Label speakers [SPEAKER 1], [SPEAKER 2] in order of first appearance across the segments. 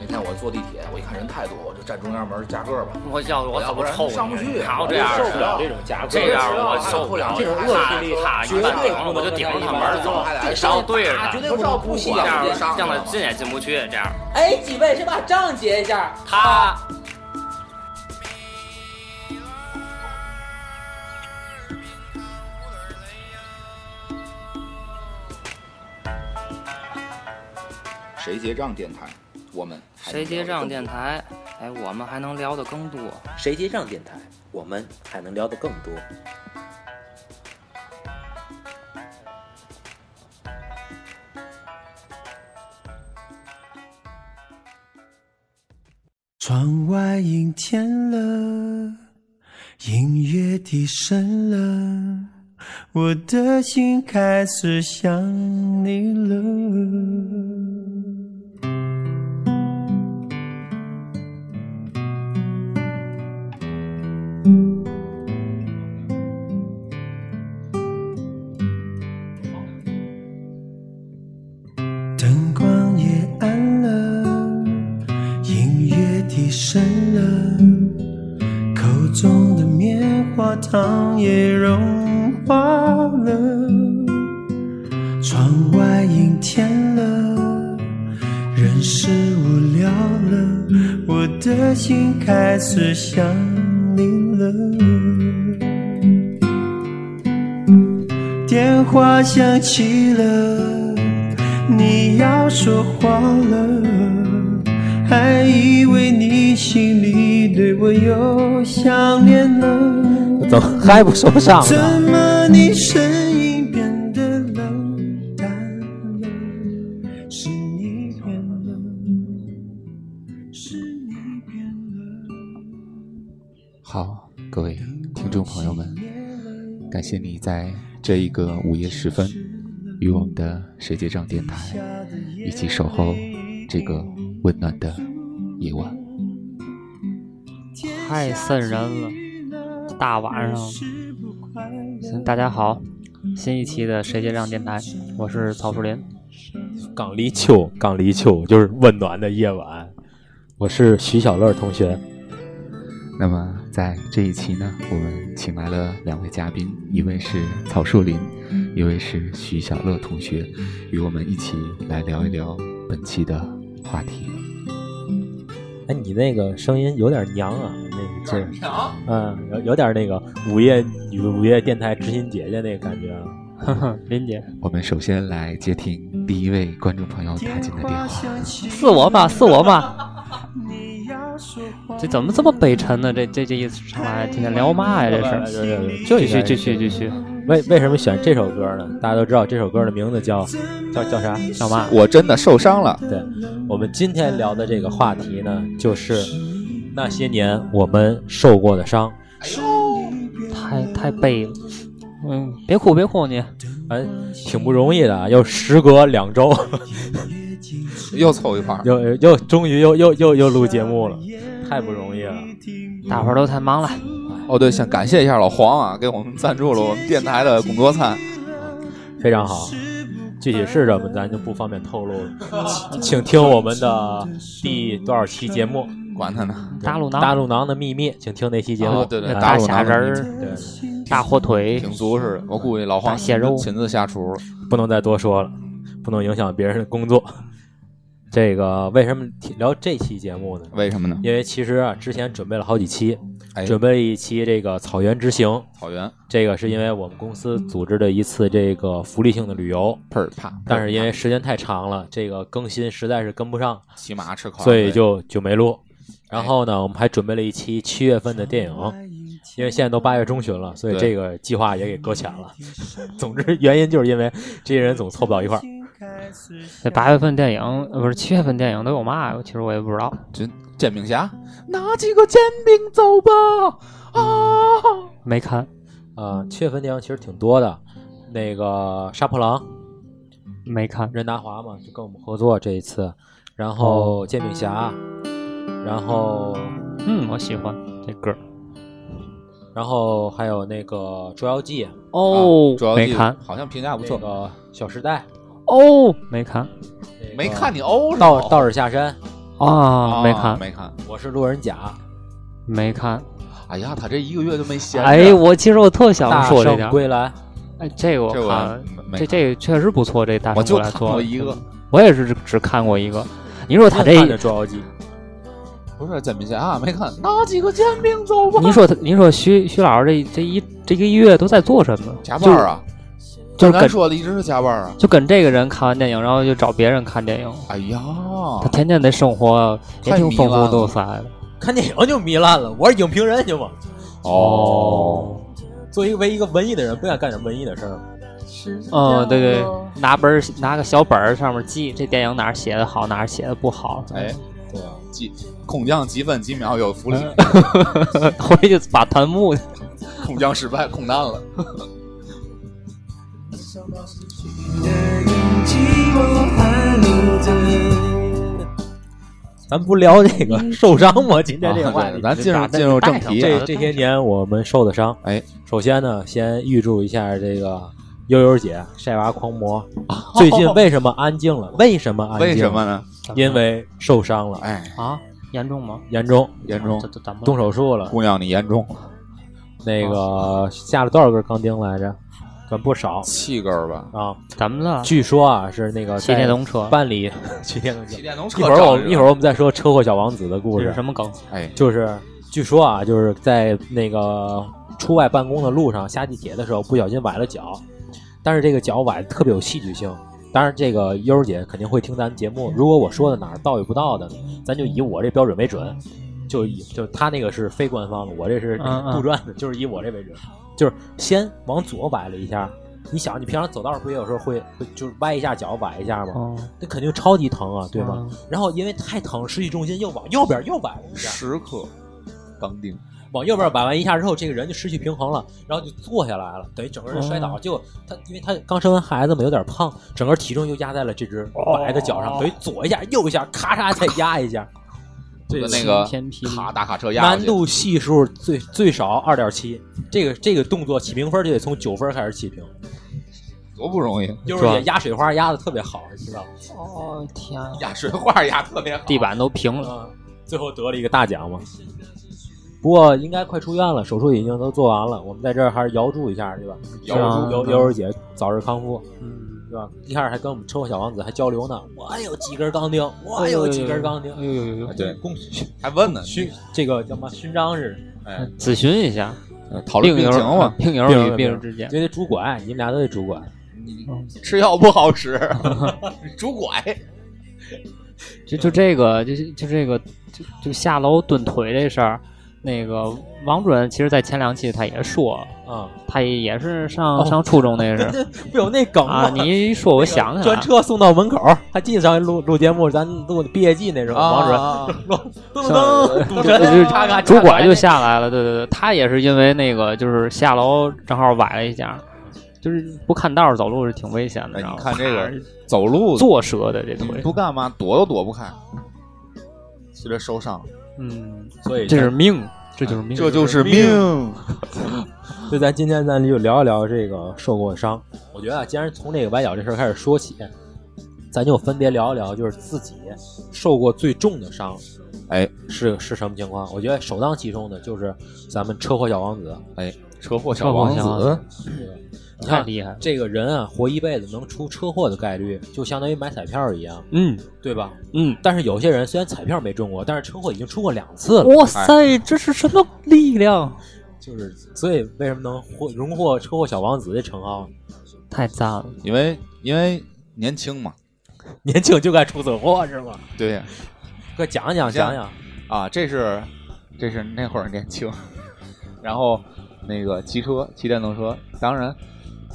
[SPEAKER 1] 那天我坐地铁，我一看人太多，我就站中央门夹个吧。
[SPEAKER 2] 我要我
[SPEAKER 1] 要
[SPEAKER 2] 怎
[SPEAKER 1] 不
[SPEAKER 2] 么
[SPEAKER 1] 然
[SPEAKER 2] 臭
[SPEAKER 1] 上不去
[SPEAKER 2] 然后这样
[SPEAKER 3] 受不
[SPEAKER 2] 的
[SPEAKER 3] 了这种夹克
[SPEAKER 2] 这样我
[SPEAKER 1] 受
[SPEAKER 2] 受不了，
[SPEAKER 1] 这种
[SPEAKER 3] 恶势力
[SPEAKER 2] 他他
[SPEAKER 3] 绝
[SPEAKER 2] 一
[SPEAKER 3] 对
[SPEAKER 2] 般顶，我就顶着他门儿走，然后对着他，
[SPEAKER 1] 绝
[SPEAKER 2] 这
[SPEAKER 1] 对不能姑息啊
[SPEAKER 2] 样
[SPEAKER 1] 直接上
[SPEAKER 2] 让他
[SPEAKER 1] 了
[SPEAKER 2] 进也进不去，这样
[SPEAKER 4] 哎，几位谁把账结一下？
[SPEAKER 2] 他。
[SPEAKER 1] 谁结账电台？我们还能
[SPEAKER 2] 谁结
[SPEAKER 1] 聊
[SPEAKER 2] 账
[SPEAKER 1] 得
[SPEAKER 2] 电台？哎，我们还能聊得更多。
[SPEAKER 3] 谁结账电台，我们还能聊得更多。
[SPEAKER 5] 窗外阴天了，音乐低声了，我的心开始想你了。灯光也暗了。音乐低声了，口中的棉花糖也融化了。窗外阴天了，人是无聊了，我的心开始想你了。电话响起了，你要说话了，还以为你心里对我有想念呢。
[SPEAKER 3] 怎么还不说上
[SPEAKER 5] 怎？ 么你声音变得冷淡了？是你变了，是你变
[SPEAKER 6] 好，各位听众朋友们，
[SPEAKER 5] 了。
[SPEAKER 6] 感谢你在这一个午夜时分，与我们的谁结账电台一起守候这个温暖的夜晚。
[SPEAKER 2] 太瘆人了，大晚上。行，大家好，新一期的《谁结账》电台，我是曹树林。
[SPEAKER 3] 刚立秋，刚立秋，就是温暖的夜晚。我是徐小乐同学，
[SPEAKER 6] 那么在这一期呢，我们请来了两位嘉宾，一位是曹树林，一位是徐小乐同学，与我们一起来聊一聊本期的话题。
[SPEAKER 3] 哎，你那个声音有点娘啊，那个就是，
[SPEAKER 4] 娘，
[SPEAKER 3] 嗯，有有点那个午夜女午夜电台知心姐姐那个感觉啊。
[SPEAKER 2] 哼哼，林姐，
[SPEAKER 6] 我们首先来接听第一位观众朋友打进的电话。
[SPEAKER 2] 是我吧？是我吧？
[SPEAKER 5] 你要说话
[SPEAKER 2] 这怎么这么悲沉呢？这这这一上来今天聊嘛呀？这是。
[SPEAKER 3] 哎是
[SPEAKER 2] 继续继续继续，
[SPEAKER 3] 为为什么选这首歌呢？大家都知道这首歌的名字叫叫叫啥？
[SPEAKER 2] 小嘛？
[SPEAKER 6] 我真的受伤了。
[SPEAKER 3] 对，我们今天聊的这个话题呢，就是那些年我们受过的伤。
[SPEAKER 2] 太太悲了。嗯，别哭别哭你，
[SPEAKER 3] 哎，挺不容易的啊，又时隔两周，
[SPEAKER 6] 又凑一块儿。
[SPEAKER 3] 又又终于又又又又录节目了，太不容易了。
[SPEAKER 2] 大伙儿都太忙了。
[SPEAKER 6] 哦，对，想感谢一下老黄啊，给我们赞助了我们电台的工作餐。
[SPEAKER 3] 非常好。具体是什么，咱就不方便透露了， 请请听我们的第多少期节目
[SPEAKER 6] 管他呢，
[SPEAKER 3] 《
[SPEAKER 2] 大陆囊
[SPEAKER 3] 大陆囊的秘密》，请听那期节目。
[SPEAKER 6] 哦对对
[SPEAKER 3] 哎
[SPEAKER 6] 大
[SPEAKER 2] 呃大
[SPEAKER 6] 陆
[SPEAKER 2] 虾
[SPEAKER 6] 囊
[SPEAKER 2] 仁儿，
[SPEAKER 3] 对，
[SPEAKER 2] 大火腿，
[SPEAKER 6] 挺足实的。我估计老黄
[SPEAKER 2] 大蟹肉
[SPEAKER 6] 亲自下厨了。
[SPEAKER 3] 不能再多说了，不能影响别人的工作。这个为什么提聊这期节目呢？
[SPEAKER 6] 为什么呢？
[SPEAKER 3] 因为其实啊，之前准备了好几期，
[SPEAKER 6] 哎，
[SPEAKER 3] 准备了一期这个草原之行，
[SPEAKER 6] 草原
[SPEAKER 3] 这个是因为我们公司组织的一次这个福利性的旅游，
[SPEAKER 6] 倍儿怕，
[SPEAKER 3] 但是因为时间太长了，这个更新实在是跟不上，
[SPEAKER 6] 骑马吃烤哎鸭，
[SPEAKER 3] 所以就就没录。然后呢，我们还准备了一期七月份的电影，因为现在都八月中旬了，所以
[SPEAKER 6] 对
[SPEAKER 3] 这个计划也给搁浅了。总之，原因就是因为这些人总凑不 到一块儿。
[SPEAKER 2] 这八月份电影呃不是七月份电影都有嘛呀？其实我也不知道。
[SPEAKER 6] 就煎饼侠，拿几个煎饼走吧。啊，
[SPEAKER 2] 没看，
[SPEAKER 3] 啊，七月份电影其实挺多的，那个《杀破狼》
[SPEAKER 2] 没看。
[SPEAKER 3] 任达华嘛，就跟我们合作这一次，然后《煎饼侠》，然后
[SPEAKER 2] 嗯，我喜欢这歌儿。
[SPEAKER 3] 然后还有那个《捉妖记》，
[SPEAKER 2] 哦
[SPEAKER 1] 啊，主要
[SPEAKER 2] 没
[SPEAKER 1] 记
[SPEAKER 2] 看，
[SPEAKER 1] 好像评价不
[SPEAKER 3] 那
[SPEAKER 1] 错。
[SPEAKER 3] 个《小时代
[SPEAKER 2] 哦，没看》，
[SPEAKER 1] 没看你哦，
[SPEAKER 3] 道道士下山，
[SPEAKER 2] 啊，
[SPEAKER 1] 啊
[SPEAKER 2] 没看，
[SPEAKER 1] 没看。
[SPEAKER 3] 我是路人甲，
[SPEAKER 2] 没看。
[SPEAKER 1] 哎呀，他这一个月都没闲着。
[SPEAKER 2] 哎，我其实我特想
[SPEAKER 3] 大
[SPEAKER 2] 说这
[SPEAKER 3] 圣
[SPEAKER 2] 点，
[SPEAKER 3] 归来，
[SPEAKER 2] 哎，这个我
[SPEAKER 1] 这我
[SPEAKER 2] 看了，
[SPEAKER 1] 没看
[SPEAKER 2] 这这个确实不错，这大
[SPEAKER 1] 我
[SPEAKER 2] 圣
[SPEAKER 1] 就
[SPEAKER 2] 过来
[SPEAKER 1] 看
[SPEAKER 2] 做
[SPEAKER 1] 过，一个，
[SPEAKER 2] 我也是只只看过一个。你说他这，
[SPEAKER 3] 看着《捉妖记》，
[SPEAKER 1] 不是怎么闲啊？没看，拿几个煎饼走吧。
[SPEAKER 2] 你说他，你说徐徐老师这这一这个月都在做什么？
[SPEAKER 1] 加班儿啊？
[SPEAKER 2] 就，就是
[SPEAKER 1] 咱
[SPEAKER 2] 跟
[SPEAKER 1] 说的一直是加班儿啊。
[SPEAKER 2] 就跟这个人看完电影，然后就找别人看电影，
[SPEAKER 1] 哎呀，
[SPEAKER 2] 他天天的生活也
[SPEAKER 1] 太
[SPEAKER 2] 挺
[SPEAKER 1] 糜
[SPEAKER 2] 丰富
[SPEAKER 1] 烂
[SPEAKER 2] 多
[SPEAKER 1] 了
[SPEAKER 2] 彩的。
[SPEAKER 3] 看电影就糜烂了。我是影评人行吗？
[SPEAKER 1] 哦，
[SPEAKER 3] 作为一个唯一一个文艺的人，不想干点文艺的事儿。
[SPEAKER 2] 嗯，对对，拿本儿拿个小本儿上面记这电影哪儿写的好，哪儿写的不好，
[SPEAKER 1] 哎，对啊，几空降几分几秒有福利，
[SPEAKER 2] 回去把弹幕
[SPEAKER 1] 空降失败空难了。
[SPEAKER 3] 咱不聊这个受伤吗？今天这个话
[SPEAKER 1] 啊
[SPEAKER 3] 题
[SPEAKER 1] 对，咱进入进入正题
[SPEAKER 2] 这
[SPEAKER 1] 啊，
[SPEAKER 3] 这这些年我们受的伤，
[SPEAKER 1] 哎，
[SPEAKER 3] 首先呢，先预祝一下这个悠悠姐晒娃狂魔，最近为什么安静了？为什么安
[SPEAKER 1] 哦
[SPEAKER 3] 静？
[SPEAKER 1] 啊为什么？呢？
[SPEAKER 3] 因为受伤了，
[SPEAKER 1] 哎，
[SPEAKER 2] 啊严重吗？啊
[SPEAKER 3] 严重
[SPEAKER 1] 严重
[SPEAKER 2] 这，这怎么了
[SPEAKER 3] 动手术了。
[SPEAKER 1] 姑娘你严重，
[SPEAKER 3] 那个下了多少根钢钉来着？可不少
[SPEAKER 1] 七根儿吧？
[SPEAKER 3] 啊！
[SPEAKER 2] 怎么了？
[SPEAKER 3] 据说啊，是那个
[SPEAKER 2] 骑电动车
[SPEAKER 3] 办理骑电动车。
[SPEAKER 1] 电动
[SPEAKER 3] 一会儿我一会
[SPEAKER 1] 儿，
[SPEAKER 3] 儿我们再说车祸小王子的故
[SPEAKER 2] 这
[SPEAKER 3] 事
[SPEAKER 2] 是。什么梗？
[SPEAKER 1] 哎，
[SPEAKER 3] 就是据说啊，就是在那个出外办公的路上下地铁的时候，不小心崴了脚，但是这个脚崴得特别有戏剧性。当然，这个悠儿姐肯定会听咱们节目，如果我说的哪儿到与不到的，咱就以我这标准为准， 就以就她那个是非官方的，我这是
[SPEAKER 2] 嗯嗯
[SPEAKER 3] 杜撰的，就是以我这为准，就是先往左崴了一下。你想，你平常走道儿不也有时候会会就是歪一下脚崴一下吗？
[SPEAKER 2] 哦，
[SPEAKER 3] 那肯定超级疼啊，对吗？
[SPEAKER 2] 嗯？
[SPEAKER 3] 然后因为太疼，失去重心又往右边又崴了一下，
[SPEAKER 1] 十克钢钉，
[SPEAKER 3] 往右边摆完一下之后，这个人就失去平衡了，然后就坐下来了，等于整个人摔倒。结果他因为他刚生完孩子嘛，有点胖，整个体重又压在了这只白的脚上，等于左一下右一下，咔嚓再压一下，
[SPEAKER 1] 就跟那
[SPEAKER 2] 晴
[SPEAKER 1] 个
[SPEAKER 2] 天霹雳
[SPEAKER 1] 卡大卡车压
[SPEAKER 3] 难
[SPEAKER 1] 过去
[SPEAKER 3] 度系数最最少二点七。这个这个动作起评分就得从九分开始起评，
[SPEAKER 1] 多不容 易，
[SPEAKER 3] 就是也压水花压的特别好，你知道吗？
[SPEAKER 2] 哦天啊，
[SPEAKER 1] 压水花压特别好，
[SPEAKER 2] 地板都平了。
[SPEAKER 3] 嗯，最后得了一个大奖嘛。不过应该快出院了，手术已经都做完了，我们在这儿还是遥祝一下，对吧？
[SPEAKER 1] 摇
[SPEAKER 2] 是啊
[SPEAKER 1] 住
[SPEAKER 3] 悠悠儿姐早日康复。
[SPEAKER 2] 嗯，
[SPEAKER 3] 对吧？一开始还跟我们车祸小王子还交流呢，我有几根钢钉，我有几根钢钉，
[SPEAKER 2] 哎呦呦呦呦呦！
[SPEAKER 1] 对，
[SPEAKER 3] 供勋
[SPEAKER 1] 还问呢，
[SPEAKER 3] 这个叫嘛勋章似的，
[SPEAKER 1] 哎，
[SPEAKER 2] 咨询一下
[SPEAKER 1] 呃讨论
[SPEAKER 2] 病
[SPEAKER 1] 病
[SPEAKER 2] 友啊
[SPEAKER 1] 情嘛，，
[SPEAKER 2] 病友与病友之间
[SPEAKER 3] 就得拄拐，你们俩都得拄拐。
[SPEAKER 1] 吃药不好使，拄拐，
[SPEAKER 2] 就就这个，就就这个，就就下楼蹲腿这事儿，那个王主任其实在前两期他也说，
[SPEAKER 3] 啊，
[SPEAKER 2] 他也是上、上初中那 是
[SPEAKER 3] 不有那梗
[SPEAKER 2] 啊，
[SPEAKER 3] 吗？
[SPEAKER 2] 你一说我想起来
[SPEAKER 3] 专
[SPEAKER 2] 了，
[SPEAKER 3] 车送到门口，还记得上回录录节目，咱录毕业季那时候，王主任
[SPEAKER 1] 任，
[SPEAKER 3] 噔噔噔，
[SPEAKER 2] 就
[SPEAKER 3] 车咔咔
[SPEAKER 2] 主管就下来了，对对对，他也是因为那个就是下楼正好崴了一下，就是不看道儿走路是挺危险的，
[SPEAKER 1] 哎
[SPEAKER 2] 然后
[SPEAKER 1] 你看这个走路
[SPEAKER 2] 坐折的这
[SPEAKER 1] 你
[SPEAKER 2] 腿，
[SPEAKER 1] 不干嘛躲都躲不开，就这受伤，
[SPEAKER 2] 嗯，
[SPEAKER 3] 所以
[SPEAKER 2] 这是命，这就是命，
[SPEAKER 1] 啊这就是命，
[SPEAKER 3] 所以咱今天咱就聊一聊这个受过的伤。我觉得啊，既然从这个崴脚这事儿开始说起，咱就分别聊一聊，就是自己受过最重的伤，
[SPEAKER 1] 哎，
[SPEAKER 3] 是是什么情况？我觉得首当其冲的就是咱们车祸小王子。
[SPEAKER 1] 哎，车祸
[SPEAKER 2] 车
[SPEAKER 1] 小
[SPEAKER 2] 祸
[SPEAKER 1] 王
[SPEAKER 2] 小王
[SPEAKER 1] 子，
[SPEAKER 3] 你
[SPEAKER 2] 太
[SPEAKER 3] 看
[SPEAKER 2] 厉害了，
[SPEAKER 3] 这个人啊，活一辈子能出车祸的概率，就相当于买彩票一样，
[SPEAKER 2] 嗯
[SPEAKER 3] 对吧？
[SPEAKER 2] 嗯。
[SPEAKER 3] 但是有些人虽然彩票没中过，但是车祸已经出过两次了，
[SPEAKER 2] 哇塞，这是什么力量？
[SPEAKER 3] 就是所以为什么能获荣获车祸小王子的称号？
[SPEAKER 2] 太赞了！
[SPEAKER 1] 因为因为年轻嘛，
[SPEAKER 3] 年轻就该出车祸是吗？
[SPEAKER 1] 对
[SPEAKER 3] 快讲讲讲讲。
[SPEAKER 1] 啊，这是这是那会儿年轻， 然后那个骑车骑电动车，当然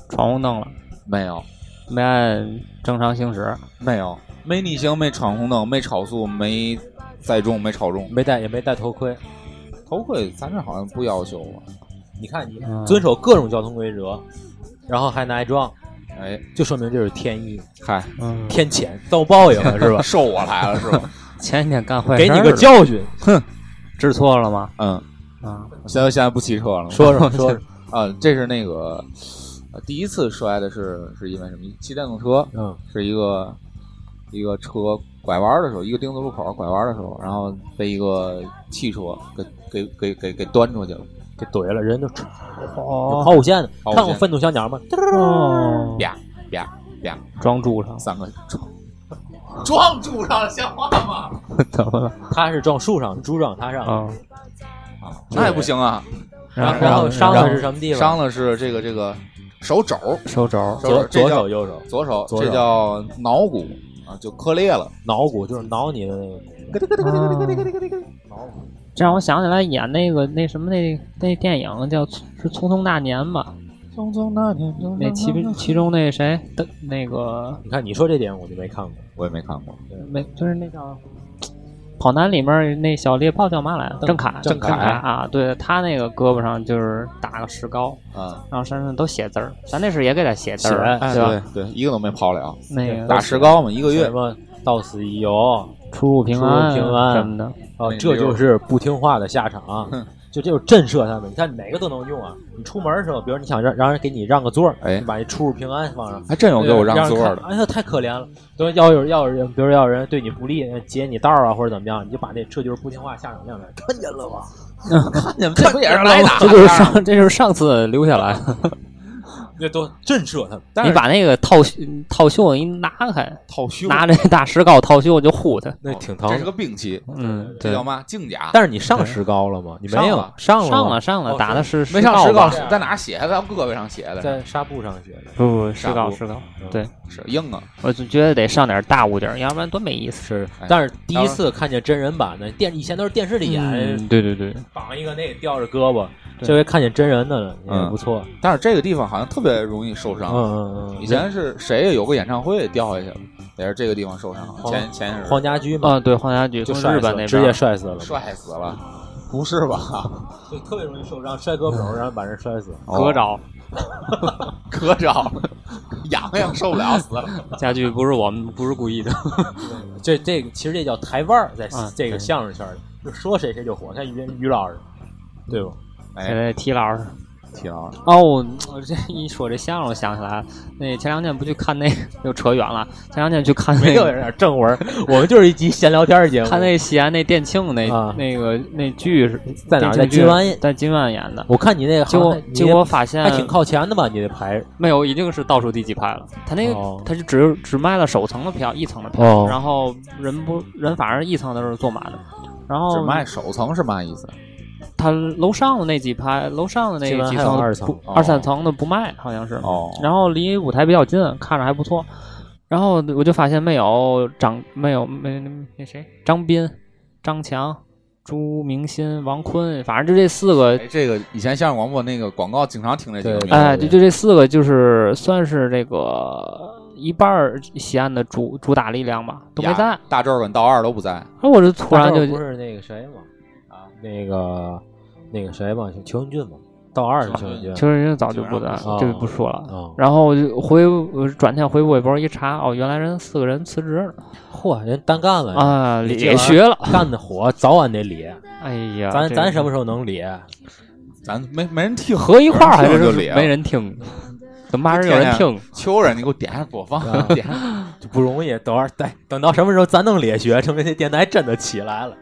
[SPEAKER 2] 闯红灯了，
[SPEAKER 1] 没有
[SPEAKER 2] 没按正常行驶，
[SPEAKER 1] 没有没逆行，没闯红灯，没超速，没载重，没超重，
[SPEAKER 3] 没戴也没戴头盔。
[SPEAKER 1] 头盔咱这好像不要求啊，
[SPEAKER 3] 你看你
[SPEAKER 2] 嗯
[SPEAKER 3] 遵守各种交通规则，然后还拿一桩，
[SPEAKER 1] 哎
[SPEAKER 3] 就说明这是天意、
[SPEAKER 1] 嗨，
[SPEAKER 2] 嗯，
[SPEAKER 3] 天谴、遭报应了是 吧？
[SPEAKER 1] 受我来了是吧？
[SPEAKER 2] 前几天干坏
[SPEAKER 3] 给
[SPEAKER 2] 事
[SPEAKER 3] 你
[SPEAKER 2] 儿
[SPEAKER 3] 个
[SPEAKER 2] 了
[SPEAKER 3] 教训。
[SPEAKER 2] 知错了吗？
[SPEAKER 1] 嗯，
[SPEAKER 2] 啊，
[SPEAKER 1] 现在现在不骑车了，
[SPEAKER 3] 说说说，
[SPEAKER 1] 啊，这是那个呃第一次摔的是是因为什么？骑电动车
[SPEAKER 3] 嗯
[SPEAKER 1] 是一个一个车拐弯的时候，一个丁字路口拐弯的时候，然后被一个汽车给给给给给端出去了，
[SPEAKER 3] 给怼了，人都有
[SPEAKER 2] 哦
[SPEAKER 3] 抛物线的，
[SPEAKER 1] 抛物线
[SPEAKER 3] 看过《愤怒小鸟》吗？
[SPEAKER 2] 哦，
[SPEAKER 1] 啪啪啪，
[SPEAKER 2] 装柱上，
[SPEAKER 1] 三个撞撞柱上了，像话吗？
[SPEAKER 2] 怎 么了？
[SPEAKER 3] 他是撞树上，猪撞他上，
[SPEAKER 2] 啊，
[SPEAKER 1] 啊，那也不行啊！
[SPEAKER 2] 哎然
[SPEAKER 3] 然后伤
[SPEAKER 2] 然
[SPEAKER 3] 的
[SPEAKER 2] 后
[SPEAKER 3] 是什么地方？
[SPEAKER 1] 伤的是这个这个手肘，
[SPEAKER 2] 手肘，
[SPEAKER 1] 手肘
[SPEAKER 3] 左
[SPEAKER 1] 这
[SPEAKER 3] 左
[SPEAKER 1] 叫
[SPEAKER 3] 手右手，
[SPEAKER 1] 左手，
[SPEAKER 3] 左
[SPEAKER 1] 这
[SPEAKER 3] 手
[SPEAKER 1] 叫挠骨啊，就磕裂了。
[SPEAKER 3] 挠骨就是挠你的那个。
[SPEAKER 2] 这让我想起来演那个那什么那那电影叫《是匆匆那年》吧？
[SPEAKER 1] 匆匆那年，
[SPEAKER 2] 那其其中那谁的那个
[SPEAKER 3] 你看你说这点我就没看过，
[SPEAKER 1] 我也没看过。
[SPEAKER 2] 没就是那叫。跑男里面那小猎豹叫嘛来着？郑恺，
[SPEAKER 3] 郑
[SPEAKER 2] 恺
[SPEAKER 3] 恺
[SPEAKER 2] 啊，对他那个胳膊上就是打个石膏，
[SPEAKER 1] 啊，
[SPEAKER 2] 然后身上都写字儿，咱那时候也给他写字
[SPEAKER 3] 写
[SPEAKER 2] 儿，
[SPEAKER 1] 哎，
[SPEAKER 2] 对吧？
[SPEAKER 1] 对对，一个都没跑了。
[SPEAKER 2] 那个
[SPEAKER 1] 打石膏嘛，一个
[SPEAKER 3] 什
[SPEAKER 1] 月
[SPEAKER 3] 么到此一游，
[SPEAKER 2] 出入平安、
[SPEAKER 3] 出入平安
[SPEAKER 2] 什么的，
[SPEAKER 3] 啊
[SPEAKER 1] 那，
[SPEAKER 3] 这
[SPEAKER 1] 溜儿
[SPEAKER 3] 就是不听话的下场
[SPEAKER 1] 哼
[SPEAKER 3] 啊，就这就是震慑他们。你看哪个都能用啊！你出门的时候，比如你想让让人给你让个座儿，
[SPEAKER 1] 哎
[SPEAKER 3] 你把这出入平安放上，
[SPEAKER 1] 还真有给我
[SPEAKER 3] 让
[SPEAKER 1] 让座
[SPEAKER 3] 人看
[SPEAKER 1] 的。
[SPEAKER 3] 哎呀，太可怜了！都要有要有人，比如要有人对你不利，截你道儿啊，或者怎么样，你就把这这就是不听话下场亮 出来，看见了吧？
[SPEAKER 1] 你们这不也是挨打
[SPEAKER 2] 这就是上，这就是上次留下来。
[SPEAKER 3] 那都震慑他们。但
[SPEAKER 2] 你
[SPEAKER 1] 哦
[SPEAKER 3] 是
[SPEAKER 2] 把那个套袖套袖一拿开，
[SPEAKER 1] 套胸
[SPEAKER 2] 拿这大石膏套袖就呼他。
[SPEAKER 3] 那
[SPEAKER 1] 这
[SPEAKER 3] 挺疼
[SPEAKER 1] 是。个啊兵器，
[SPEAKER 2] 嗯，
[SPEAKER 1] 这
[SPEAKER 2] 对，
[SPEAKER 1] 叫嘛？镜甲。
[SPEAKER 3] 但是 你上石膏了吗？你没有上了
[SPEAKER 2] 上
[SPEAKER 3] 吗
[SPEAKER 2] 了上了，
[SPEAKER 3] 哦
[SPEAKER 2] 打的是
[SPEAKER 1] 没上石膏
[SPEAKER 2] 吧？
[SPEAKER 1] 在哪儿写的？在胳膊上写的，
[SPEAKER 3] 在纱布上学的。
[SPEAKER 2] 不不，石
[SPEAKER 1] 上
[SPEAKER 2] 膏
[SPEAKER 1] 路
[SPEAKER 2] 石膏。
[SPEAKER 3] 嗯
[SPEAKER 2] 对，
[SPEAKER 1] 是硬啊。
[SPEAKER 2] 我就觉得得上点大物件儿，要不然多没意思。
[SPEAKER 3] 是
[SPEAKER 1] 哎，
[SPEAKER 3] 但是第一次看见真人版的电，以前都是电视里
[SPEAKER 1] 嗯
[SPEAKER 3] 演，
[SPEAKER 2] 对对对，
[SPEAKER 3] 绑一个那个吊着胳膊，
[SPEAKER 2] 对
[SPEAKER 3] 这回看见真人的了，
[SPEAKER 1] 嗯
[SPEAKER 3] 也不错。
[SPEAKER 1] 但是这个地方好像特别容易受
[SPEAKER 3] 嗯
[SPEAKER 1] 伤。
[SPEAKER 3] 嗯嗯，
[SPEAKER 1] 以前是谁有个演唱会掉下去了，也是这个地方受伤。前前一阵
[SPEAKER 3] 黄家驹嘛，
[SPEAKER 2] 啊对，黄家驹
[SPEAKER 3] 就
[SPEAKER 2] 从
[SPEAKER 3] 摔
[SPEAKER 2] 日
[SPEAKER 3] 死了
[SPEAKER 2] 本那边
[SPEAKER 3] 直接摔死了，
[SPEAKER 1] 摔死了。不是吧？
[SPEAKER 3] 就特别容易受伤，摔胳膊肘，然后把人摔死。
[SPEAKER 2] 隔着
[SPEAKER 1] 磕着 了，痒痒受不了，死了。
[SPEAKER 2] 家驹不是我们不是故意的。
[SPEAKER 3] 这这个其实这叫台腕儿，在
[SPEAKER 2] 啊
[SPEAKER 3] 这
[SPEAKER 2] 对
[SPEAKER 3] 个相声圈里，就说谁谁就火。像于于老师，对吧？
[SPEAKER 2] 现
[SPEAKER 1] 哎，
[SPEAKER 2] 在提老师
[SPEAKER 1] 挺好。
[SPEAKER 2] 哦，我这一说这相声，我想起来了，那前两天不去看那又扯远了，前两天去看那
[SPEAKER 3] 没有点正文儿，我们就是一集闲聊天儿节目。
[SPEAKER 2] 看那西安那店庆那、
[SPEAKER 3] 啊
[SPEAKER 2] 那个那剧是
[SPEAKER 3] 在哪儿在
[SPEAKER 2] 电庆剧
[SPEAKER 3] 金湾演
[SPEAKER 2] 在金湾演的。
[SPEAKER 3] 我看你那个
[SPEAKER 2] 结
[SPEAKER 3] 好
[SPEAKER 2] 果
[SPEAKER 3] 像你
[SPEAKER 2] 结果发现
[SPEAKER 3] 还挺靠前的吧？你的牌
[SPEAKER 2] 没有，已经是倒数第几排了。他那个、
[SPEAKER 3] 哦
[SPEAKER 2] 哎他就只只卖了首层的票，一层的票，
[SPEAKER 3] 哦
[SPEAKER 2] 然后人不人反正一层都是坐满的。然后
[SPEAKER 1] 只卖首层是嘛意思？
[SPEAKER 2] 他楼上的那几排，楼上的那
[SPEAKER 3] 金湾
[SPEAKER 2] 几
[SPEAKER 3] 还有
[SPEAKER 2] 层
[SPEAKER 3] 二层
[SPEAKER 2] 不
[SPEAKER 1] 哦
[SPEAKER 2] 二三层的不卖，好像是。
[SPEAKER 1] 哦，
[SPEAKER 2] 然后离舞台比较近，看着还不错。然后我就发现没有张，没有没那谁，张斌、张强、朱明新、王坤，反正就这四个，
[SPEAKER 1] 哎，这个以前相声广播那个广告经常听这几个名
[SPEAKER 3] 对
[SPEAKER 1] 字，
[SPEAKER 2] 哎，就就这四个就是算是这个一半儿西安的主主打力量吧，都没
[SPEAKER 1] 呀
[SPEAKER 2] 在。
[SPEAKER 1] 大周儿跟道二都不在，
[SPEAKER 2] 然后我就突然就
[SPEAKER 3] 大周不是那个谁嘛，啊，那个那个谁嘛，是邱文俊嘛，到二是邱文俊，
[SPEAKER 2] 其实人家早就不
[SPEAKER 1] 基
[SPEAKER 2] 在
[SPEAKER 1] 本，
[SPEAKER 3] 上不
[SPEAKER 2] 这
[SPEAKER 3] 说
[SPEAKER 2] 个不说了。
[SPEAKER 3] 啊，
[SPEAKER 2] 然后我就回我转天回微博一查，哦，原来人四个人辞职了
[SPEAKER 3] 嚯，人单干了，
[SPEAKER 2] 啊，
[SPEAKER 3] 哎你这
[SPEAKER 2] 也
[SPEAKER 3] 玩意儿
[SPEAKER 2] 学了。
[SPEAKER 3] 干的火，早晚得理。
[SPEAKER 2] 哎呀，
[SPEAKER 3] 咱
[SPEAKER 2] 这
[SPEAKER 3] 咱
[SPEAKER 2] 个
[SPEAKER 3] 什么时候能啊理？
[SPEAKER 1] 咱没没人听，
[SPEAKER 2] 合一块儿还
[SPEAKER 1] 有人
[SPEAKER 2] 是
[SPEAKER 1] 听就理啊
[SPEAKER 2] 没人听，怎么还是有人听？
[SPEAKER 1] 秋人，你给我点下播放
[SPEAKER 3] 啊，
[SPEAKER 1] 点下
[SPEAKER 3] 就不容易。等会儿，等等到什么时候咱能理学，证明这电台真的起来 了。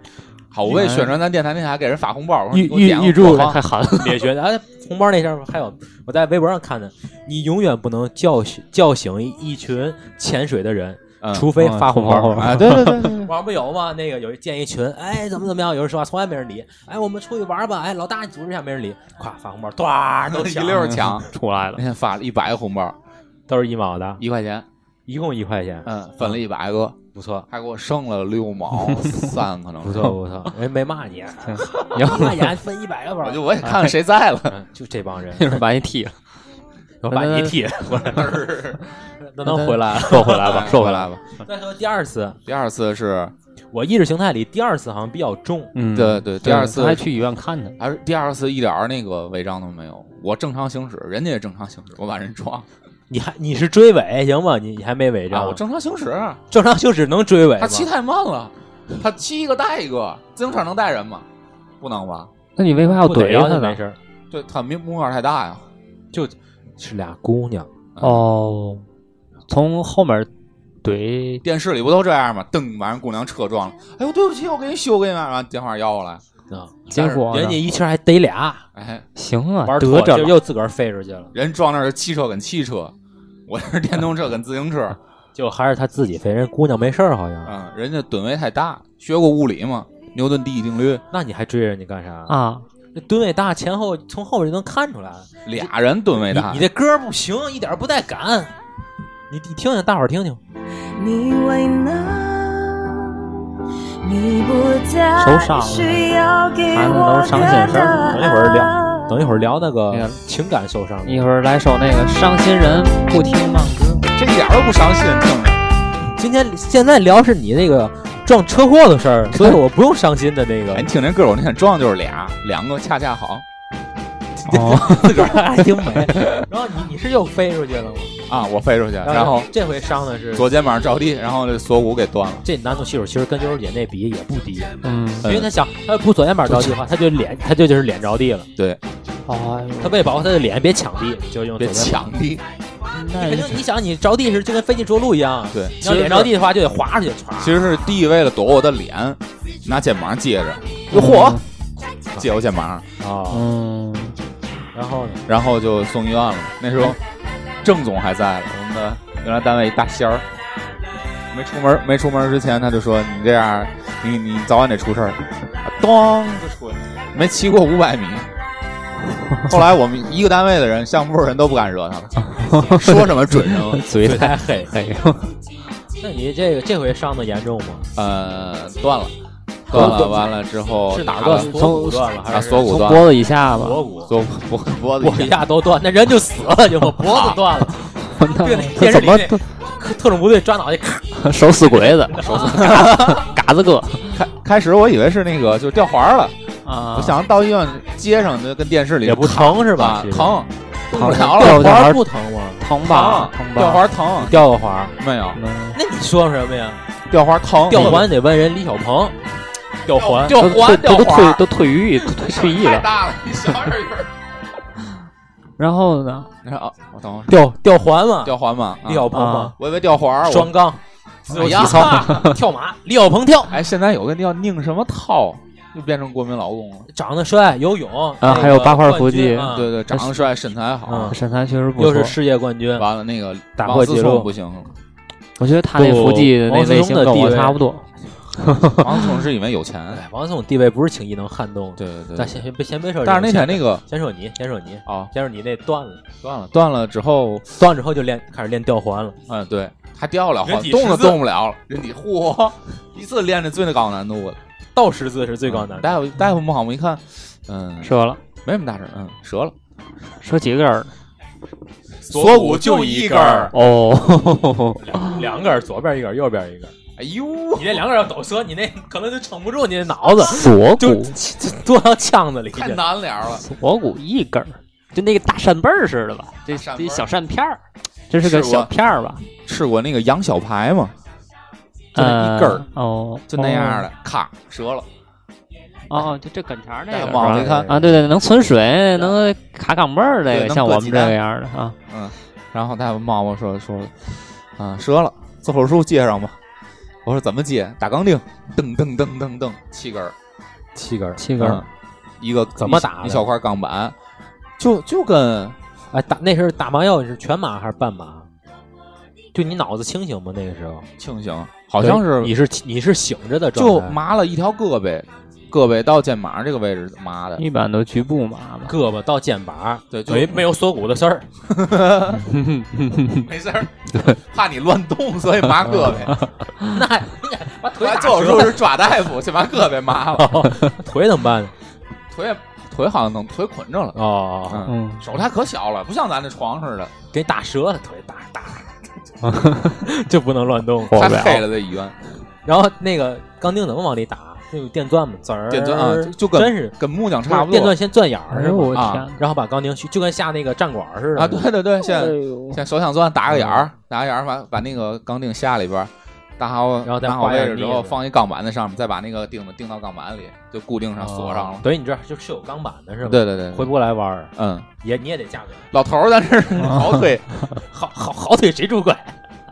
[SPEAKER 1] 好，我为宣传咱电台那啥给人发红包，我说
[SPEAKER 2] 预
[SPEAKER 1] 你给我
[SPEAKER 2] 预
[SPEAKER 1] 点个
[SPEAKER 2] 预祝
[SPEAKER 1] 播
[SPEAKER 2] 还
[SPEAKER 1] 放
[SPEAKER 2] 还喊
[SPEAKER 3] 理学，哎，红包那事儿还有，我在微博上看的，你永远不能叫醒叫醒一群潜水的人，
[SPEAKER 1] 嗯
[SPEAKER 3] 除非发红包。
[SPEAKER 1] 啊，对对对 对，
[SPEAKER 3] 网上不有吗？那个有一建一群，哎，怎么怎么样？有人说话从来没人理，哎，我们出去玩吧，哎，老大你组织一下，没人理，咵发红包，
[SPEAKER 6] 啊
[SPEAKER 3] 唰都
[SPEAKER 1] 一
[SPEAKER 3] 抢，
[SPEAKER 1] 溜儿抢。嗯
[SPEAKER 2] 出来了
[SPEAKER 1] 那。天发了一百个红包，
[SPEAKER 3] 都是一毛的，
[SPEAKER 1] 一块钱，
[SPEAKER 3] 一共一块钱，
[SPEAKER 1] 嗯，分了一百个，
[SPEAKER 3] 不错，
[SPEAKER 1] 还给我剩了六 毛三，可能
[SPEAKER 3] 不
[SPEAKER 1] 是。
[SPEAKER 3] 错，不错，人没骂你，啊
[SPEAKER 2] 你要
[SPEAKER 3] 骂你还分一百个
[SPEAKER 1] 我
[SPEAKER 3] 包，
[SPEAKER 1] 就我也看看谁在了，
[SPEAKER 3] 嗯就这帮人，
[SPEAKER 2] 有人把你踢了，
[SPEAKER 3] 我把你踢回来，那能回来了。
[SPEAKER 2] 说回来吧，说
[SPEAKER 1] 回
[SPEAKER 2] 回
[SPEAKER 1] 来
[SPEAKER 2] 来吧。
[SPEAKER 1] 吧。
[SPEAKER 3] 再说第二次，
[SPEAKER 1] 第二次是，
[SPEAKER 3] 我意识形态里第二次好像比较重，
[SPEAKER 2] 嗯，
[SPEAKER 1] 对对，第二次
[SPEAKER 2] 他还去医院看他，
[SPEAKER 1] 还是第二次一点儿那个违章都没有，我正常行驶，人家也正常行驶，我把人撞
[SPEAKER 3] 你还你是追尾行吗？你你还没违
[SPEAKER 1] 啊，
[SPEAKER 3] 章，
[SPEAKER 1] 我正常行驶，
[SPEAKER 3] 正常就只能追尾吗
[SPEAKER 1] 他骑太慢了，他骑一个带一个，自行车能带人吗？不能吧？
[SPEAKER 2] 那你为啥要
[SPEAKER 3] 不逮
[SPEAKER 2] 怼
[SPEAKER 3] 着
[SPEAKER 2] 他
[SPEAKER 3] 没
[SPEAKER 2] 呢？
[SPEAKER 3] 事儿，
[SPEAKER 1] 对他目目面太大呀，
[SPEAKER 3] 是俩姑娘，
[SPEAKER 2] 哦，从后面怼
[SPEAKER 1] 电视里不都这样吗？噔，把人姑娘车撞了，哎呦，对不起，我给你修，给你买，完电话要过来，
[SPEAKER 3] 啊，
[SPEAKER 2] 结果呢
[SPEAKER 3] 人家一圈还逮俩，
[SPEAKER 1] 哎，
[SPEAKER 2] 行啊，
[SPEAKER 3] 玩
[SPEAKER 2] 得
[SPEAKER 3] 脱
[SPEAKER 2] 着
[SPEAKER 3] 就
[SPEAKER 2] 了，
[SPEAKER 3] 又自个儿飞出去了，
[SPEAKER 1] 人撞那是汽车跟汽车，我这是电动车跟自行车，
[SPEAKER 3] 就还是他自己飞，人家姑娘没事儿好
[SPEAKER 6] 啊
[SPEAKER 3] 像，
[SPEAKER 1] 嗯，人家吨位太大，学过物理嘛，牛顿第一定律，
[SPEAKER 3] 那你还追人家干啥啊
[SPEAKER 2] 啊，
[SPEAKER 3] 那吨位大，前后从后边就能看出来。
[SPEAKER 1] 俩人吨位
[SPEAKER 3] 你
[SPEAKER 1] 大
[SPEAKER 3] 你，这歌不行，一点儿不带感。你你听听，大伙儿听听。
[SPEAKER 7] 你为难，你不再
[SPEAKER 2] 手上了
[SPEAKER 7] 需要给
[SPEAKER 2] 孩子都
[SPEAKER 7] 我
[SPEAKER 2] 是上线
[SPEAKER 7] 的
[SPEAKER 2] 声儿
[SPEAKER 3] 等一会儿
[SPEAKER 7] 答
[SPEAKER 3] 聊
[SPEAKER 7] 案
[SPEAKER 3] 等一会儿聊那个
[SPEAKER 2] 哎呀
[SPEAKER 3] 情感受伤，
[SPEAKER 2] 一会儿来首那个伤心人不听慢歌，
[SPEAKER 1] 这一点都不伤心，听着，
[SPEAKER 3] 今天现在聊是你那个撞车祸的事儿，所以我不用伤心的那
[SPEAKER 1] 哎，
[SPEAKER 3] 个
[SPEAKER 1] 你，听这歌，我那天撞就是俩，两个恰恰好
[SPEAKER 2] 哦，
[SPEAKER 3] 自个儿 还挺美。 然后你你是又飞出去了吗？哎
[SPEAKER 1] 啊，我飞出去，然后
[SPEAKER 3] 这回伤的是
[SPEAKER 1] 左肩膀着地，然后这锁骨给断了，
[SPEAKER 3] 这难度系数，其实跟悠悠姐那比也不低，
[SPEAKER 2] 嗯，
[SPEAKER 3] 因为他想他不左肩膀着地的话，他就脸他就就是脸着地了，
[SPEAKER 1] 对，
[SPEAKER 2] 哎
[SPEAKER 3] 他
[SPEAKER 2] 呦，
[SPEAKER 3] 为保护他的脸别抢地，就用左
[SPEAKER 1] 别
[SPEAKER 3] 肩膀。
[SPEAKER 1] 抢地，
[SPEAKER 3] 肯定你想你着地是就跟飞机着陆一样，
[SPEAKER 1] 对，
[SPEAKER 3] 你要脸着地的话就得滑出去，歘
[SPEAKER 1] 其实是地为了躲我的脸，拿肩膀接着，
[SPEAKER 2] 嗯
[SPEAKER 1] 嚯，接我肩膀，
[SPEAKER 3] 啊。
[SPEAKER 2] 嗯，
[SPEAKER 3] 然后呢，
[SPEAKER 1] 然后就送医院了。那时候郑总还在了，我们的原来单位一大仙儿，没出门没出门之前他就说你这样，你你早晚得出事儿，啊咚就出去了，没骑过五百 米。后来我们一个单位的人，项目部人都不敢惹他了，说什么准什么。
[SPEAKER 2] 嘴太
[SPEAKER 3] 太黑。
[SPEAKER 2] 黑了，
[SPEAKER 3] 那你这个这回伤的严重吗？
[SPEAKER 1] 呃，断了，断了，完了之后
[SPEAKER 3] 是哪
[SPEAKER 1] 打
[SPEAKER 3] 断
[SPEAKER 1] 了
[SPEAKER 3] 了？锁骨断了
[SPEAKER 1] 啊
[SPEAKER 3] 还是
[SPEAKER 1] 锁骨
[SPEAKER 2] 从
[SPEAKER 1] 断了，
[SPEAKER 2] 脖子以下吧，
[SPEAKER 3] 锁骨？
[SPEAKER 1] 锁骨脖子
[SPEAKER 3] 我一下都断，那人就死了，就我脖子断了。
[SPEAKER 2] 那
[SPEAKER 3] 对
[SPEAKER 2] 他
[SPEAKER 3] 电视
[SPEAKER 2] 怎
[SPEAKER 3] 里
[SPEAKER 2] 么
[SPEAKER 3] 那特种部队抓脑袋，咔
[SPEAKER 2] 都 手死鬼 子，手 死嘎子哥
[SPEAKER 1] 开开始我以为是那个就掉环了，
[SPEAKER 2] 啊，
[SPEAKER 1] 我想到医院街上就跟电视里
[SPEAKER 3] 也不疼是吧
[SPEAKER 1] 啊？疼，动不
[SPEAKER 2] 疼
[SPEAKER 1] 了
[SPEAKER 2] 掉
[SPEAKER 1] 了，
[SPEAKER 2] 个环
[SPEAKER 3] 环
[SPEAKER 2] 儿
[SPEAKER 3] 不疼吗？
[SPEAKER 2] 疼吧
[SPEAKER 1] 疼，
[SPEAKER 2] 疼
[SPEAKER 1] 掉
[SPEAKER 2] 吧，
[SPEAKER 1] 环疼，
[SPEAKER 3] 掉个环，
[SPEAKER 1] 没有
[SPEAKER 2] 嗯
[SPEAKER 3] 那你说什么呀？
[SPEAKER 1] 掉环疼，
[SPEAKER 3] 掉环得问人李小鹏，掉环
[SPEAKER 1] 掉
[SPEAKER 2] 都都
[SPEAKER 1] 环掉
[SPEAKER 2] 都退
[SPEAKER 1] 环
[SPEAKER 2] 都退役退退役了，
[SPEAKER 1] 大了，你小点音儿。
[SPEAKER 2] 然后呢，
[SPEAKER 1] 你说啊，我等会儿
[SPEAKER 3] 掉掉环嘛，
[SPEAKER 1] 掉环吗？啊
[SPEAKER 3] 李小鹏嘛
[SPEAKER 2] 啊，
[SPEAKER 1] 我以为掉环儿，我
[SPEAKER 3] 双杠、自由体操、 跳马，李小鹏跳，
[SPEAKER 1] 哎，现在有个叫宁什么涛，又变成国民劳工了。
[SPEAKER 3] 长得帅，游泳那个
[SPEAKER 2] 还有八块
[SPEAKER 3] 冠军
[SPEAKER 2] 腹肌
[SPEAKER 3] 啊
[SPEAKER 1] 对对，长得帅，身材好
[SPEAKER 3] 嗯，
[SPEAKER 2] 身材确实不
[SPEAKER 3] 又
[SPEAKER 2] 错
[SPEAKER 3] 是，世界冠军。
[SPEAKER 1] 完了那个
[SPEAKER 3] 嗯打
[SPEAKER 1] 王
[SPEAKER 3] 破
[SPEAKER 1] 思
[SPEAKER 3] 记
[SPEAKER 1] 聪
[SPEAKER 3] 录
[SPEAKER 1] 不行了，
[SPEAKER 2] 我觉得他那腹肌的那类型跟我差不多，
[SPEAKER 1] 王思聪是因为有钱。
[SPEAKER 3] 哎，王思聪地位不是轻易能撼动的。
[SPEAKER 1] 对对
[SPEAKER 3] 咱
[SPEAKER 1] 对，
[SPEAKER 3] 先先别先别说人家，
[SPEAKER 1] 但是那天那个
[SPEAKER 3] 先说你，先说你，
[SPEAKER 1] 哦
[SPEAKER 3] 先说你那断了，
[SPEAKER 1] 断了，断了之后，
[SPEAKER 3] 断之后就练开始练吊环了。
[SPEAKER 1] 嗯，对，还掉不了
[SPEAKER 3] 人
[SPEAKER 1] 环，
[SPEAKER 3] 体
[SPEAKER 1] 动
[SPEAKER 3] 十
[SPEAKER 1] 都
[SPEAKER 3] 字
[SPEAKER 1] 动不了了，人体嚯，一次练的最高难度了。
[SPEAKER 3] 倒十字是最高难
[SPEAKER 1] 嗯
[SPEAKER 3] 度。
[SPEAKER 1] 大夫大夫摸好我一看，嗯，
[SPEAKER 2] 折了，
[SPEAKER 1] 没什么大事儿，嗯，折了，
[SPEAKER 2] 折几个人儿？
[SPEAKER 1] 锁骨就一根儿。
[SPEAKER 2] 哦，
[SPEAKER 3] 两根儿，左边一根儿，右边一根儿。
[SPEAKER 1] 哎呦，
[SPEAKER 3] 你这两根儿要抖折，你 那可能就撑不住你那脑子，
[SPEAKER 2] 锁
[SPEAKER 3] 就
[SPEAKER 2] 骨
[SPEAKER 3] 就坐到腔子里去
[SPEAKER 1] 太。难了了。
[SPEAKER 2] 锁骨一根儿，就那个大扇贝儿似的吧，这
[SPEAKER 1] 扇贝
[SPEAKER 2] 这
[SPEAKER 1] 儿
[SPEAKER 2] 小扇片儿，这是个
[SPEAKER 1] 是我
[SPEAKER 2] 小片儿吧？
[SPEAKER 1] 吃过那个羊小排吗？就
[SPEAKER 3] 嗯
[SPEAKER 1] 那
[SPEAKER 2] 呃，
[SPEAKER 1] 一根儿，
[SPEAKER 2] 哦，
[SPEAKER 1] 就那样的，咔折了。
[SPEAKER 2] 哦，哦，就这梗前儿那
[SPEAKER 1] 大
[SPEAKER 2] 个
[SPEAKER 1] 夫
[SPEAKER 2] 是
[SPEAKER 1] 摸好
[SPEAKER 2] 吧
[SPEAKER 1] 一看，
[SPEAKER 2] 啊，对对，能存水，能卡岗位儿
[SPEAKER 1] 对
[SPEAKER 2] 这
[SPEAKER 1] 能
[SPEAKER 2] 个，像
[SPEAKER 1] 硌
[SPEAKER 2] 我
[SPEAKER 1] 鸡
[SPEAKER 2] 们这
[SPEAKER 1] 蛋
[SPEAKER 2] 个样儿的啊，
[SPEAKER 1] 然后大夫摸我说说，啊，折了，做手术接上吧。我说怎么接？打钢钉，噔噔噔噔噔，七根儿，
[SPEAKER 3] 七根儿，
[SPEAKER 2] 七根儿
[SPEAKER 1] 嗯，一个
[SPEAKER 3] 怎么打的
[SPEAKER 1] 一小块钢板，就就跟
[SPEAKER 3] 哎，打那是打麻药，你是全麻还是半麻？就你脑子清醒吗？那个时候
[SPEAKER 1] 清醒，好像是
[SPEAKER 3] 你是你是醒着的状
[SPEAKER 1] 就
[SPEAKER 3] 态，
[SPEAKER 1] 麻了一条胳膊，胳膊到肩膀这个位置麻的，
[SPEAKER 2] 一般都局部麻吧。
[SPEAKER 3] 胳膊到肩膀，
[SPEAKER 1] 对，就
[SPEAKER 3] 等于没有锁骨的事儿。
[SPEAKER 1] 没事儿，怕你乱动，所以麻胳 膊。
[SPEAKER 3] 那把
[SPEAKER 1] 后
[SPEAKER 3] 腿
[SPEAKER 1] 来
[SPEAKER 3] 打
[SPEAKER 1] 做手
[SPEAKER 3] 折
[SPEAKER 1] 术
[SPEAKER 3] 了，
[SPEAKER 1] 是抓大夫，先把胳膊麻了，
[SPEAKER 3] 腿怎么办呢？
[SPEAKER 1] 腿腿好像能腿捆着了，
[SPEAKER 3] 哦，
[SPEAKER 1] 嗯，
[SPEAKER 2] 嗯，
[SPEAKER 1] 手太可小了，不像咱这床似的，
[SPEAKER 3] 给打折了，腿打打， 就不能乱动。
[SPEAKER 1] 太黑了这医院，
[SPEAKER 3] 然后那个钢钉怎么往里打？那有电钻吗？滋儿，
[SPEAKER 1] 电钻啊，就就
[SPEAKER 3] 真
[SPEAKER 1] 跟
[SPEAKER 3] 是
[SPEAKER 1] 跟木匠差不
[SPEAKER 3] 电
[SPEAKER 1] 多
[SPEAKER 3] 钻先钻眼
[SPEAKER 2] 哎
[SPEAKER 3] 儿是
[SPEAKER 2] 呦我
[SPEAKER 3] 吧？
[SPEAKER 1] 啊
[SPEAKER 2] 天，
[SPEAKER 3] 然后把钢钉去，就跟下那个站管儿似的
[SPEAKER 1] 啊，对对对，现
[SPEAKER 2] 哎
[SPEAKER 1] 在
[SPEAKER 2] 呦
[SPEAKER 3] 嗯
[SPEAKER 1] 现在手想钻打个眼儿，打个眼儿把把那个钢钉下里边儿，搭好
[SPEAKER 3] 然后再
[SPEAKER 1] 搭好
[SPEAKER 3] 挂
[SPEAKER 1] 位
[SPEAKER 3] 点
[SPEAKER 1] 置之
[SPEAKER 3] 腻
[SPEAKER 1] 后，
[SPEAKER 3] 子
[SPEAKER 1] 放一杠板在上面，再把那个钉子钉到杠板里，就固定上啊锁上了。
[SPEAKER 3] 等于你这儿就是有钢板的哦是吧？
[SPEAKER 1] 对对对，
[SPEAKER 3] 回不过来弯儿，
[SPEAKER 1] 嗯，
[SPEAKER 3] 也你也得架个
[SPEAKER 1] 老头儿在这 儿好腿，
[SPEAKER 3] 好好好腿谁拄拐？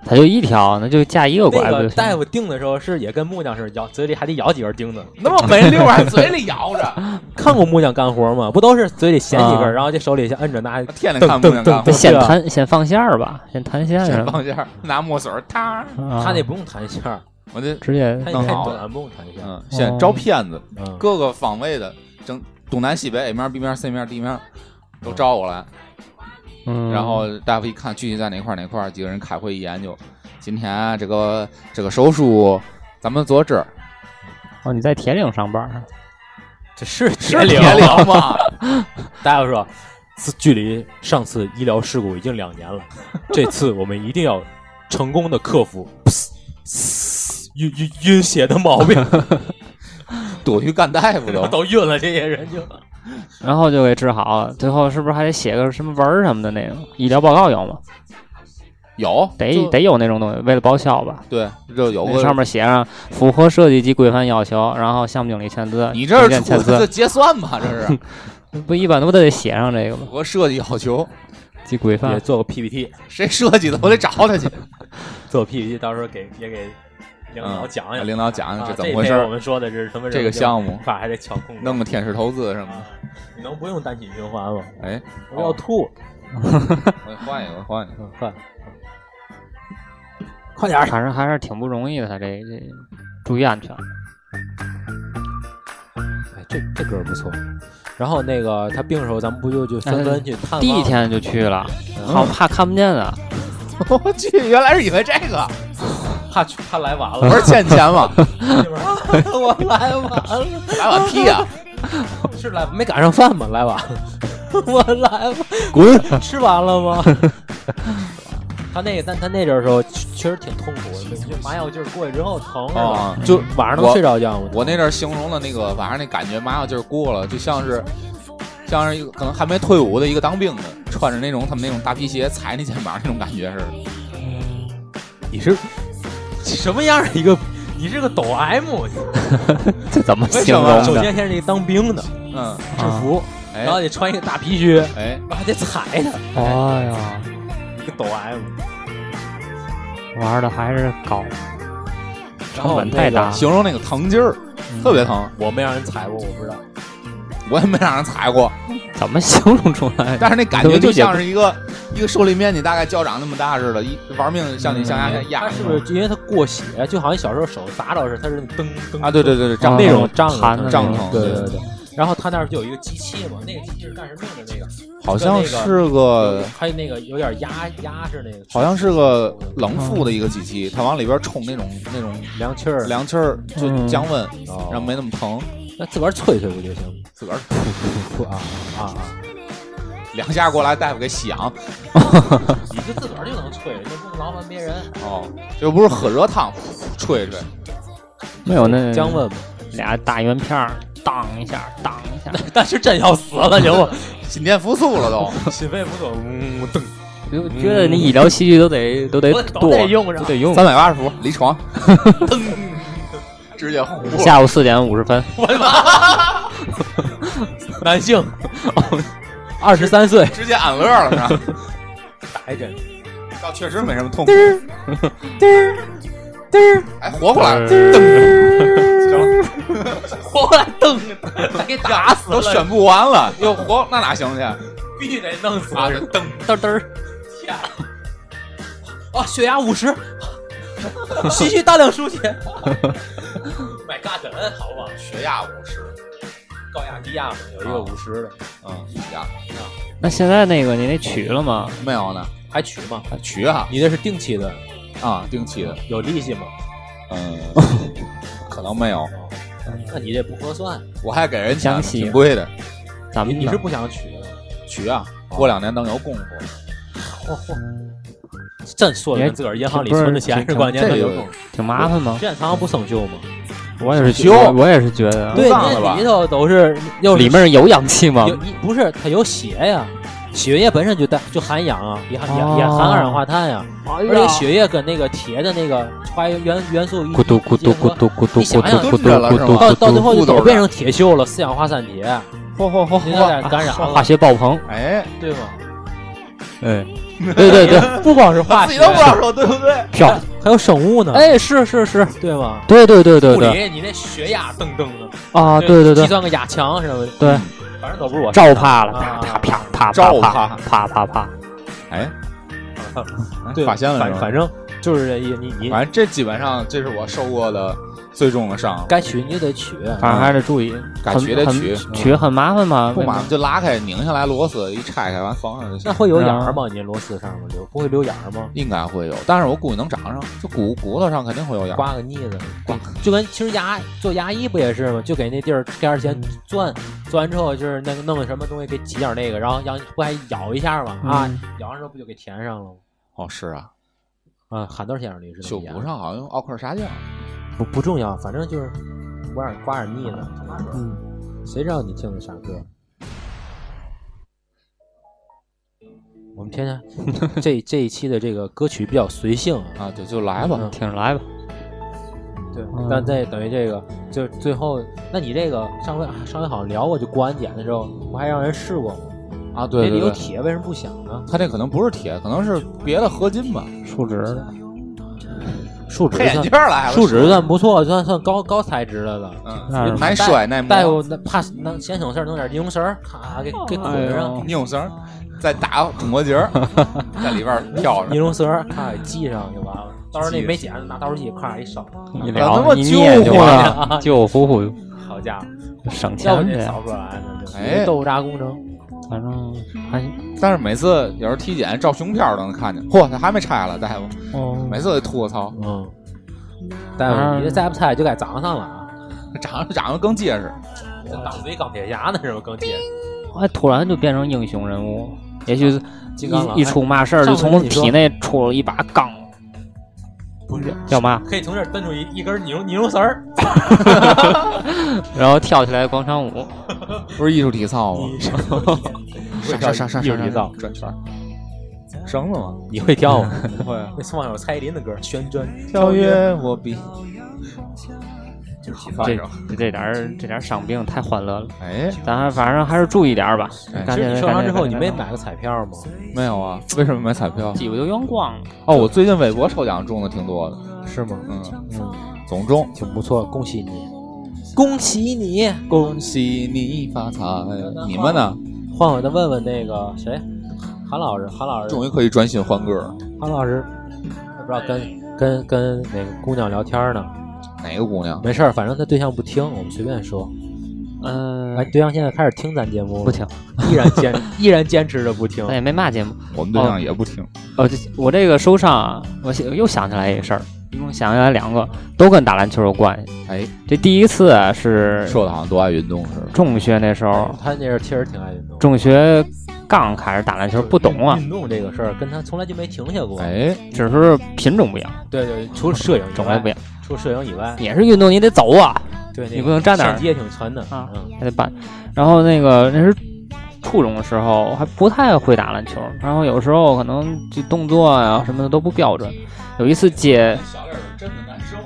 [SPEAKER 2] 他就一条，那就架一个拐
[SPEAKER 3] 那
[SPEAKER 2] 不就
[SPEAKER 3] 个
[SPEAKER 2] 行
[SPEAKER 3] 大
[SPEAKER 2] 了？
[SPEAKER 3] 夫钉的时候是也跟木匠似的，咬嘴里还得咬几根钉子。
[SPEAKER 1] 那么没溜儿还嘴里摇 着，
[SPEAKER 3] 看过木匠干活吗？不都是嘴里衔几根，
[SPEAKER 2] 啊
[SPEAKER 3] 然后这手里先摁着拿
[SPEAKER 1] 天天看姑娘干活
[SPEAKER 2] 得
[SPEAKER 3] 对
[SPEAKER 2] 先
[SPEAKER 3] 对啊
[SPEAKER 2] 弹先放线儿吧，先弹线
[SPEAKER 1] 先
[SPEAKER 2] 上。
[SPEAKER 1] 放下，拿墨水儿，他
[SPEAKER 2] 啊
[SPEAKER 3] 他那不用弹线儿，
[SPEAKER 1] 我这
[SPEAKER 2] 直接
[SPEAKER 3] 他一
[SPEAKER 1] 弄
[SPEAKER 3] 看
[SPEAKER 1] 好了
[SPEAKER 3] 短不用弹线儿。
[SPEAKER 1] 嗯，先招骗子，
[SPEAKER 3] 嗯，
[SPEAKER 1] 各个方位的，整东南西北 A 面 B 面 C 面 D 面都招过来，
[SPEAKER 2] 嗯，
[SPEAKER 1] 然后大夫一看具体在哪块儿哪块儿，几个人开会一研究，今天啊这个这个手术咱们做这儿
[SPEAKER 2] 哦，你在铁岭上班儿，
[SPEAKER 3] 这是
[SPEAKER 1] 是
[SPEAKER 3] 铁岭。
[SPEAKER 1] 铁岭吗？
[SPEAKER 3] 大夫说，自距离上次医疗事故已经两年 了，这次我们一定要成功的克服晕晕晕血的毛病，
[SPEAKER 1] 躲去干大夫
[SPEAKER 3] 我
[SPEAKER 1] 都。
[SPEAKER 3] 都晕了，这些人就。
[SPEAKER 2] 然后就给治好了。最后是不是还得写个什么文儿什么的那种？医疗报告有吗？
[SPEAKER 1] 有
[SPEAKER 2] 得
[SPEAKER 1] 就
[SPEAKER 2] 得有那种东西，为了报销吧。
[SPEAKER 1] 对，这有
[SPEAKER 2] 那
[SPEAKER 1] 个
[SPEAKER 2] 上面写上符合设计及规范要求，然后项目经理签字，
[SPEAKER 1] 你这是
[SPEAKER 2] 总监
[SPEAKER 1] 出
[SPEAKER 2] 签
[SPEAKER 1] 这
[SPEAKER 2] 字，
[SPEAKER 1] 结算吧？这是
[SPEAKER 2] 不一般都得写上这个吗？
[SPEAKER 1] 我设计要求，
[SPEAKER 2] 及规
[SPEAKER 3] 也
[SPEAKER 2] 范，
[SPEAKER 3] 做个 PPT，
[SPEAKER 1] 谁设计的我得找他去。
[SPEAKER 3] 做 PPT，到时候给也给领导
[SPEAKER 1] 嗯
[SPEAKER 3] 讲讲。
[SPEAKER 1] 领导讲讲
[SPEAKER 3] 啊
[SPEAKER 1] 这
[SPEAKER 3] 这
[SPEAKER 1] 怎么回事
[SPEAKER 3] 篇
[SPEAKER 1] 儿
[SPEAKER 3] 我，们说的是什么？
[SPEAKER 1] 这个项目
[SPEAKER 3] 法还得调控制。
[SPEAKER 1] 弄个天使投资什么
[SPEAKER 3] 啊
[SPEAKER 1] 的。，
[SPEAKER 3] 你能不用单曲循环吗？哦
[SPEAKER 1] 哎，
[SPEAKER 3] 我要吐，
[SPEAKER 1] 我换一个，我换一个。
[SPEAKER 3] 嗯快快点儿！
[SPEAKER 2] 反正还是挺不容易的。他这这注意安全，
[SPEAKER 3] 哎，这这歌儿不错。然后那个他病的时候，咱们不就就纷纷去探望
[SPEAKER 2] 第一天就去了，好像怕看不见啊。
[SPEAKER 1] 我去，原来是因为这个。
[SPEAKER 3] 怕去怕来晚
[SPEAKER 1] 我
[SPEAKER 3] 了，
[SPEAKER 1] 是欠钱 嘛，
[SPEAKER 3] 我来晚了，
[SPEAKER 1] 来碗屁啊呀！
[SPEAKER 3] 是来没赶上饭吗？来晚了，我来晚，滚！吃完了吗？ 他那个，但他那阵儿的时候确确实挺痛苦的，就麻药劲儿过去之后疼是吧？
[SPEAKER 1] 啊，
[SPEAKER 3] 就晚上能睡着觉吗？
[SPEAKER 1] 我那阵儿形容的那个晚上那感觉，麻药劲儿过了，就像是像是一个可能还没退伍的一个当兵的，穿着那种他们那种大皮鞋踩你肩膀那种感觉似的。
[SPEAKER 3] 你是什么样的一个？你是个抖 M，
[SPEAKER 2] 这怎么
[SPEAKER 1] 为
[SPEAKER 2] 形
[SPEAKER 1] 什么
[SPEAKER 2] 容
[SPEAKER 3] 首
[SPEAKER 2] 的？
[SPEAKER 3] 先先是一当兵的
[SPEAKER 1] 嗯，
[SPEAKER 3] 制服，
[SPEAKER 1] 哎
[SPEAKER 3] 然后得穿一个大皮靴，
[SPEAKER 1] 哎，
[SPEAKER 3] 然后还得踩它，
[SPEAKER 2] 哎呀，
[SPEAKER 3] 一个抖 M。
[SPEAKER 2] 玩的还是高，
[SPEAKER 3] 然后
[SPEAKER 2] 成本太大
[SPEAKER 1] 形容那个疼劲儿，特别疼。
[SPEAKER 3] 那个，我没让人踩过，我不知道。
[SPEAKER 1] 我也没让人踩过，
[SPEAKER 2] 怎么形容出来？
[SPEAKER 1] 但是那感觉就像是一个一个受力面积大概脚掌那么大似的，一玩命向你向下压
[SPEAKER 3] 哎他是不是因为他过血，就好像小时候手砸着是，他是噔噔
[SPEAKER 1] 啊！对对对对，胀
[SPEAKER 2] 啊
[SPEAKER 3] 那种胀
[SPEAKER 2] 弹的
[SPEAKER 3] 疼
[SPEAKER 2] 那
[SPEAKER 1] 胀
[SPEAKER 2] 种
[SPEAKER 1] 疼，
[SPEAKER 3] 对对对。然后他那儿就有一个机器嘛，那个机器是干什么用的？那个
[SPEAKER 1] 好像是
[SPEAKER 3] 呃
[SPEAKER 1] 个，
[SPEAKER 3] 还有那个有点压压是那个，
[SPEAKER 1] 好像是个冷敷的一个机器，它往里边冲那种那种
[SPEAKER 3] 凉气儿，
[SPEAKER 1] 凉气儿，就
[SPEAKER 2] 嗯
[SPEAKER 1] 降温，
[SPEAKER 3] 哦
[SPEAKER 1] 然后没那么疼，
[SPEAKER 3] 那自个儿吹吹不就行？
[SPEAKER 1] 自个儿
[SPEAKER 3] 不 啊啊啊！
[SPEAKER 1] 两下过来，大夫给响。
[SPEAKER 3] 你就自个儿就能吹，就不能劳烦别人。
[SPEAKER 1] 哦，这不是喝热汤，吹吹，
[SPEAKER 2] 没有那
[SPEAKER 3] 姜问吧，
[SPEAKER 2] 俩大圆片儿，当一下，当一 下，
[SPEAKER 3] 但是真要死了就
[SPEAKER 1] 心电复苏了都。
[SPEAKER 3] 心肺复苏，嗯，噔，
[SPEAKER 2] 就觉得那医疗器具都 得都得
[SPEAKER 3] 我
[SPEAKER 2] 多
[SPEAKER 3] 都得用上
[SPEAKER 2] 都得 用。
[SPEAKER 1] 三百八十伏，离床，噔， 直接糊了。
[SPEAKER 2] 下午四点五十分，
[SPEAKER 3] 男性，二十三岁，
[SPEAKER 1] 直接安乐了，是吧？
[SPEAKER 3] 打一针。
[SPEAKER 1] 倒确实没什么痛苦。嘚嘚嘚，哎，活过来了，噔，行了，
[SPEAKER 3] 活来蹬，给打死
[SPEAKER 1] 都宣布完了，又活，那哪行去？
[SPEAKER 3] 必须得弄死
[SPEAKER 1] 啊，这 噔，
[SPEAKER 3] 嘚嘚儿，啊，血压五 十，吸取大量输血。 买嘎等，好吧，
[SPEAKER 1] 血压五十，
[SPEAKER 3] 高压低压嘛，有一个五十的，
[SPEAKER 1] 嗯，血压
[SPEAKER 2] 那现在那个你那取了吗？
[SPEAKER 1] 没有呢，
[SPEAKER 3] 还取吗？
[SPEAKER 1] 啊取啊
[SPEAKER 3] 你这是定期的，
[SPEAKER 1] 啊，定期的，
[SPEAKER 3] 有利息吗？
[SPEAKER 1] 嗯，可能没有，
[SPEAKER 3] 那你这不合算，
[SPEAKER 1] 我还给人钱，
[SPEAKER 2] 详细
[SPEAKER 1] 挺贵的，
[SPEAKER 2] 咱
[SPEAKER 3] 你
[SPEAKER 2] 们
[SPEAKER 3] 你
[SPEAKER 2] 呢
[SPEAKER 3] 是不想取的，
[SPEAKER 1] 取啊，哦过两年能有功夫，
[SPEAKER 3] 真说的跟自个儿银行里存的钱是关键
[SPEAKER 1] 这
[SPEAKER 3] 的，
[SPEAKER 1] 个
[SPEAKER 3] 有种。
[SPEAKER 2] 挺麻烦吗
[SPEAKER 3] 之？前银行不生锈吗？
[SPEAKER 2] 我也是
[SPEAKER 1] 修
[SPEAKER 2] 觉得，我也是觉得，
[SPEAKER 1] 对
[SPEAKER 3] 对，
[SPEAKER 1] 那
[SPEAKER 3] 那里头都是又
[SPEAKER 2] 里面有氧气吗？
[SPEAKER 3] 有你不是它有血呀，血液本身就带就含氧啊，也含也也含二氧化碳哎呀，而且血液跟那个铁的那个化学元元素一
[SPEAKER 2] 咕嘟咕嘟咕嘟咕嘟咕嘟咕嘟咕嘟
[SPEAKER 3] 到到最后就
[SPEAKER 1] 咕嘟
[SPEAKER 3] 都
[SPEAKER 1] 着
[SPEAKER 3] 变成铁锈了，四氧化三铁，
[SPEAKER 1] 嚯嚯嚯
[SPEAKER 3] 您有点
[SPEAKER 1] 嚯！
[SPEAKER 3] 感染
[SPEAKER 2] 化
[SPEAKER 3] 了，
[SPEAKER 2] 学爆棚，
[SPEAKER 1] 哎，
[SPEAKER 3] 对吗？
[SPEAKER 2] 哎，对对 对，
[SPEAKER 3] 不光是化
[SPEAKER 1] 自己
[SPEAKER 3] 学
[SPEAKER 1] 都，不好说，对不 对？
[SPEAKER 2] 漂，
[SPEAKER 3] 还有生物呢，
[SPEAKER 2] 哎，是是是，
[SPEAKER 3] 对吗？
[SPEAKER 2] 对对对对
[SPEAKER 3] 物
[SPEAKER 2] 对
[SPEAKER 3] 理，你那血压噔噔的
[SPEAKER 2] 啊，对对
[SPEAKER 3] 计
[SPEAKER 2] 对
[SPEAKER 3] 算个压强什么的，
[SPEAKER 2] 对，
[SPEAKER 3] 反正都不是我
[SPEAKER 2] 照怕了，
[SPEAKER 3] 啊
[SPEAKER 2] 啪啪啪啪
[SPEAKER 1] 照
[SPEAKER 2] 啪
[SPEAKER 1] 怕
[SPEAKER 2] 啪啪啪，
[SPEAKER 1] 哎，
[SPEAKER 3] 对，
[SPEAKER 1] 发现了是
[SPEAKER 3] 反
[SPEAKER 1] 吧
[SPEAKER 3] 反正就是你你
[SPEAKER 2] 啊
[SPEAKER 3] 你
[SPEAKER 1] 反正这基本上这是我受过的最重的伤，
[SPEAKER 3] 该取你就得取，
[SPEAKER 2] 反正还是得注意，
[SPEAKER 1] 该
[SPEAKER 2] 很
[SPEAKER 1] 取得
[SPEAKER 2] 很
[SPEAKER 1] 取嗯
[SPEAKER 2] 取很麻烦嘛，
[SPEAKER 1] 不麻烦就拉开拧下来螺丝一拆开完缝上就行
[SPEAKER 3] 那。会有眼儿吗？你螺丝上面留不会留眼儿吗？
[SPEAKER 1] 应该会有，但是我估计能长上，就骨骨头上肯定会有眼儿。
[SPEAKER 3] 刮个腻子，刮就跟其实牙做牙医不也是吗？就给那地儿给点儿钱钻，钻完之后就是那个弄个什么东西给挤点儿那个，然后让不还咬一下吗？啊，咬完之后不就给填上了吗？
[SPEAKER 1] 哦，是啊，
[SPEAKER 3] 啊，喊豆先生律师
[SPEAKER 1] 修补上好像用奥克沙酱。
[SPEAKER 3] 不不重要，反正就是刮点刮点腻子。嗯，谁知道你听的啥歌？我们天天 这这一期的这个歌曲比较随性啊，
[SPEAKER 1] 啊，对，就来吧。
[SPEAKER 3] 嗯
[SPEAKER 2] 挺着来吧，
[SPEAKER 3] 对
[SPEAKER 2] 嗯，
[SPEAKER 3] 但在等于这个，就是最后，那你这个上回上回好像聊过，就过安检的时候，不还让人试过吗？
[SPEAKER 2] 嗯
[SPEAKER 1] 啊，对
[SPEAKER 3] 这里
[SPEAKER 1] 对对，
[SPEAKER 3] 有铁，为什么不响呢？
[SPEAKER 1] 它这可能不是铁，可能是别的合金吧。
[SPEAKER 2] 树脂 的
[SPEAKER 3] 树脂算
[SPEAKER 1] 儿来
[SPEAKER 3] 树脂算不错，算算高高材质的了。
[SPEAKER 2] 那
[SPEAKER 1] 嗯，
[SPEAKER 2] 是
[SPEAKER 1] 买甩耐
[SPEAKER 3] 大
[SPEAKER 1] 磨，
[SPEAKER 3] 夫那怕能嫌省事儿，弄点尼龙绳儿，咔给
[SPEAKER 1] 哦
[SPEAKER 3] 给
[SPEAKER 1] 哎
[SPEAKER 3] 捆上，
[SPEAKER 1] 扭绳儿，再打中国 结儿，在里边儿跳
[SPEAKER 3] 尼
[SPEAKER 1] 着。
[SPEAKER 3] 龙绳儿咔给系上就完了。到时候那没剪，拿刀锯咔一烧，
[SPEAKER 2] 一
[SPEAKER 1] 咋那
[SPEAKER 2] 聊
[SPEAKER 1] 么啊
[SPEAKER 2] 一
[SPEAKER 1] 救
[SPEAKER 2] 灭就
[SPEAKER 1] 火
[SPEAKER 2] 完
[SPEAKER 3] 呀
[SPEAKER 2] 了，救呼呼
[SPEAKER 3] 好家伙，
[SPEAKER 2] 省
[SPEAKER 3] 要不
[SPEAKER 2] 钱
[SPEAKER 3] 这
[SPEAKER 2] 去，
[SPEAKER 3] 扫不出来呢，
[SPEAKER 1] 哎
[SPEAKER 3] 这豆腐渣工程。
[SPEAKER 2] 反正还
[SPEAKER 1] 但是每次有人体检照胸片儿都能看见，嚯，他还没拆了，大夫，
[SPEAKER 2] 哦
[SPEAKER 1] 每次得吐我槽，
[SPEAKER 3] 嗯，大夫，你这
[SPEAKER 1] 嗯
[SPEAKER 3] 再不猜就该砸上了啊！
[SPEAKER 1] 长得长得更结实。
[SPEAKER 3] 打碎钢铁侠那时候更结实。
[SPEAKER 2] 哎，突然就变成英雄人物，也许
[SPEAKER 3] 啊金刚狼哎
[SPEAKER 2] 一一出嘛事儿
[SPEAKER 3] 上
[SPEAKER 2] 就
[SPEAKER 3] 回
[SPEAKER 2] 从
[SPEAKER 3] 你说
[SPEAKER 2] 体内出了一把钢，
[SPEAKER 3] 不是，
[SPEAKER 2] 叫嘛？
[SPEAKER 3] 可以从这儿蹬出一一根牛牛绳儿。
[SPEAKER 2] 然后跳起来广场舞，
[SPEAKER 1] 不是艺术体操吗？上上上上
[SPEAKER 3] 艺术体操
[SPEAKER 1] 上转圈儿，绳子吗？
[SPEAKER 3] 你会跳吗？
[SPEAKER 1] 会啊。
[SPEAKER 3] 那送上有蔡依林的歌《旋转》，
[SPEAKER 1] 跳跃我比
[SPEAKER 2] 这这点儿这点儿伤病太欢乐了，
[SPEAKER 1] 哎
[SPEAKER 2] 咱还反正还是注意点儿吧。
[SPEAKER 1] 哎
[SPEAKER 2] 赶
[SPEAKER 3] 其实
[SPEAKER 2] 紧
[SPEAKER 3] 你
[SPEAKER 2] 赶
[SPEAKER 3] 受伤
[SPEAKER 2] 紧
[SPEAKER 3] 之后，
[SPEAKER 2] 赶
[SPEAKER 3] 你
[SPEAKER 2] 紧
[SPEAKER 3] 没
[SPEAKER 2] 赶紧
[SPEAKER 3] 买个彩票吗？
[SPEAKER 1] 没有啊？为什么买彩票？
[SPEAKER 2] 鸡巴都用光了，
[SPEAKER 1] 哦，我最近微博抽奖中的挺多的，
[SPEAKER 3] 是吗？
[SPEAKER 1] 嗯，
[SPEAKER 3] 嗯，
[SPEAKER 1] 总中。
[SPEAKER 3] 挺不错，恭喜你，恭喜你！
[SPEAKER 1] 恭喜你发财！你们呢？
[SPEAKER 3] 换我再问问那个谁，韩老师，韩老师，
[SPEAKER 1] 终于可以专心换歌了。
[SPEAKER 3] 韩老师，不知道跟跟跟哪个姑娘聊天呢？
[SPEAKER 1] 哪个姑娘？
[SPEAKER 3] 没事儿，反正他对象不听，我们随便说。
[SPEAKER 2] 嗯、
[SPEAKER 3] 哎，对象现在开始听咱节目了，
[SPEAKER 2] 不听，哎
[SPEAKER 3] 依然坚依然坚持着不听
[SPEAKER 2] 咱。也没嘛节目。
[SPEAKER 1] 我们对象也不听。
[SPEAKER 2] 哦，这我这个受伤啊，我想又想起来一个事儿，一共想起来两个，都跟打篮球有关系。
[SPEAKER 1] 哎，
[SPEAKER 2] 这第一次啊是
[SPEAKER 1] 说的好像多爱运动似的。
[SPEAKER 2] 中学那时候，
[SPEAKER 3] 他那是确实挺爱运动，
[SPEAKER 2] 中学刚开始打篮球，不懂啊，
[SPEAKER 3] 运动这个事儿跟他从来就没停下过。
[SPEAKER 1] 哎，
[SPEAKER 2] 只是品种不一样，
[SPEAKER 3] 对对，除了摄影以外
[SPEAKER 2] 种类不一样，
[SPEAKER 3] 除了摄影以外，
[SPEAKER 2] 也是运动，你得走啊，
[SPEAKER 3] 对，那
[SPEAKER 2] 你
[SPEAKER 3] 个
[SPEAKER 2] 不能站那儿
[SPEAKER 3] 相机也挺沉的
[SPEAKER 2] 啊
[SPEAKER 3] 嗯，
[SPEAKER 2] 还得办。然后那个那是初中的时候，还不太会打篮球，然后有时候可能这动作啊什么的都不标准。有一次接
[SPEAKER 1] 小点声，真的难受。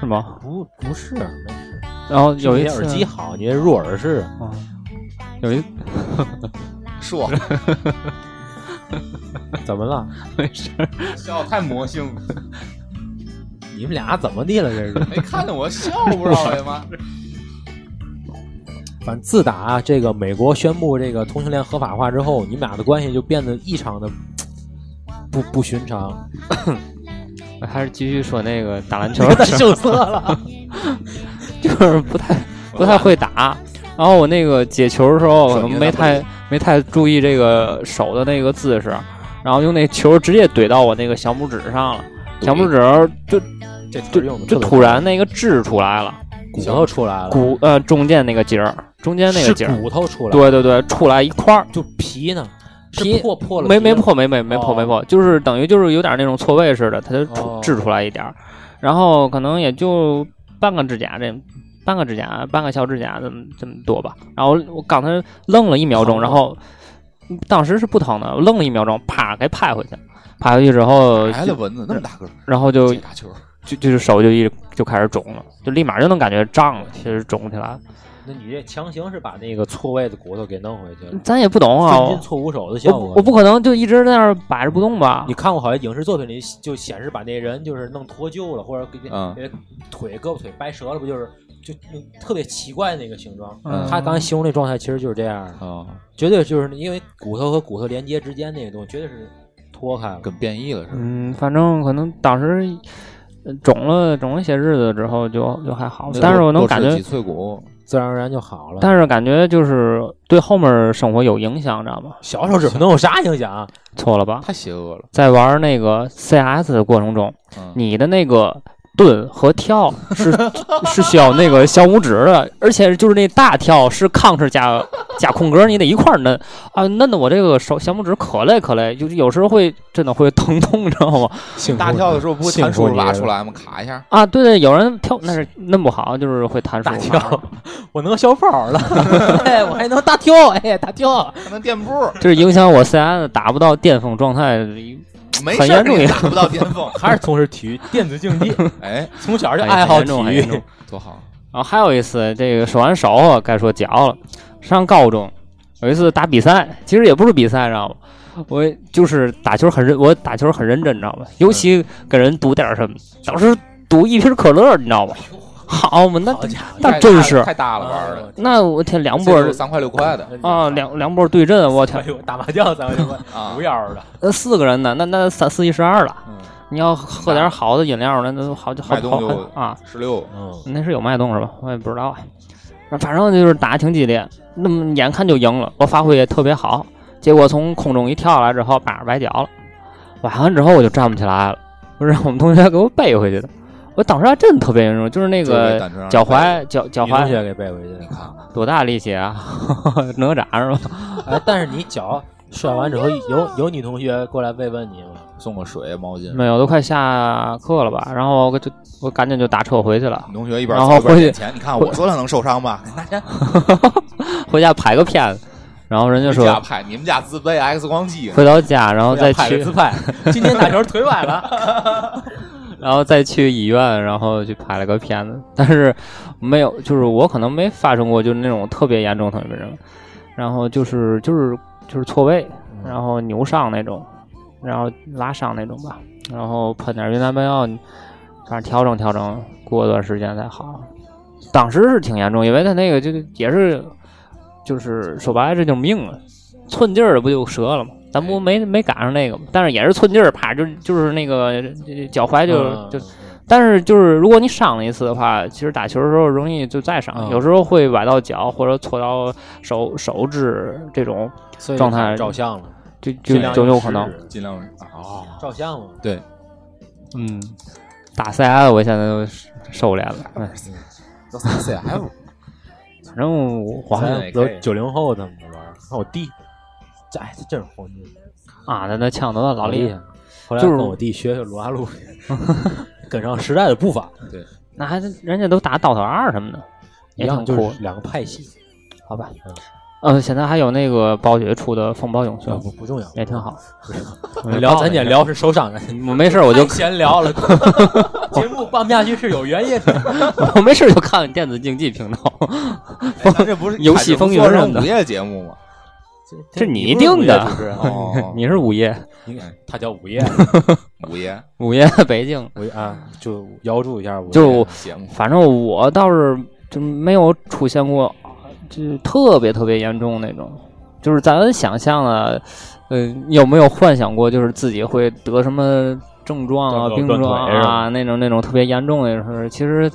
[SPEAKER 2] 是吗？
[SPEAKER 3] 不不是，啊没事
[SPEAKER 2] 然后有一
[SPEAKER 3] 你
[SPEAKER 2] 次
[SPEAKER 3] 耳机好，你这入耳式，
[SPEAKER 2] 啊，有一
[SPEAKER 1] 说，
[SPEAKER 3] 怎么了？
[SPEAKER 2] 没事儿
[SPEAKER 1] 笑太魔性了，
[SPEAKER 3] 你们俩怎么地了？这是，
[SPEAKER 1] 没看见我笑不知道为 嘛。
[SPEAKER 3] 反正自打啊这个美国宣布这个同性恋合法化之后，你们俩的关系就变得异常的不不寻常，
[SPEAKER 2] 我还是继续说那个打 篮球
[SPEAKER 3] 有
[SPEAKER 2] 的
[SPEAKER 3] 点
[SPEAKER 2] 事 儿
[SPEAKER 3] 羞涩了。
[SPEAKER 2] 就是 不太不太会打。然后我那个解球的时候，可能没太没太注意这个手的那个姿势，然后用那球直接怼到我那个小拇指上了，小拇指就
[SPEAKER 3] 这词儿用
[SPEAKER 2] 就
[SPEAKER 3] 的
[SPEAKER 2] 就突然那个痣出来了，
[SPEAKER 3] 骨头出来了，
[SPEAKER 2] 骨呃中间那个节儿，中间那个节
[SPEAKER 3] 是
[SPEAKER 2] 儿，
[SPEAKER 3] 骨头出来，，
[SPEAKER 2] 对对对，出来一块儿，
[SPEAKER 3] 就皮呢，是
[SPEAKER 2] 皮
[SPEAKER 3] 破破了，
[SPEAKER 2] 没没，破没没没破
[SPEAKER 3] 哦
[SPEAKER 2] 没破，就是等于就是有点那种错位似的，它就
[SPEAKER 3] 哦
[SPEAKER 2] 出掷出来一点儿，然后可能也就半个指甲这。半个指甲，半个小指甲，这么这么多吧。然后我刚才愣了一秒钟，
[SPEAKER 3] 疼吗
[SPEAKER 2] 然后当时是不疼的，愣了一秒钟，啪给拍回去，拍回去之后，
[SPEAKER 1] 来了蚊子那么大个儿，
[SPEAKER 2] 然后就
[SPEAKER 1] 这大球儿，
[SPEAKER 2] 就就是手就一直就开始肿了，就立马就能感觉胀了，其实肿起来了。
[SPEAKER 3] 那你这强行是把那个错位的骨头给弄回去了，
[SPEAKER 2] 咱也不懂啊，
[SPEAKER 3] 分筋
[SPEAKER 2] 我
[SPEAKER 3] 错骨手的效
[SPEAKER 2] 我
[SPEAKER 3] 果。
[SPEAKER 2] 我不可能就一直在那儿摆着不动吧
[SPEAKER 3] 啊你？看过好像影视作品里就显示把那人就是弄脱臼了，或者给
[SPEAKER 1] 嗯
[SPEAKER 3] 呃给腿、胳膊、腿掰折了，不就是就就特别奇怪那个形状。
[SPEAKER 2] 嗯
[SPEAKER 3] 他刚才形容那状态其实就是这样的，
[SPEAKER 1] 哦，
[SPEAKER 3] 绝对就是因为骨头和骨头连接之间那个东西绝对是脱开了。
[SPEAKER 1] 跟变异了似的。
[SPEAKER 2] 嗯，反正可能当时呃肿了肿了些日子之后就就还好，但是我能感
[SPEAKER 1] 多吃
[SPEAKER 2] 觉
[SPEAKER 1] 脊，椎骨，
[SPEAKER 3] 自然而然就好了。
[SPEAKER 2] 但是感觉就是对后面生活有影响，知道吗？
[SPEAKER 3] 小手指头能有啥影响啊？
[SPEAKER 2] 错了吧？
[SPEAKER 1] 太邪恶了。
[SPEAKER 2] 在玩那个 CS 的过程中，
[SPEAKER 1] 嗯，
[SPEAKER 2] 你的那个蹲和跳 是是需要那个小拇指的，而且就是那大跳是 Ctrl 加加空格，你得一块儿摁啊，摁的我这个手小拇指可累可累，就是有时候会真的会疼痛，你知道吗？
[SPEAKER 1] 大跳的时候不会弹出拉出来吗？卡一下，
[SPEAKER 2] 啊，对对，有人跳那是弄不好，就是会弹啊手
[SPEAKER 3] 大
[SPEAKER 2] 麻
[SPEAKER 3] 跳，我能小跑 了，哎，我还能大跳，哎，大跳。。
[SPEAKER 1] 还能垫步，
[SPEAKER 2] 就是影响我 CS 达不到巅峰状态。
[SPEAKER 1] 没
[SPEAKER 2] 很
[SPEAKER 1] 事儿
[SPEAKER 2] 严重
[SPEAKER 1] 你
[SPEAKER 2] 呀
[SPEAKER 1] 达不到巅峰
[SPEAKER 3] 还是从事体育电子竞技，
[SPEAKER 1] 哎，
[SPEAKER 3] 从小就
[SPEAKER 2] 很
[SPEAKER 3] 爱好
[SPEAKER 2] 严
[SPEAKER 3] 体
[SPEAKER 2] 重很
[SPEAKER 3] 育
[SPEAKER 2] 严。 重
[SPEAKER 1] 多好！
[SPEAKER 2] 然后还有一次，这个说完手该说脚了。上高中有一次打比赛，其实也不是比赛，知道吗？我就是打球很认，我打球很认真，你知道吗？尤其跟人赌点儿什么，当时赌一瓶可乐，你知道吗？好嘛，那
[SPEAKER 3] 好家伙，
[SPEAKER 2] 那
[SPEAKER 1] 太
[SPEAKER 2] 真
[SPEAKER 1] 大
[SPEAKER 2] 是
[SPEAKER 1] 了太大了，玩儿的。
[SPEAKER 2] 那我天，两波
[SPEAKER 1] 这
[SPEAKER 2] 儿
[SPEAKER 1] 有三块六块的
[SPEAKER 3] 哦
[SPEAKER 2] 啊，两两波儿对阵，我天
[SPEAKER 3] 哎，呦，打麻将咱们就问
[SPEAKER 1] 啊
[SPEAKER 3] 不，要的，
[SPEAKER 2] 那四个人呢，那那三四一十二了。
[SPEAKER 1] 嗯
[SPEAKER 2] 你要喝点好的饮料，那那好好
[SPEAKER 1] 脉动
[SPEAKER 2] 好
[SPEAKER 1] 就
[SPEAKER 2] 啊，
[SPEAKER 1] 十六，
[SPEAKER 3] 嗯，
[SPEAKER 2] 那是有脉动是吧？我也不知道啊，反正就是打得挺激烈，那么眼看就赢了，我发挥也特别好，结果从空中一跳下来之后，把崴脚了，崴完之后我就站不起来了，我让我们同学给我背回去的，我当时还真的特别严重，就是那
[SPEAKER 1] 就被
[SPEAKER 2] 个
[SPEAKER 1] 单车上
[SPEAKER 2] 脚踝脚脚
[SPEAKER 3] 女同
[SPEAKER 2] 踝
[SPEAKER 3] 学给背回去了。
[SPEAKER 2] 多大力气啊， 哪吒是吧？
[SPEAKER 3] 哎，但是你脚摔完之后，有有女同学过来慰问你吗？
[SPEAKER 1] 送个水毛巾。
[SPEAKER 2] 没有，都快下课了吧，然后我就我赶紧就打车回去了
[SPEAKER 1] 你。同学一边
[SPEAKER 2] 然后
[SPEAKER 1] 走一边
[SPEAKER 2] 回去
[SPEAKER 1] 捡钱，你看我说他能受伤吧？拿钱，
[SPEAKER 2] 回家拍个片子，然后人家
[SPEAKER 1] 你家
[SPEAKER 2] 说
[SPEAKER 1] 拍，你们家自备 X 光机呢，啊
[SPEAKER 2] 回到家，然后再
[SPEAKER 3] 拍个
[SPEAKER 2] 去
[SPEAKER 3] 自， 拍。今天打球腿崴了，
[SPEAKER 2] 然后再去医院，然后去拍了个片子，但是没有，就是我可能没发生过就是那种特别严重疼痛病症，然后就是就是就是错位，然后扭伤那种，然后拉伤那种吧，然后喷点云南白药，反正调整调整，过段时间才好。当时是挺严重，因为他那个就也是，就是说白了这就是命了，寸劲儿的不就折了吗？咱不没没赶上那个吗？但是也是寸劲儿，啪就就是那个呃脚踝就、
[SPEAKER 3] 嗯
[SPEAKER 2] 就，但是就是如果你伤了一次的话，其实打球的时候容易就再伤，
[SPEAKER 3] 嗯
[SPEAKER 2] 有时候会崴到脚或者戳到手手指这种，
[SPEAKER 3] 所以
[SPEAKER 2] 状态
[SPEAKER 3] 照相了
[SPEAKER 2] 就就
[SPEAKER 3] 尽量
[SPEAKER 2] 就
[SPEAKER 3] 用
[SPEAKER 2] 有可能
[SPEAKER 3] 食指
[SPEAKER 1] 尽量啊，
[SPEAKER 3] 啊，照相了。
[SPEAKER 2] 嗯，打 CS 我现在都收敛了，
[SPEAKER 3] 嗯
[SPEAKER 2] 哎
[SPEAKER 1] 都三 CF，
[SPEAKER 2] 反正我我还
[SPEAKER 1] 咱
[SPEAKER 3] 都九零后他们玩儿，看我弟，这哎，这真是黄金，
[SPEAKER 2] 啊，那那枪都老
[SPEAKER 3] 老
[SPEAKER 2] 厉
[SPEAKER 3] 厉
[SPEAKER 2] 害
[SPEAKER 3] 害，。后来
[SPEAKER 2] 就
[SPEAKER 3] 跟
[SPEAKER 2] 是
[SPEAKER 3] 我弟学学撸啊 撸，跟上时代的步伐，
[SPEAKER 2] 那还人家都打 DOTA 二什么的，
[SPEAKER 3] 一
[SPEAKER 2] 也
[SPEAKER 3] 样就
[SPEAKER 2] 挺酷
[SPEAKER 3] 是。两个派系，
[SPEAKER 2] 好吧
[SPEAKER 3] 嗯，
[SPEAKER 2] 呃，现在还有那个暴雪出的《风暴英雄
[SPEAKER 3] 啊不》，不重要。
[SPEAKER 2] 嗯
[SPEAKER 3] 嗯
[SPEAKER 2] 也挺好。我
[SPEAKER 3] 聊
[SPEAKER 2] 报
[SPEAKER 3] 咱
[SPEAKER 2] 了
[SPEAKER 3] 姐
[SPEAKER 2] 一下，
[SPEAKER 3] 聊是受伤人，
[SPEAKER 2] 我没事儿我 就
[SPEAKER 3] 太闲聊 了，节目办不下去是有原因的。
[SPEAKER 2] 我没事儿就看电子竞技频道，
[SPEAKER 1] 咱这不是
[SPEAKER 2] 游戏 风云
[SPEAKER 1] 做
[SPEAKER 2] 什
[SPEAKER 1] 成
[SPEAKER 2] 么的
[SPEAKER 1] 午夜节目吗？
[SPEAKER 2] 这你
[SPEAKER 3] 不是
[SPEAKER 2] 定的
[SPEAKER 3] 午夜主持人
[SPEAKER 1] 哦
[SPEAKER 2] 你是午夜
[SPEAKER 3] 他叫午夜，
[SPEAKER 1] 午夜
[SPEAKER 2] 午夜北京，
[SPEAKER 3] 午夜啊，就遥祝一下午夜。
[SPEAKER 2] 就
[SPEAKER 1] 节目，
[SPEAKER 2] 反正我倒是就没有出现过，啊就特别特别严重那种，就是咱想象的，呃，有没有幻想过，就是自己会得什么症状啊、
[SPEAKER 3] 断
[SPEAKER 2] 病
[SPEAKER 3] 胳膊断
[SPEAKER 2] 状
[SPEAKER 3] 腿是
[SPEAKER 2] 啊
[SPEAKER 3] 吧
[SPEAKER 2] 那种那种特别严重的那种事，其实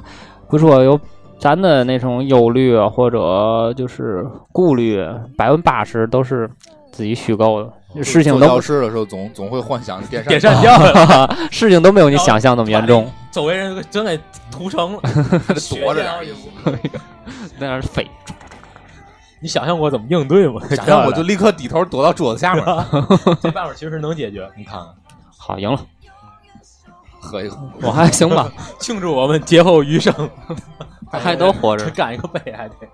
[SPEAKER 2] 不是我有。咱的那种忧虑啊，或者就是顾虑，百分之八十都是自己虚构的，事情
[SPEAKER 1] 哦做教
[SPEAKER 2] 都
[SPEAKER 1] 师的时候总总会幻想电
[SPEAKER 3] 点
[SPEAKER 1] 扇
[SPEAKER 3] 扇掉了，
[SPEAKER 2] 事情都没有你想象那么 严重，
[SPEAKER 3] 周围人真给屠 城了，
[SPEAKER 1] 躲着点儿
[SPEAKER 3] 血浆
[SPEAKER 2] 在那儿飞。
[SPEAKER 3] 你想象过怎么应对吗？
[SPEAKER 1] 想 象我就立刻低头躲到桌子下面，
[SPEAKER 3] 这办法其实能解决。啊
[SPEAKER 1] 你看看，
[SPEAKER 2] 好，赢了，
[SPEAKER 1] 喝一口，
[SPEAKER 2] 我还行 吧，
[SPEAKER 3] 庆祝我们劫后余生，
[SPEAKER 2] 还都活着
[SPEAKER 3] 这。干一个杯还得。
[SPEAKER 6] 足。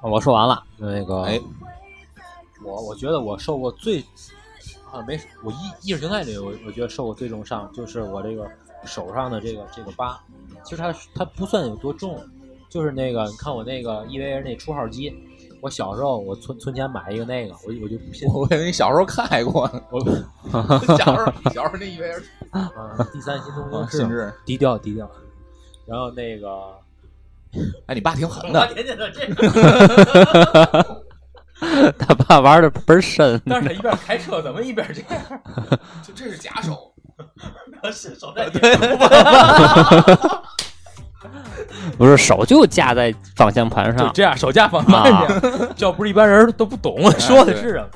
[SPEAKER 2] 哦
[SPEAKER 3] 我说完了，那个，
[SPEAKER 1] 哎，
[SPEAKER 3] 我我觉得我受过最啊没我意意识形态里，我我觉得受过最重伤就是我这个手上的这个这个疤，其实它它不算有多重，就是那个你看我那个 EVA 那出号机，我小时候我存存钱买一个那个，我就我就拼
[SPEAKER 1] 我以为你小时候看过呢，
[SPEAKER 3] 我
[SPEAKER 1] 小时候小时候那以为是
[SPEAKER 3] 啊第三新东
[SPEAKER 6] 嗯
[SPEAKER 3] 方
[SPEAKER 1] 性
[SPEAKER 3] 式
[SPEAKER 1] 质。
[SPEAKER 3] 低调低调，然后那个
[SPEAKER 1] 哎，你爸挺狠
[SPEAKER 4] 我
[SPEAKER 1] 的，
[SPEAKER 4] 天天都这样，
[SPEAKER 2] 他爸玩的倍儿深，
[SPEAKER 4] 但是他一边开车怎么一边这样？
[SPEAKER 1] 这这是假手。
[SPEAKER 4] 是手在
[SPEAKER 2] 不是手就架在方向盘
[SPEAKER 3] 就
[SPEAKER 2] 上
[SPEAKER 3] 这样手架放慢一
[SPEAKER 2] 啊
[SPEAKER 3] 点，这要不是一般人都不懂说的是什么。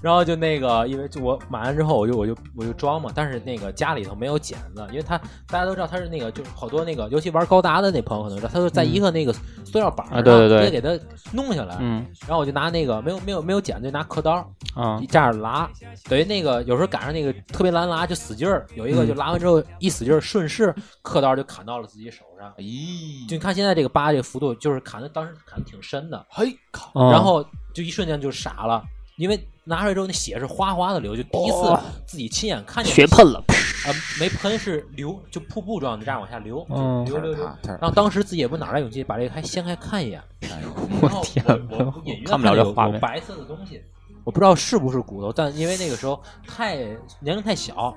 [SPEAKER 3] 然后就那个，因为就我买完之后，我就我就我就装嘛，但是那个家里头没有剪子，因为他大家都知道他是那个，就是好多那个，尤其玩高达的那朋友可能知道，他就在一个那个塑料板儿
[SPEAKER 2] 啊对对对
[SPEAKER 3] 直接给它弄下来。
[SPEAKER 2] 嗯
[SPEAKER 3] 然后我就拿那个没有没有没有剪子，就拿刻刀
[SPEAKER 2] 啊
[SPEAKER 3] 这样拉，等于那个有时候赶上那个特别难拉就使劲儿，有
[SPEAKER 2] 嗯
[SPEAKER 3] 一个就拉完之后一使劲儿，顺势刻刀就砍到了自己手上。
[SPEAKER 2] 哎
[SPEAKER 1] 咦，
[SPEAKER 3] 就你看现在这个疤这个幅度，就是砍的当时砍的挺深的，
[SPEAKER 1] 嘿，靠，
[SPEAKER 2] 嗯
[SPEAKER 3] 然后就一瞬间就傻了，因为拿出来之后那血是哗哗的流，就第一次自己亲眼看见
[SPEAKER 2] 血喷了，
[SPEAKER 3] 啊、没喷是流，就瀑布状的这样往下流，
[SPEAKER 2] 嗯
[SPEAKER 3] 流流流。
[SPEAKER 1] 啊他
[SPEAKER 3] 然后当时自己也不哪来勇气把这个还掀开看一眼，
[SPEAKER 2] 哎我
[SPEAKER 3] 然后
[SPEAKER 2] 天啊
[SPEAKER 3] 我我隐约
[SPEAKER 2] 看不了这
[SPEAKER 3] 有
[SPEAKER 2] 画面
[SPEAKER 3] 有白色的东西，我不知道是不是骨头，但因为那个时候太年龄太小，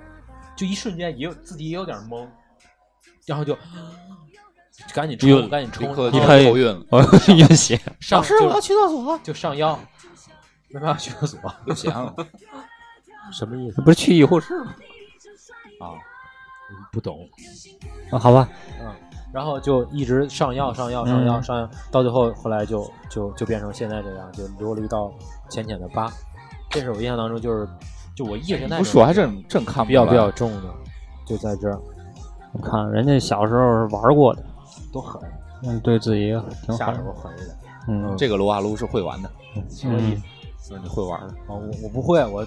[SPEAKER 3] 就一瞬间也有自己也有点懵，然后就。赶紧
[SPEAKER 2] 哟
[SPEAKER 3] 冲！赶紧
[SPEAKER 1] 立
[SPEAKER 3] 冲！
[SPEAKER 1] 刻
[SPEAKER 3] 然
[SPEAKER 1] 就
[SPEAKER 3] 后
[SPEAKER 6] 哎
[SPEAKER 2] 看
[SPEAKER 1] 头晕了，
[SPEAKER 2] 我晕血，
[SPEAKER 3] 上
[SPEAKER 1] 是
[SPEAKER 3] 就
[SPEAKER 1] 我要去厕所，
[SPEAKER 3] 就上腰，为啥要去厕所？
[SPEAKER 1] 流 血了
[SPEAKER 3] 什么意思？
[SPEAKER 2] 不是去医护室吗？
[SPEAKER 1] 啊！
[SPEAKER 3] 不懂。
[SPEAKER 2] 啊，好吧，
[SPEAKER 3] 然后就一直上药上药上
[SPEAKER 1] 嗯
[SPEAKER 3] 药上药，到最后后来就就就变成现在这样，就留了一道浅浅的疤。这是我印象当中就是就我意识形态
[SPEAKER 1] 哎不说还真真看不
[SPEAKER 3] 比较
[SPEAKER 1] 了，
[SPEAKER 3] 比较重的，就在这儿
[SPEAKER 2] 我看人家小时候是玩过的，
[SPEAKER 3] 多狠，
[SPEAKER 2] 嗯，对自己挺
[SPEAKER 3] 下
[SPEAKER 2] 狠，
[SPEAKER 3] 手狠一点。
[SPEAKER 2] 嗯，
[SPEAKER 1] 这个撸啊撸是会玩的，
[SPEAKER 2] 嗯
[SPEAKER 1] 就是你会玩的。
[SPEAKER 3] 啊，我我不会，我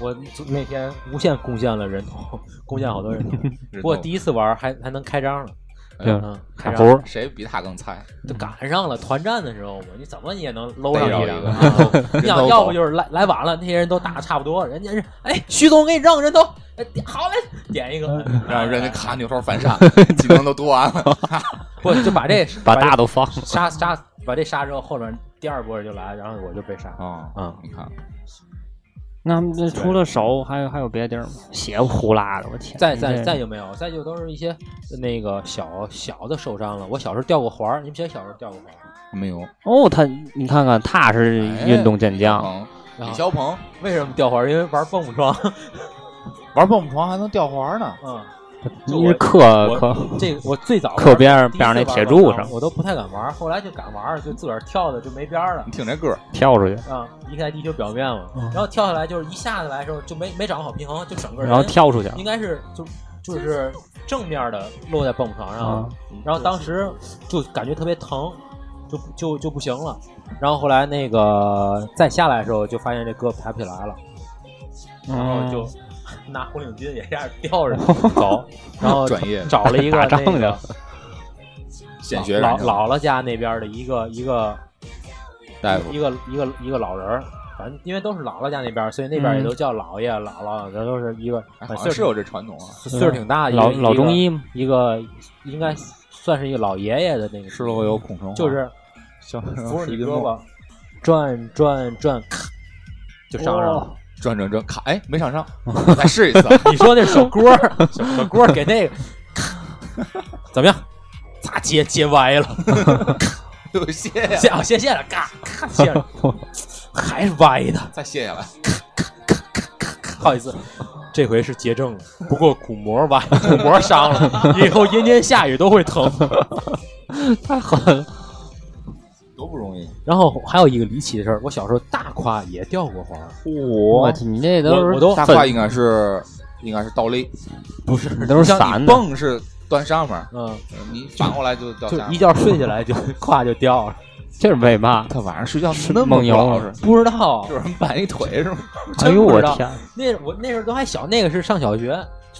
[SPEAKER 3] 我那天无限贡献了人头，贡献好多人头。不过第一次玩还还能开张了，
[SPEAKER 2] 对，
[SPEAKER 3] 嗯，
[SPEAKER 2] 卡
[SPEAKER 3] 开张
[SPEAKER 2] 活儿
[SPEAKER 1] 谁比他更菜？
[SPEAKER 3] 都赶上了团战的时候嘛，你怎么你也能搂上
[SPEAKER 1] 逮着
[SPEAKER 3] 一两个
[SPEAKER 1] 一
[SPEAKER 3] 啊？你
[SPEAKER 1] 人头
[SPEAKER 3] 想
[SPEAKER 1] 狗
[SPEAKER 3] 要不就是来来晚了，那些人都打的差不多，人家是哎，徐总给你让个人头，哎，好嘞，点一个，
[SPEAKER 1] 让人家咔扭头反 闪，技能都读完 了。
[SPEAKER 3] 不就把这
[SPEAKER 2] 把
[SPEAKER 3] 这
[SPEAKER 2] 大都放了，
[SPEAKER 3] 杀杀把这杀之后，后面第二波人就来，然后我就被杀。
[SPEAKER 1] 啊
[SPEAKER 3] 嗯
[SPEAKER 1] 你看，
[SPEAKER 2] 那那除了手，还有还有别的地儿吗？血呼啦的，我天！
[SPEAKER 3] 再
[SPEAKER 2] 你
[SPEAKER 3] 再
[SPEAKER 2] 这
[SPEAKER 3] 再就没有，再就都是一些那个小小的受伤了。我小时候掉过环儿，你们谁小时候掉过环儿？
[SPEAKER 1] 没有。
[SPEAKER 2] 哦，他你看看，他是运动健将，
[SPEAKER 1] 鹏，
[SPEAKER 3] 啊
[SPEAKER 1] 李霄鹏
[SPEAKER 3] 为什么掉环儿？因为玩蹦蹦床。
[SPEAKER 1] 玩蹦蹦床还能掉环呢。
[SPEAKER 3] 嗯，就
[SPEAKER 2] 你
[SPEAKER 3] 我
[SPEAKER 2] 是克
[SPEAKER 3] 我
[SPEAKER 2] 克
[SPEAKER 3] 这个我最早
[SPEAKER 2] 克边上
[SPEAKER 3] 第一次
[SPEAKER 2] 边上那
[SPEAKER 3] 玩
[SPEAKER 2] 铁
[SPEAKER 3] 蹦
[SPEAKER 2] 柱
[SPEAKER 3] 床
[SPEAKER 2] 上
[SPEAKER 3] 我都不太敢玩，后来就敢玩，就自个儿跳的就没边儿了
[SPEAKER 1] 你。听这歌，
[SPEAKER 2] 跳出去，
[SPEAKER 3] 啊，离开地球表面
[SPEAKER 2] 嗯
[SPEAKER 3] 嘛，然后跳下来就是一下子来的时候就没没掌握好平衡，就整个人
[SPEAKER 2] 然后跳出去了
[SPEAKER 3] 应该是就就是正面的落在蹦床上，
[SPEAKER 2] 啊！
[SPEAKER 3] 然后当时就感觉特别疼，就就就不行了。然后后来那个再下来的时候，就发现这胳膊抬不起来了，
[SPEAKER 2] 嗯
[SPEAKER 3] 然后就 拿红领巾也这样吊 着走，然后
[SPEAKER 1] 专业的
[SPEAKER 3] 找了一个
[SPEAKER 2] 打仗
[SPEAKER 3] 那个
[SPEAKER 2] 去了
[SPEAKER 1] 显学
[SPEAKER 3] 老
[SPEAKER 1] 人家
[SPEAKER 3] 姥姥家那边的一个一个
[SPEAKER 1] 大夫
[SPEAKER 3] 一个一个一个老人儿，反正因为都是姥姥家那边儿，所以那边
[SPEAKER 2] 嗯
[SPEAKER 3] 儿也都叫姥爷、姥姥，这都是一个
[SPEAKER 1] 哎
[SPEAKER 3] 反
[SPEAKER 1] 好
[SPEAKER 3] 正
[SPEAKER 1] 像
[SPEAKER 3] 岁
[SPEAKER 1] 是
[SPEAKER 3] 数
[SPEAKER 1] 有这传统啊。
[SPEAKER 3] 岁数挺大的一个
[SPEAKER 2] 老
[SPEAKER 3] 一个
[SPEAKER 2] 老中医嘛，
[SPEAKER 3] 一个应该算是一个老爷爷的那个，
[SPEAKER 1] 吃了会有孔虫，
[SPEAKER 3] 就是
[SPEAKER 1] 小
[SPEAKER 3] 扶着你
[SPEAKER 1] 嗯个
[SPEAKER 3] 胳膊转转转，咔就上上
[SPEAKER 2] 哦
[SPEAKER 3] 了。
[SPEAKER 1] 转转转，卡哎没上 上，再试一次啊。
[SPEAKER 3] 你说那小锅儿， 小小锅儿给那个咔怎么样？咋接接歪 了？
[SPEAKER 1] 对， 谢呀，
[SPEAKER 3] 谢啊，谢谢了，嘎咔谢 了，还是歪的。
[SPEAKER 1] 再谢下来。
[SPEAKER 3] 不 好意思，这回是结症了，不过骨膜吧， 骨膜伤了，以后阴天下雨都会疼。
[SPEAKER 2] 太狠了！
[SPEAKER 1] 多不容易，
[SPEAKER 3] 然后还有一个离奇的事儿，我小时候大胯也掉过环儿，
[SPEAKER 2] 我天，你这都是
[SPEAKER 3] 我都
[SPEAKER 1] 大胯
[SPEAKER 2] 分
[SPEAKER 1] 应该是应该是倒立，
[SPEAKER 3] 不是，
[SPEAKER 2] 都是
[SPEAKER 1] 像
[SPEAKER 2] 散
[SPEAKER 1] 你
[SPEAKER 2] 的，
[SPEAKER 1] 蹦是端上面，
[SPEAKER 3] 嗯，
[SPEAKER 1] 你反过来就掉
[SPEAKER 3] 就
[SPEAKER 1] 下
[SPEAKER 3] 一
[SPEAKER 1] 面。
[SPEAKER 3] 觉睡起来就胯就掉了，
[SPEAKER 2] 这是为 嘛？
[SPEAKER 1] 他晚上睡觉是那么
[SPEAKER 2] 梦游
[SPEAKER 1] 老实，
[SPEAKER 3] 不知道
[SPEAKER 1] 就，是绊一腿是吗？
[SPEAKER 2] 哎
[SPEAKER 3] 真
[SPEAKER 2] 呦
[SPEAKER 3] 不
[SPEAKER 2] 我
[SPEAKER 3] 知道。
[SPEAKER 2] 天，
[SPEAKER 3] 那我那时候都还小，那个是上小学，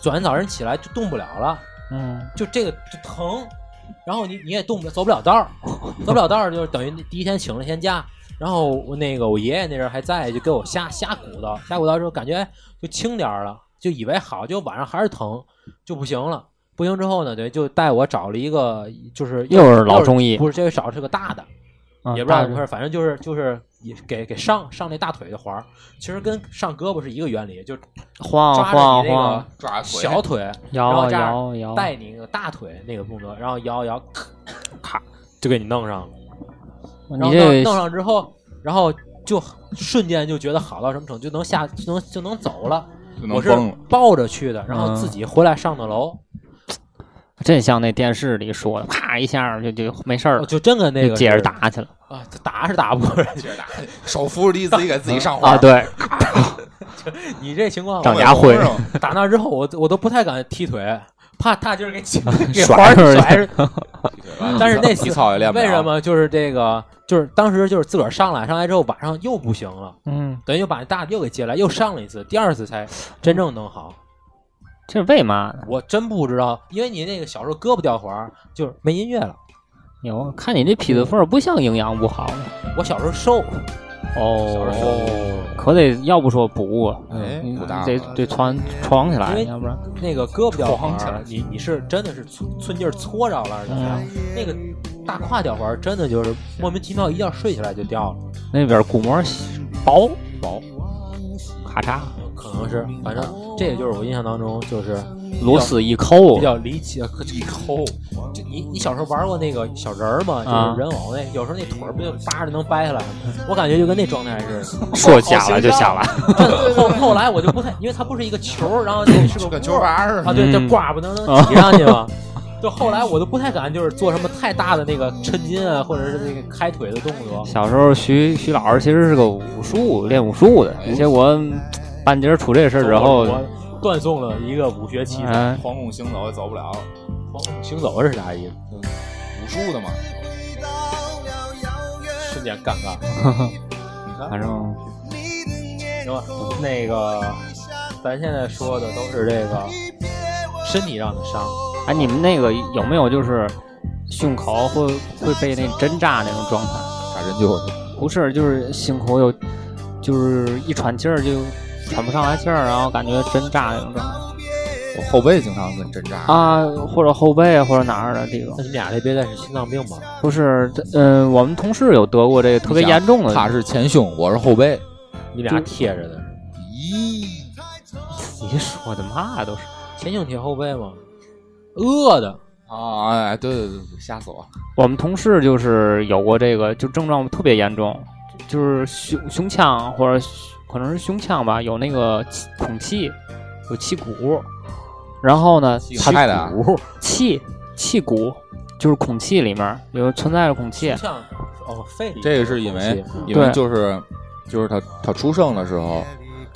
[SPEAKER 3] 转天早晨起来就动不了了，
[SPEAKER 2] 嗯，
[SPEAKER 3] 就这个就疼，然后你你也动不了，走不了道儿，走不了道儿，就是等于第一天请了天假。然后我那个我爷爷那阵儿还在，就给我瞎瞎鼓捣，瞎鼓捣之后感觉哎就轻点儿了，就以为好，就晚上还是疼，就不行了。不行之后呢，对，就带我找了一个，就是
[SPEAKER 2] 又是老中医
[SPEAKER 3] 不是这回找的是个大的，
[SPEAKER 2] 啊
[SPEAKER 3] 也不知道
[SPEAKER 2] 大
[SPEAKER 3] 怎么回事，反正就是就是也给给上上那大腿的环儿，其实跟上胳膊是一个原理，就是
[SPEAKER 2] 晃
[SPEAKER 3] 抓着
[SPEAKER 2] 啊晃
[SPEAKER 3] 你那
[SPEAKER 2] 晃
[SPEAKER 3] 个，
[SPEAKER 1] 抓腿
[SPEAKER 3] 小腿，然后
[SPEAKER 2] 摇
[SPEAKER 3] 这样
[SPEAKER 2] 摇摇，
[SPEAKER 3] 带你那个大腿那个动作，然后摇摇，咔 咔就给你弄上了。然
[SPEAKER 2] 你
[SPEAKER 3] 后弄
[SPEAKER 2] 这
[SPEAKER 3] 弄上之后，然后就瞬间就觉得好到什么程度，就能下就能就能走了。
[SPEAKER 1] 就
[SPEAKER 3] 我
[SPEAKER 1] 能
[SPEAKER 3] 是
[SPEAKER 1] 崩了。
[SPEAKER 3] 抱着去的，然后自己回来上的楼，
[SPEAKER 2] 真像那电视里说的，啪一下就就没事儿了，
[SPEAKER 3] 哦就真跟那
[SPEAKER 2] 就
[SPEAKER 3] 个
[SPEAKER 2] 接着
[SPEAKER 3] 是
[SPEAKER 2] 打去了
[SPEAKER 3] 啊，打是打不过人家。
[SPEAKER 1] 手扶着地自己给自己上
[SPEAKER 2] 啊！
[SPEAKER 1] 花，
[SPEAKER 2] 对，
[SPEAKER 3] 你这情况
[SPEAKER 2] 张
[SPEAKER 3] 我，
[SPEAKER 1] 我也
[SPEAKER 2] 家辉
[SPEAKER 1] 崩上了
[SPEAKER 3] 打那之后，我我都不太敢踢腿，怕踏劲儿给起给
[SPEAKER 2] 甩
[SPEAKER 3] 环儿
[SPEAKER 2] 出去
[SPEAKER 3] 甩出去 但 是那
[SPEAKER 1] 体
[SPEAKER 3] 次
[SPEAKER 1] 操也练不了
[SPEAKER 3] 为什？么就是这个，就是当时就是自个儿上来，上来之后晚上又不行了，
[SPEAKER 2] 嗯，
[SPEAKER 3] 等于又把那大的又给接来，又上了一次，第二次才真正弄好。
[SPEAKER 2] 这是为嘛呢？
[SPEAKER 3] 我真不知道，因为你那个小时候胳膊掉环儿，就是没音乐了。
[SPEAKER 2] 有，看你这痞子缝儿不像营养不好的
[SPEAKER 3] 我小时候瘦，
[SPEAKER 2] 哦，可得要不说补啊，
[SPEAKER 1] 哎
[SPEAKER 2] 嗯
[SPEAKER 1] 不大
[SPEAKER 2] 得
[SPEAKER 1] 了
[SPEAKER 2] 得床床起
[SPEAKER 3] 因
[SPEAKER 2] 来，
[SPEAKER 3] 为
[SPEAKER 2] 要不然
[SPEAKER 3] 那个胳膊掉环
[SPEAKER 1] 晃起来嗯
[SPEAKER 3] 儿，你你是真的是寸寸劲儿搓着了，怎么样？那个大胯掉环儿真的就是莫名其妙，一觉睡起来就掉了。
[SPEAKER 2] 那边骨膜薄薄，咔嚓，
[SPEAKER 3] 可能是，反正这也就是我印象当中就是
[SPEAKER 2] 螺丝一抠
[SPEAKER 3] 比，较离奇的，可一抠。就你你小时候玩过那个小人儿吗？
[SPEAKER 2] 啊
[SPEAKER 3] 就是人偶那，有时候那腿儿不就叭着能掰下来吗？我感觉就跟那状态 似的。
[SPEAKER 2] 说下来就下 来，
[SPEAKER 3] 后后来我就不太，因为它不是一个球儿，然后那是个
[SPEAKER 1] 跟
[SPEAKER 3] 窝
[SPEAKER 1] 球
[SPEAKER 3] 儿
[SPEAKER 1] 娃似的。
[SPEAKER 3] 啊，对，这
[SPEAKER 2] 嗯
[SPEAKER 3] 挂不 能能挤上去吗？就后来我都不太敢，就是做什么太大的那个抻筋啊，或者是那个开腿的动作。
[SPEAKER 2] 小时候徐徐老师其实是个武术练武术的，结果半截儿出这事儿之后，
[SPEAKER 3] 我断送了一个武学奇才。
[SPEAKER 2] 嗯，
[SPEAKER 1] 皇宫行走也走不了了，
[SPEAKER 3] 行走是啥意思？
[SPEAKER 1] 武术的嘛。
[SPEAKER 3] 瞬间尴尬。
[SPEAKER 2] 反正
[SPEAKER 3] 行吧，那个咱现在说的都是这个身体上的伤，
[SPEAKER 2] 哎，你们那个有没有就是胸口会会被那针扎那种状态？
[SPEAKER 1] 打针灸去，
[SPEAKER 2] 不是，就是胸口有，就是一喘气儿就喘不上来气儿，然后感觉针扎那种状态
[SPEAKER 1] 我后背经常跟针扎。
[SPEAKER 2] 啊，或者后背或者哪儿的地方
[SPEAKER 3] 那。你们俩这别再是心脏病吧？
[SPEAKER 2] 不是，嗯、我们同事有得过这个特
[SPEAKER 1] 你
[SPEAKER 2] 别
[SPEAKER 1] 想
[SPEAKER 2] 严重的，
[SPEAKER 1] 他是前胸，我是后背。
[SPEAKER 3] 你们俩贴着的，
[SPEAKER 1] 咦，
[SPEAKER 2] 你说的嘛都是。
[SPEAKER 3] 前胸贴后背吗？饿的，
[SPEAKER 1] 啊，哎，对对对，吓死我了！
[SPEAKER 2] 我们同事就是有过这个，就症状特别严重，就就是胸胸腔或者胸可能是胸腔吧，有那个气孔气，有气鼓，然后呢，
[SPEAKER 1] 气
[SPEAKER 2] 他
[SPEAKER 1] 派的啊
[SPEAKER 2] 气气鼓就是孔气里面有存在着孔气，
[SPEAKER 3] 像哦肺里
[SPEAKER 1] 这个是因为
[SPEAKER 3] 有空气
[SPEAKER 1] 因为
[SPEAKER 2] 对
[SPEAKER 1] 就是就是他他出生的时候，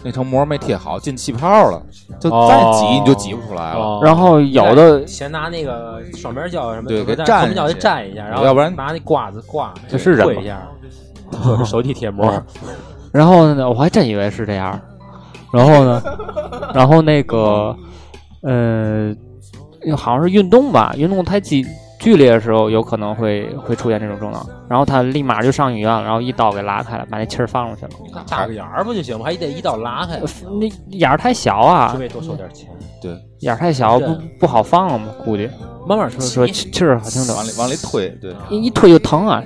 [SPEAKER 1] 那层膜没贴好，进气泡了，就
[SPEAKER 3] 哦
[SPEAKER 1] 再挤你就挤不出来了。
[SPEAKER 3] 哦
[SPEAKER 2] 然后有的
[SPEAKER 3] 先拿那个双边胶什么，
[SPEAKER 1] 对
[SPEAKER 3] 左边
[SPEAKER 1] 给
[SPEAKER 3] 胶
[SPEAKER 1] 蘸
[SPEAKER 3] 右边胶
[SPEAKER 1] 一
[SPEAKER 3] 就
[SPEAKER 1] 下
[SPEAKER 3] 蘸一下，然后
[SPEAKER 1] 要不然
[SPEAKER 3] 拿那刮子刮，
[SPEAKER 2] 这是人
[SPEAKER 3] 对
[SPEAKER 2] 吗
[SPEAKER 3] 一下，我手底贴膜，
[SPEAKER 2] 然后呢，我还真以为是这样儿。然后呢，然后那个，呃，好像是运动吧，运动太激剧烈的时候，有可能会会出现这种症状。然后他立马就上医院了，然后一刀给拉开了，把那气儿放出去了。
[SPEAKER 3] 打个眼儿不就行吗？还得一刀 拉开，
[SPEAKER 2] 那眼儿太小啊
[SPEAKER 3] 就，为多收点钱，
[SPEAKER 2] 眼儿太小，不不好放了嘛，估计。
[SPEAKER 3] 慢慢
[SPEAKER 2] 就是说
[SPEAKER 3] 吸
[SPEAKER 2] 气气儿好听点
[SPEAKER 1] 往里往里推，对，
[SPEAKER 2] 一一推就疼啊，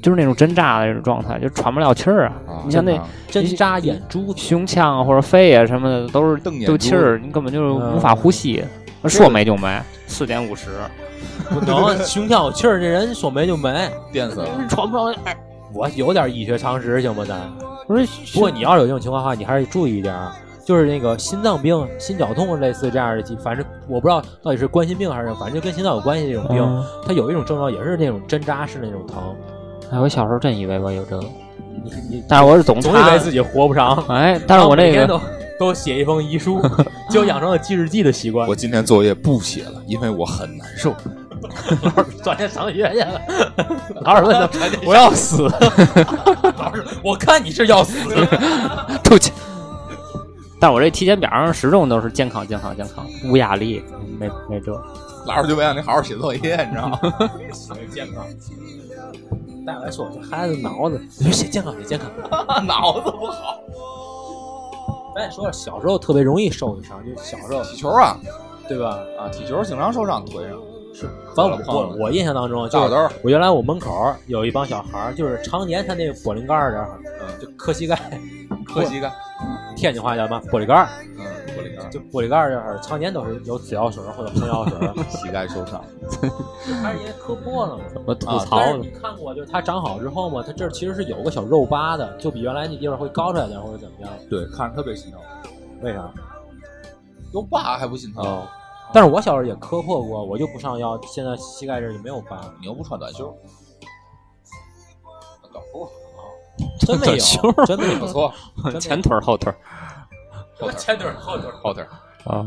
[SPEAKER 2] 就是那种针扎的那种状态，就喘不了气儿啊。
[SPEAKER 1] 啊
[SPEAKER 2] 你像那
[SPEAKER 1] 正常
[SPEAKER 3] 针扎眼珠子，
[SPEAKER 2] 胸腔啊或者肺啊什么的都是
[SPEAKER 1] 瞪眼
[SPEAKER 2] 都
[SPEAKER 1] 珠
[SPEAKER 2] 气儿，你根本就无法呼吸，说没就没，四点五十，
[SPEAKER 3] 不能胸腔有气儿，这人说没就没。
[SPEAKER 1] 电死了。
[SPEAKER 2] 喘不上来。
[SPEAKER 3] 我有点医学常识行吗？咱
[SPEAKER 2] 不是，
[SPEAKER 3] 不过你要是有这种情况的话，你还是注意一点啊。就是那个心脏病、心绞痛类似这样的疾，反正我不知道到底是冠心病还是什么，反正就跟心脏有关系这种病，
[SPEAKER 2] 嗯
[SPEAKER 3] 它有一种症状也是那种针扎式那种疼，
[SPEAKER 2] 哎，我小时候真以为我有这个，
[SPEAKER 3] 你你
[SPEAKER 2] 但是我是总
[SPEAKER 3] 总以为
[SPEAKER 2] 查，
[SPEAKER 3] 自己活不长。
[SPEAKER 2] 哎， 但是我
[SPEAKER 3] 每
[SPEAKER 2] 这
[SPEAKER 3] 天
[SPEAKER 2] 个
[SPEAKER 3] 都都写一封遗书，就养成了记日记的习惯
[SPEAKER 1] 我。今天作业不写了，因为我很难受。
[SPEAKER 3] 老师转天上学去了，老师问他：“我要死。”老师，我看你是要死。
[SPEAKER 2] 出去。但我这体检表上始终都是健康、健康、健康，无压力，没没这。
[SPEAKER 1] 老师就为让你好好写作业，你知道吗？
[SPEAKER 4] 健康，
[SPEAKER 3] 大夫还说我这孩子脑子，你说写健康写健康。
[SPEAKER 4] 脑子不好。
[SPEAKER 3] 咱也说了，小时候特别容易受的伤，就小时候
[SPEAKER 1] 踢球啊
[SPEAKER 3] 对吧？
[SPEAKER 1] 啊，踢球经常受伤，腿上
[SPEAKER 3] 反正
[SPEAKER 1] 胖
[SPEAKER 3] 我
[SPEAKER 1] 了
[SPEAKER 3] 我我印象当中就
[SPEAKER 1] 大
[SPEAKER 3] 是
[SPEAKER 1] 豆儿。
[SPEAKER 3] 我原来我门口儿有一帮小孩儿，就是常年他那个玻璃盖儿这儿，就磕膝盖，
[SPEAKER 1] 磕膝盖，
[SPEAKER 3] 天津话叫什么？玻璃盖儿，
[SPEAKER 1] 嗯，玻璃盖，
[SPEAKER 3] 就玻璃盖儿这儿，常年都是有紫药水儿或者红药水 儿，
[SPEAKER 1] 嗯膝盖受伤。
[SPEAKER 3] 它是因为磕破了嘛。
[SPEAKER 2] 我吐
[SPEAKER 1] 啊
[SPEAKER 2] 槽
[SPEAKER 3] 但是
[SPEAKER 2] 了
[SPEAKER 3] 你看过，就是它长好之后嘛，它这儿其实是有个小肉疤的，就比原来那地方会高出来点儿或者怎么样？
[SPEAKER 1] 对， 看着特别心疼。
[SPEAKER 3] 为啥？
[SPEAKER 1] 有疤还不心疼？
[SPEAKER 3] 哦，但是我小时候也磕破过，我就不上药，现在膝盖这儿就没有疤了，
[SPEAKER 1] 你又不穿短袖，短裤
[SPEAKER 3] 真 没
[SPEAKER 2] 小
[SPEAKER 3] 有，真没有
[SPEAKER 1] 不。错，
[SPEAKER 3] 真的
[SPEAKER 2] 前腿儿后腿儿
[SPEAKER 1] 后腿儿
[SPEAKER 4] 前腿儿后腿儿，
[SPEAKER 1] 后腿儿
[SPEAKER 2] 啊，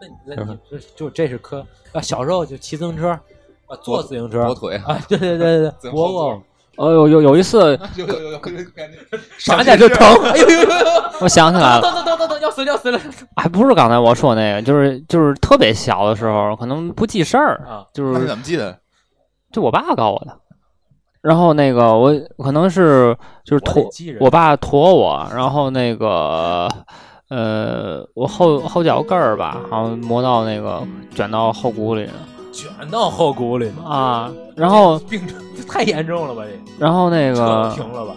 [SPEAKER 3] 那你那你就就这是磕啊，小时候就骑自行车啊，坐自行车
[SPEAKER 1] 左腿。
[SPEAKER 3] 啊，对对对对
[SPEAKER 1] 自行车
[SPEAKER 3] 对，伯伯
[SPEAKER 1] 坐
[SPEAKER 2] 哦有有有一次，
[SPEAKER 1] 有有有有，赶紧
[SPEAKER 2] 想起来就疼，哎呦呦呦，我想起来了，
[SPEAKER 4] 等等等等等，要死要死了！
[SPEAKER 2] 还不是刚才我说那个，就是就是特别小的时候，可能不记事儿
[SPEAKER 3] 啊，
[SPEAKER 2] 就
[SPEAKER 1] 那你
[SPEAKER 2] 是
[SPEAKER 1] 怎么记得？
[SPEAKER 2] 就我爸告我的。然后那个我可能是就是
[SPEAKER 3] 我
[SPEAKER 2] 驮
[SPEAKER 3] 得记着
[SPEAKER 2] 我爸驮我，然后那个呃我后后脚跟儿吧，好像磨到那个卷到后骨里了
[SPEAKER 3] 卷到后骨里了，
[SPEAKER 2] 啊。然后
[SPEAKER 3] 病症这太严重了吧？这
[SPEAKER 2] 然后那
[SPEAKER 3] 车
[SPEAKER 2] 个
[SPEAKER 3] 停了吧？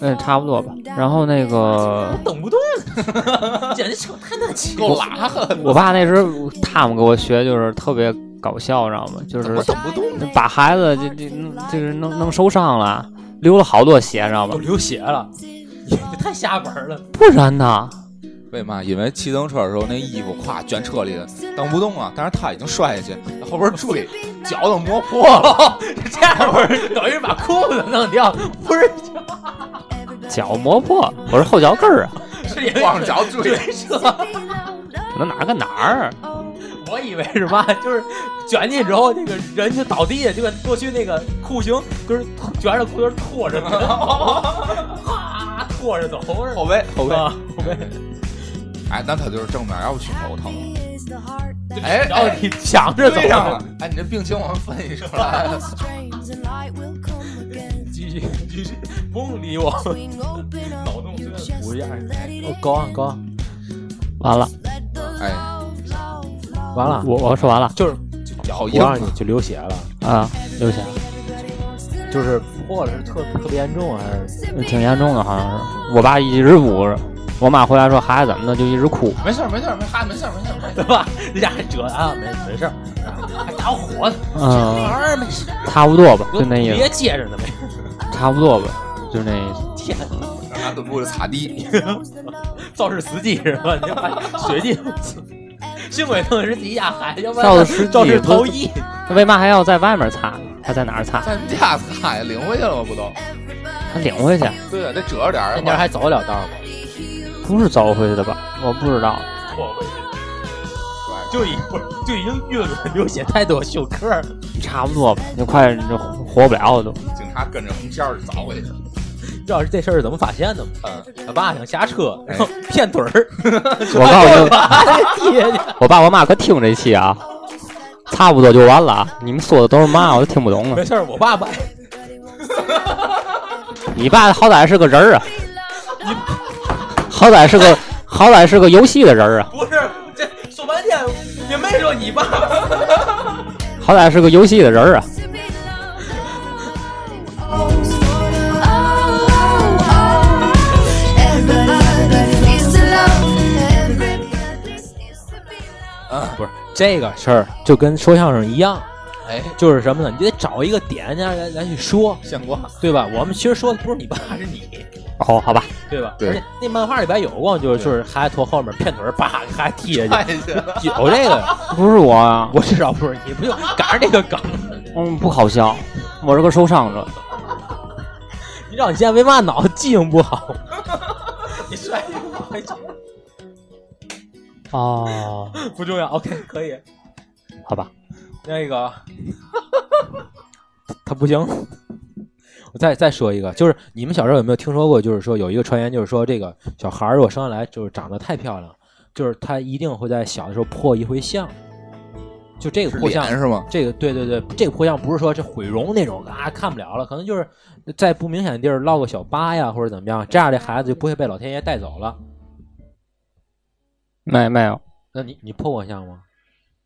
[SPEAKER 2] 嗯差不多吧。然后那个
[SPEAKER 3] 等不动 了，简直车太难骑了。
[SPEAKER 1] 够拉了，
[SPEAKER 2] 我爸那时候他们给我学就是特别搞笑，知道吗？就是
[SPEAKER 1] 我等不动。
[SPEAKER 2] 把 孩子就就就是弄弄受伤了，流了好多血，知道吗
[SPEAKER 3] 都？流血了，你太下本了。
[SPEAKER 2] 不然呢？
[SPEAKER 1] 为嘛？因为骑自行车的时候，那衣服咵卷车里了，蹬不动啊。但是他已经摔下去，后边追，脚都磨破了。
[SPEAKER 3] 哦这样不是等于把裤子弄掉？不是，
[SPEAKER 2] 脚磨破，我是后脚跟儿啊，啊
[SPEAKER 3] 是因为
[SPEAKER 1] 光着脚追，
[SPEAKER 2] 可能哪儿跟哪儿
[SPEAKER 3] 我以为是嘛，就是卷进去之后，这个人就倒地下，就跟过去那个酷刑，就是卷着裤腿拖着走，啪拖着走是吧
[SPEAKER 1] 后背后背。
[SPEAKER 3] 啊后背，
[SPEAKER 1] 哎，那他就是正面，要不胸口
[SPEAKER 7] 啊
[SPEAKER 1] 疼。哎，
[SPEAKER 7] 哎，
[SPEAKER 3] 然后你抢着走
[SPEAKER 1] 对上了。哎，你这病情我们分析出来了。
[SPEAKER 3] 继续继续，不用理我。
[SPEAKER 7] 脑洞真的不一样。
[SPEAKER 3] 哦 高啊高啊，
[SPEAKER 2] 完了，
[SPEAKER 1] 哎，
[SPEAKER 3] 完了，
[SPEAKER 2] 我我说完了
[SPEAKER 3] 就是
[SPEAKER 1] 好
[SPEAKER 3] 我
[SPEAKER 1] 硬啊
[SPEAKER 3] 让你就流血了，
[SPEAKER 2] 啊，刘翔，
[SPEAKER 3] 就是破了是特特别严重啊还是？
[SPEAKER 2] 挺严重的，好像是。我爸一直捂着，我妈回来说孩子怎么的就一直哭，
[SPEAKER 1] 没事儿没事儿没哈没事儿没事儿没事
[SPEAKER 3] 对
[SPEAKER 1] 儿。
[SPEAKER 3] 吧？人家还折啊，没没事儿，还打火呢，
[SPEAKER 2] 嗯、
[SPEAKER 3] 玩儿没事儿，
[SPEAKER 2] 差不多吧，就那意
[SPEAKER 3] 别
[SPEAKER 2] 思，
[SPEAKER 3] 接着呢，没
[SPEAKER 2] 差不多吧，就那意思。
[SPEAKER 3] 天，
[SPEAKER 1] 拿墩布子擦地，
[SPEAKER 3] 肇事司机是吧？ 你就把血迹，幸亏弄的是自己家孩子，要不 然
[SPEAKER 2] 肇事司机
[SPEAKER 3] 肇事头一，
[SPEAKER 2] 那为嘛还要在外面擦呢？还在哪儿擦？
[SPEAKER 1] 在你家擦呀，领回去了吗？不都？
[SPEAKER 2] 还领回去？
[SPEAKER 1] 对啊，得折着点儿。
[SPEAKER 3] 那你还走得了道吗？
[SPEAKER 2] 不是走回去的吧？我不知道。
[SPEAKER 4] 我回去
[SPEAKER 3] 就已不是就已经晕了，流血太多，休克了。
[SPEAKER 2] 差不多吧，就快就活不了了都。
[SPEAKER 1] 警察跟着红线儿找回去。
[SPEAKER 3] 知道这事儿是怎么发现的吗？
[SPEAKER 1] 嗯，
[SPEAKER 3] 他爸想下车，然后骗腿儿，
[SPEAKER 2] 我告诉你，
[SPEAKER 3] 爹去。
[SPEAKER 2] 我爸我妈可听这期啊，差不多就完了啊。你们说的都是嘛，我都听不懂了
[SPEAKER 3] 没。事儿，我爸买。
[SPEAKER 2] 你爸好歹是个人儿啊， 好 歹是个好歹是个游戏的人儿啊，
[SPEAKER 4] 不是这说半天也没说你爸，
[SPEAKER 2] 好歹是个游戏的人儿啊。
[SPEAKER 3] 嗯不是这个事儿，就跟说相声一样，
[SPEAKER 1] 哎，
[SPEAKER 3] 就是什么呢？你得找一个点，让咱咱去说，
[SPEAKER 1] 县官，
[SPEAKER 3] 对吧？我们其实说的不是你爸，是你，
[SPEAKER 2] 哦，好吧，
[SPEAKER 3] 对吧？
[SPEAKER 1] 对
[SPEAKER 3] 而且那漫画里边有过，就是就是孩子从后面骗腿儿，叭给孩子踢下
[SPEAKER 1] 看
[SPEAKER 4] 哎
[SPEAKER 1] 一下。
[SPEAKER 3] 去，有这个，
[SPEAKER 2] 不是我啊，
[SPEAKER 3] 我至少不是你，不就赶上这个梗？
[SPEAKER 2] 嗯，不好笑，我是个受伤者。
[SPEAKER 3] 你让你现在为嘛脑子记性不好？
[SPEAKER 4] 你摔
[SPEAKER 2] 哦，
[SPEAKER 3] 不重要，OK，可以。
[SPEAKER 2] 好吧，
[SPEAKER 3] 那个，他不行。我再再说一个，就是你们小时候有没有听说过？就是说有一个传言，就是说这个小孩儿如果生下来就是长得太漂亮，就是他一定会在小的时候破一回相。就这个破相
[SPEAKER 1] 脸是吗？
[SPEAKER 3] 这个对对对，这个破相不是说这毁容那种啊，看不了了，可能就是在不明显的地儿落个小疤呀，或者怎么样，这样这孩子就不会被老天爷带走了。
[SPEAKER 2] 没没有
[SPEAKER 3] 那你你破过相吗？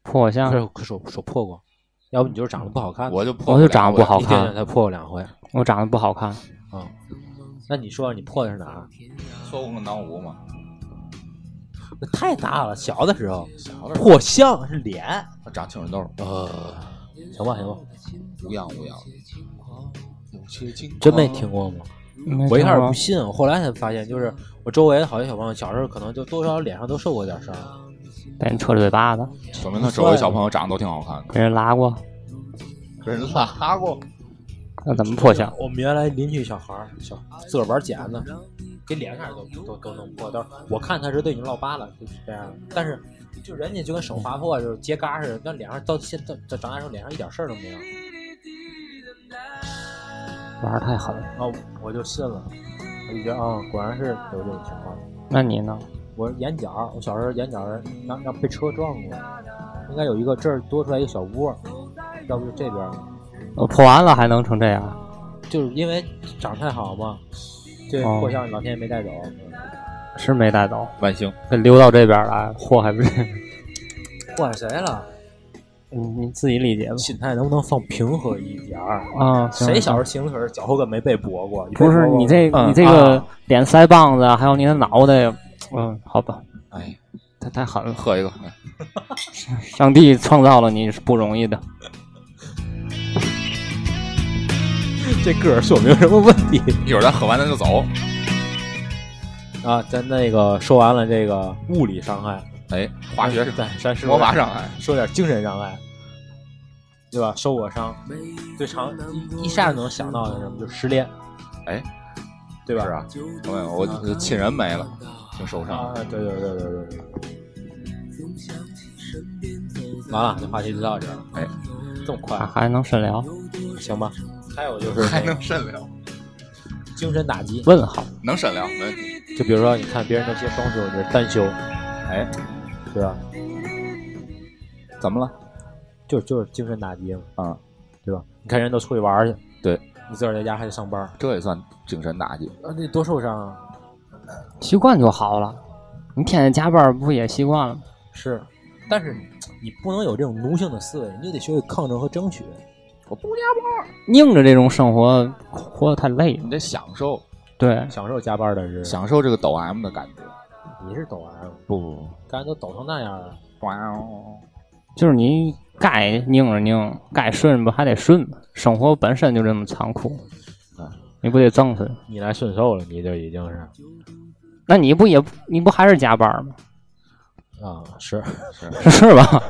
[SPEAKER 2] 破相
[SPEAKER 3] 可，是可手手破过，要不你就是长得不好看，
[SPEAKER 6] 嗯
[SPEAKER 1] 我就破
[SPEAKER 6] 哦
[SPEAKER 2] 我就长得不好
[SPEAKER 3] 一点点
[SPEAKER 2] 看，
[SPEAKER 3] 才破过两回。嗯
[SPEAKER 2] 我长得不好看。
[SPEAKER 3] 那你说说你破的是哪儿？啊
[SPEAKER 1] 说过囊无嘛，
[SPEAKER 3] 那太大了，小的时候
[SPEAKER 1] 小点儿
[SPEAKER 3] 破相是脸。
[SPEAKER 1] 我长青春痘，
[SPEAKER 3] 呃，行吧行吧，
[SPEAKER 1] 无恙无恙。有些惊
[SPEAKER 3] 真没听过吗？
[SPEAKER 2] 没
[SPEAKER 3] 我一开始
[SPEAKER 2] 听过
[SPEAKER 3] 不信，我后来才发现，就是我周围的好些小朋友小时候可能就多少脸上都受过点伤。
[SPEAKER 2] 被人扯着嘴巴子，
[SPEAKER 1] 说明他周围小朋友长得都挺好看的，
[SPEAKER 2] 被人拉过，
[SPEAKER 1] 被人拉过。
[SPEAKER 2] 那怎么破相？
[SPEAKER 3] 我们原来邻居小孩儿，小自个儿玩剪子，给脸上都都都弄破。但是我看他是都已经落疤了，就是这样的。但是就人家就跟手划破就是结痂似的，但脸上到现在到长大之后脸上一点事儿都没有。
[SPEAKER 2] 玩儿太狠了。
[SPEAKER 3] 啊，我就信了，我就觉得啊、果然是有这种情况。
[SPEAKER 2] 那你呢？
[SPEAKER 3] 我眼角儿，我小时候眼角儿让让被车撞过，应该有一个这儿多出来一个小窝儿，要不就这边儿，
[SPEAKER 2] 我破完了还能成这样？
[SPEAKER 3] 就是因为长太好嘛，这
[SPEAKER 2] 哦
[SPEAKER 3] 破相老天爷没带走。
[SPEAKER 2] 是没带走，
[SPEAKER 1] 万幸，
[SPEAKER 2] 被溜到这边来，祸害不是？
[SPEAKER 3] 换谁了？
[SPEAKER 2] 你你自己理解吧。
[SPEAKER 3] 心态能不能放平和一点儿？
[SPEAKER 2] 啊，行
[SPEAKER 3] 谁小时候行腿脚后跟没被搏过？你被嗯
[SPEAKER 2] 不是
[SPEAKER 3] 搏过
[SPEAKER 2] 你
[SPEAKER 3] 吗
[SPEAKER 2] 这你这
[SPEAKER 3] 啊
[SPEAKER 2] 个脸腮帮子，还有你的脑袋，嗯，好吧，
[SPEAKER 1] 哎，
[SPEAKER 2] 太太狠了。
[SPEAKER 1] 喝一个。
[SPEAKER 2] 上帝创造了你是不容易的，
[SPEAKER 3] 这个儿说明什么问题
[SPEAKER 1] 一会儿咱喝完咱就走。
[SPEAKER 3] 啊？咱那个说完了这个物理伤害，
[SPEAKER 1] 哎，化学是
[SPEAKER 3] 咱咱是
[SPEAKER 1] 魔法障碍，
[SPEAKER 3] 说点精神障碍，对吧？受过伤，最常一一下子能想到的是什么？就是失恋，
[SPEAKER 1] 哎，
[SPEAKER 3] 对吧？
[SPEAKER 1] 是啊，我我亲人没了，挺受伤。
[SPEAKER 3] 啊，对对对对对对。完了，这话题就到这儿了。
[SPEAKER 1] 哎，
[SPEAKER 3] 这么快
[SPEAKER 2] 啊还，还能深聊？
[SPEAKER 3] 行吧？还有就是
[SPEAKER 1] 还
[SPEAKER 3] 那个
[SPEAKER 1] 能深聊，
[SPEAKER 3] 精神打击，
[SPEAKER 2] 问号，
[SPEAKER 1] 能深聊，没问题。
[SPEAKER 3] 就比如说你看别人都接双休，你是单休，
[SPEAKER 1] 哎，
[SPEAKER 3] 对吧？
[SPEAKER 1] 怎么了？
[SPEAKER 3] 就就是精神打击嘛，
[SPEAKER 1] 啊，
[SPEAKER 3] 对吧？你看人都出去玩儿去，
[SPEAKER 1] 对
[SPEAKER 3] 你自个儿在家还得上班儿，
[SPEAKER 1] 这也算精神打击。
[SPEAKER 3] 啊，那多受伤啊！
[SPEAKER 2] 习惯就好了。你天天加班不也习惯了吗？
[SPEAKER 3] 是，但是你不能有这种奴性的思维，你就得学会抗争和争取。
[SPEAKER 2] 硬着这种生活活得太累了。
[SPEAKER 1] 你得享受
[SPEAKER 2] 对，
[SPEAKER 3] 享受加班的日子。
[SPEAKER 1] 享受这个抖 M 的感觉。
[SPEAKER 3] 你是抖 M，
[SPEAKER 1] 不不
[SPEAKER 3] 刚才都抖成那样了，
[SPEAKER 1] 不，哇哦！
[SPEAKER 2] 就是你该拧着拧，该顺不还得顺吧？生活本身就这么残酷，你不得挣死？
[SPEAKER 3] 逆来顺受了，你这已经是
[SPEAKER 2] 那你不也你不还是加班吗？
[SPEAKER 3] 啊，是
[SPEAKER 2] 是吧？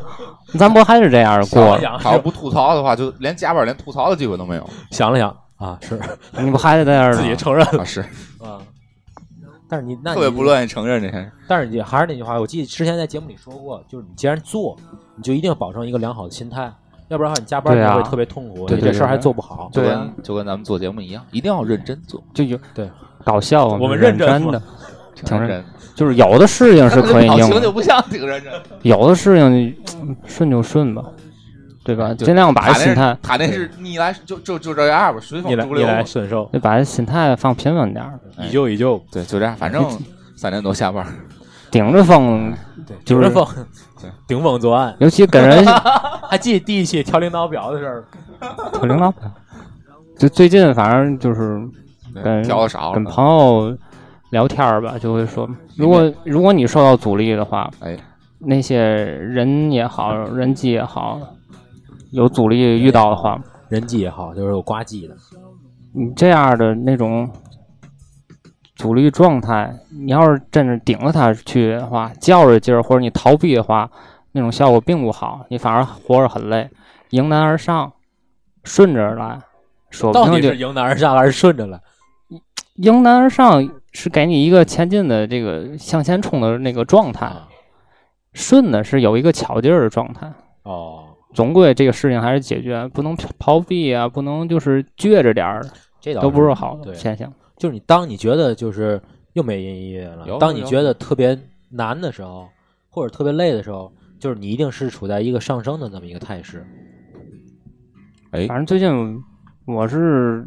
[SPEAKER 2] 咱不还是这样过
[SPEAKER 3] 想了
[SPEAKER 2] 了？
[SPEAKER 3] 想
[SPEAKER 1] 他要不吐槽的话，就连加班、连吐槽的机会都没有
[SPEAKER 3] 想了想啊，是
[SPEAKER 2] 你不还得在这儿
[SPEAKER 3] 自己
[SPEAKER 2] 呢？
[SPEAKER 3] 承认
[SPEAKER 1] 啊！是
[SPEAKER 3] 啊。但是你那
[SPEAKER 1] 特别
[SPEAKER 3] 你
[SPEAKER 1] 不，乐意承认这些。
[SPEAKER 3] 但是你还是那句话，我记得之前在节目里说过，就是你既然做，你就一定要保证一个良好的心态，要不然的话你加班
[SPEAKER 2] 对
[SPEAKER 3] 你
[SPEAKER 2] 啊
[SPEAKER 3] 会特别痛苦，
[SPEAKER 1] 对
[SPEAKER 3] 你
[SPEAKER 1] 对
[SPEAKER 3] 这事儿
[SPEAKER 1] 对
[SPEAKER 3] 还做不好。
[SPEAKER 1] 就
[SPEAKER 2] 对啊
[SPEAKER 1] 跟就跟咱们做节目一样，一定要认真做，
[SPEAKER 2] 就有
[SPEAKER 3] 对
[SPEAKER 2] 搞笑，啊
[SPEAKER 3] 我们
[SPEAKER 2] 认
[SPEAKER 3] 认真
[SPEAKER 2] 的，挺
[SPEAKER 1] 认
[SPEAKER 2] 认
[SPEAKER 1] 真。
[SPEAKER 2] 就是有的事情是可以
[SPEAKER 1] 表
[SPEAKER 2] 拧
[SPEAKER 1] 情
[SPEAKER 2] 的
[SPEAKER 1] 就，不像挺认真，
[SPEAKER 2] 有的事情嗯顺就顺吧，对吧？
[SPEAKER 1] 就
[SPEAKER 2] 尽量
[SPEAKER 1] 他
[SPEAKER 2] 把
[SPEAKER 1] 那
[SPEAKER 2] 心态
[SPEAKER 1] 是，他那是逆来就就就这样吧，随风
[SPEAKER 3] 逆来
[SPEAKER 1] 逐
[SPEAKER 3] 逆
[SPEAKER 1] 流。
[SPEAKER 3] 来顺受，
[SPEAKER 2] 得把心态放平稳点儿，
[SPEAKER 1] 哎
[SPEAKER 3] 以就以就，
[SPEAKER 1] 对，就这样，反 正三点多下班儿，
[SPEAKER 2] 顶着风，
[SPEAKER 3] 对，
[SPEAKER 2] 就
[SPEAKER 3] 顶
[SPEAKER 2] 是
[SPEAKER 3] 着风， 顶风作案。
[SPEAKER 2] 尤其给人
[SPEAKER 3] 还记得第一期调领导表的事儿吗？
[SPEAKER 2] 特领导，就最近反正就是跟
[SPEAKER 1] 调的少
[SPEAKER 2] 跟
[SPEAKER 1] 了。
[SPEAKER 2] 朋友聊天儿吧，就会说，如果如果你受到阻力的话，
[SPEAKER 1] 哎，
[SPEAKER 2] 那些人也好，人际也好，有阻力遇到的话，
[SPEAKER 3] 人际也好，就是有瓜机的，
[SPEAKER 2] 你这样的那种阻力状态，你要是真是顶着它去的话，较着劲儿或者你逃避的话，那种效果并不好，你反而活着很累。迎难而上，顺着而来，说不
[SPEAKER 3] 到
[SPEAKER 2] 定
[SPEAKER 3] 底
[SPEAKER 2] 就是
[SPEAKER 3] 迎难而上还是顺着来？
[SPEAKER 2] 迎难而上是给你一个前进的这个向前冲的那个状态，顺的是有一个巧劲儿的状态。
[SPEAKER 3] 哦，
[SPEAKER 2] 总归这个事情还是解决，不能逃避啊，不能就是倔着点儿，
[SPEAKER 3] 这倒
[SPEAKER 2] 都不是好的
[SPEAKER 3] 对，
[SPEAKER 2] 现象。
[SPEAKER 3] 就是你当你觉得就是又没音乐
[SPEAKER 1] 有
[SPEAKER 3] 了，当你
[SPEAKER 1] 有
[SPEAKER 3] 觉得特别难的时候，或者特别累的时候，就是你一定是处在一个上升的那么一个态势。
[SPEAKER 1] 哎
[SPEAKER 2] 反正最近我是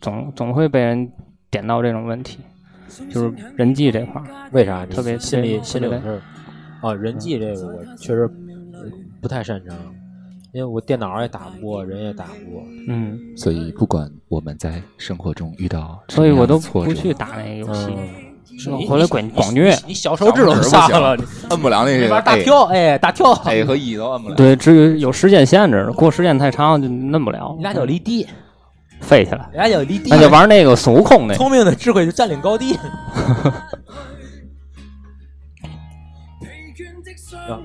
[SPEAKER 2] 总总会被人点到这种问题，就是人际这块儿。
[SPEAKER 3] 为啥？你
[SPEAKER 2] 特别
[SPEAKER 3] 心里
[SPEAKER 2] 特
[SPEAKER 3] 心里
[SPEAKER 2] 别
[SPEAKER 3] 有
[SPEAKER 2] 累
[SPEAKER 3] 事儿啊？人际这个我确实呃不太擅长，因为我电脑也打不过，人也打不过。
[SPEAKER 2] 嗯，
[SPEAKER 6] 所以不管我们在生活中遇到什
[SPEAKER 2] 所
[SPEAKER 6] 么
[SPEAKER 2] 以
[SPEAKER 6] 样
[SPEAKER 2] 我
[SPEAKER 6] 的
[SPEAKER 2] 都
[SPEAKER 6] 挫
[SPEAKER 2] 不
[SPEAKER 6] 折，
[SPEAKER 2] 去打那个游戏。
[SPEAKER 3] 嗯，是
[SPEAKER 2] 我
[SPEAKER 3] 你
[SPEAKER 2] 回来
[SPEAKER 3] 你
[SPEAKER 2] 管
[SPEAKER 3] 你
[SPEAKER 2] 广虐
[SPEAKER 3] 你小手指头
[SPEAKER 1] 小手指
[SPEAKER 3] 下
[SPEAKER 1] 不行
[SPEAKER 3] 了，
[SPEAKER 1] 摁不了那
[SPEAKER 3] 没
[SPEAKER 1] 个
[SPEAKER 3] 法大
[SPEAKER 1] A
[SPEAKER 3] 跳，哎，大跳，
[SPEAKER 1] A 和 E 都摁不了。
[SPEAKER 2] 对，至于有时间限制的，过时间太长就弄不了，
[SPEAKER 3] 你俩脚离地，
[SPEAKER 2] 废起来。
[SPEAKER 3] 你俩脚离地，
[SPEAKER 2] 那就玩那个孙悟空那个，
[SPEAKER 3] 聪明的智慧就占领高地。啊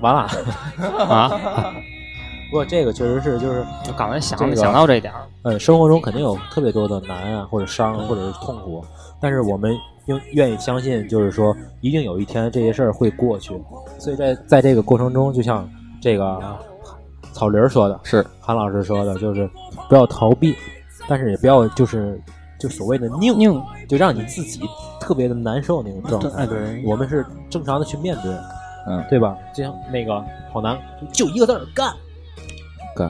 [SPEAKER 3] 完了，
[SPEAKER 2] 啊，
[SPEAKER 3] 不过这个确实是就是，
[SPEAKER 2] 我刚才想、
[SPEAKER 3] 这个
[SPEAKER 2] 想到这点儿，
[SPEAKER 3] 呃，生活中肯定有特别多的难啊，或者伤，或者是痛苦，但是我们应愿意相信，就是说一定有一天这些事儿会过去。所以在在这个过程中，就像这个草林儿说的，
[SPEAKER 1] 是
[SPEAKER 3] 韩老师说的，就是不要逃避，但是也不要就是就所谓的拧
[SPEAKER 2] 拧，
[SPEAKER 3] 就让你自己特别的难受那种状态。
[SPEAKER 2] 哎对
[SPEAKER 3] 我们是正常的去面对，
[SPEAKER 1] 嗯，
[SPEAKER 3] 对吧？就像那个好难，就一个字儿干。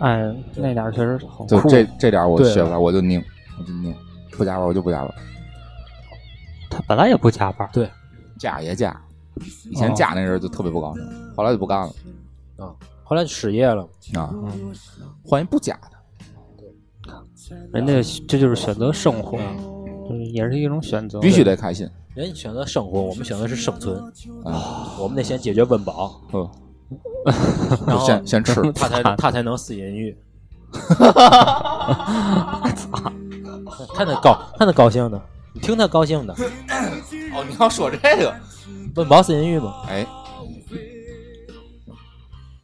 [SPEAKER 2] 哎，那点儿确实好
[SPEAKER 1] 就
[SPEAKER 2] 酷
[SPEAKER 1] 这这点儿我
[SPEAKER 3] 对
[SPEAKER 1] 学不来，我就拧，我就拧，不加班我就不加班，
[SPEAKER 2] 他本来也不加班，
[SPEAKER 1] 加也加。以
[SPEAKER 3] 哦
[SPEAKER 1] 前加那人就特别不高兴，后来就不干了
[SPEAKER 3] 后来就失业了，
[SPEAKER 1] 啊，
[SPEAKER 3] 嗯
[SPEAKER 1] 换一不加的。
[SPEAKER 2] 人家这就是选择生活，就是也是一种选
[SPEAKER 6] 嗯
[SPEAKER 2] 择，
[SPEAKER 1] 必须得开心。
[SPEAKER 3] 人家选择生活，我们选择是生存
[SPEAKER 1] 啊，
[SPEAKER 3] 我们得先解决温 饱，
[SPEAKER 1] 嗯，
[SPEAKER 3] 然
[SPEAKER 1] 就
[SPEAKER 3] 后
[SPEAKER 1] 先先吃，
[SPEAKER 3] 他才他才能私淫 欲。他那高，他那高兴的，你听他高兴的，
[SPEAKER 1] 哦，你要说这个，
[SPEAKER 3] 温饱私淫欲嘛。
[SPEAKER 1] 哎，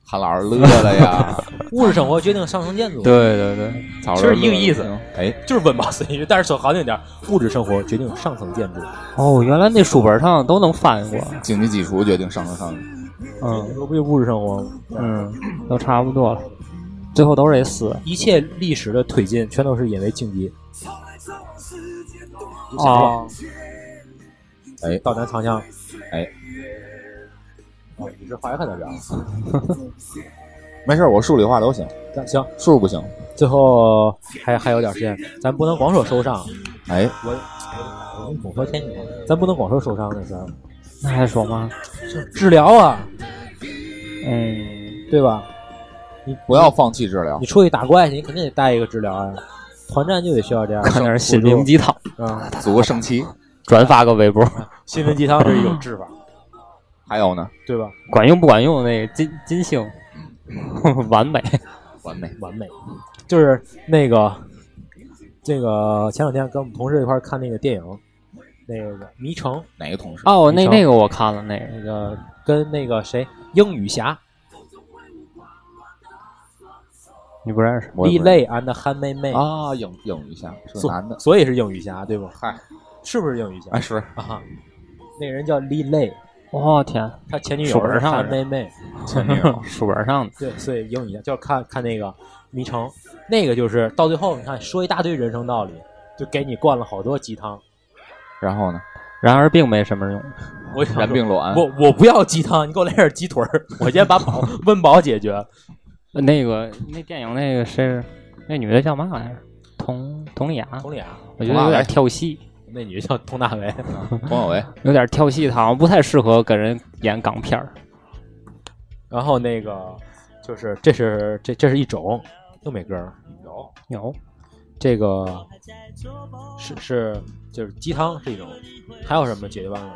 [SPEAKER 1] 韩老师乐了 呀，
[SPEAKER 3] 物质生活决定上层建筑，
[SPEAKER 2] 对对对，
[SPEAKER 1] 曹老
[SPEAKER 3] 其实
[SPEAKER 1] 师
[SPEAKER 3] 一个
[SPEAKER 1] 乐了
[SPEAKER 3] 意思。
[SPEAKER 1] 哎，
[SPEAKER 3] 就是温饱私淫欲。但是说好听点，物质生活决定上层建筑。
[SPEAKER 2] 哦，原来那书本上都能翻 译过，
[SPEAKER 1] 经济基础决定上不上。
[SPEAKER 2] 嗯
[SPEAKER 3] 这不就物质生活吗？
[SPEAKER 2] 嗯，都差不多了，最后都是这四
[SPEAKER 3] 一切历史的推进，全都是因为经济。
[SPEAKER 2] 哦，
[SPEAKER 3] 到咱长项，
[SPEAKER 1] 哎，
[SPEAKER 3] 哦，你是怀恨的人，
[SPEAKER 1] 没事儿，我数理化都行，
[SPEAKER 3] 那行，
[SPEAKER 1] 数不行。
[SPEAKER 3] 最后还还有点时间，咱不能光说受伤，
[SPEAKER 1] 哎，
[SPEAKER 3] 我跟你总说天津话，咱不能光说受伤的事儿，
[SPEAKER 2] 那还说吗？
[SPEAKER 3] 治疗啊，
[SPEAKER 2] 嗯，
[SPEAKER 3] 对吧？
[SPEAKER 1] 不要放弃治疗
[SPEAKER 3] 你，出去打怪去，你肯定得带一个治疗啊，团战就得需要这样。
[SPEAKER 2] 看点心灵鸡汤，
[SPEAKER 3] 啊，
[SPEAKER 1] 祖国圣旗。
[SPEAKER 2] 转发个微博，
[SPEAKER 3] 心灵鸡汤是一种治法，
[SPEAKER 1] 还有呢，
[SPEAKER 3] 对吧？
[SPEAKER 2] 管用不管用？那个金金星 完美，
[SPEAKER 1] 完美。
[SPEAKER 3] 完美，就是那个这个前两天跟我们同事一块儿看那个电影，那个《迷城》，
[SPEAKER 1] 哪个同事？
[SPEAKER 2] 哦，那
[SPEAKER 3] 你瞧
[SPEAKER 2] 那个我看了，那个
[SPEAKER 3] 那个跟那个谁英语侠
[SPEAKER 2] 你不认识？
[SPEAKER 1] 我也
[SPEAKER 3] 李
[SPEAKER 1] 不认
[SPEAKER 3] 雷 and 韩梅梅，
[SPEAKER 1] 啊，影影一下是
[SPEAKER 3] 所
[SPEAKER 1] 个男的。
[SPEAKER 3] 所以是英语侠对吧？
[SPEAKER 1] 嗨，
[SPEAKER 3] 是不是英语侠
[SPEAKER 1] 哎是
[SPEAKER 3] 啊？那个人叫李雷，
[SPEAKER 2] 我、哦天，
[SPEAKER 3] 他前女友
[SPEAKER 2] 手本
[SPEAKER 3] 是
[SPEAKER 2] 上
[SPEAKER 3] 韩
[SPEAKER 2] 的
[SPEAKER 3] 梅梅。
[SPEAKER 1] 前女友
[SPEAKER 2] 书本上的，
[SPEAKER 3] 对，所以英语就是看看那个《迷城》，那个就是到最后，你看说一大堆人生道理，就给你灌了好多鸡汤。
[SPEAKER 1] 然后呢？
[SPEAKER 2] 然而并没什么用。
[SPEAKER 3] 我想
[SPEAKER 1] 然
[SPEAKER 3] 说，
[SPEAKER 1] 并卵。
[SPEAKER 3] 我我不要鸡汤，你给我来点鸡腿儿， 我先把饱温饱解决。
[SPEAKER 2] 呃那个那电影那个谁，那女的叫嘛来着？佟佟丽娅，
[SPEAKER 3] 佟丽娅，
[SPEAKER 2] 我觉得有点跳戏，
[SPEAKER 3] 那女的叫佟大为，
[SPEAKER 1] 黄小维，
[SPEAKER 2] 有点跳戏，她好像不太适合给人演港片儿。
[SPEAKER 3] 然后那个就是这是这这是一种东北歌儿，
[SPEAKER 2] 有
[SPEAKER 3] 这个是是就是鸡汤是一种，还有什么解决办法？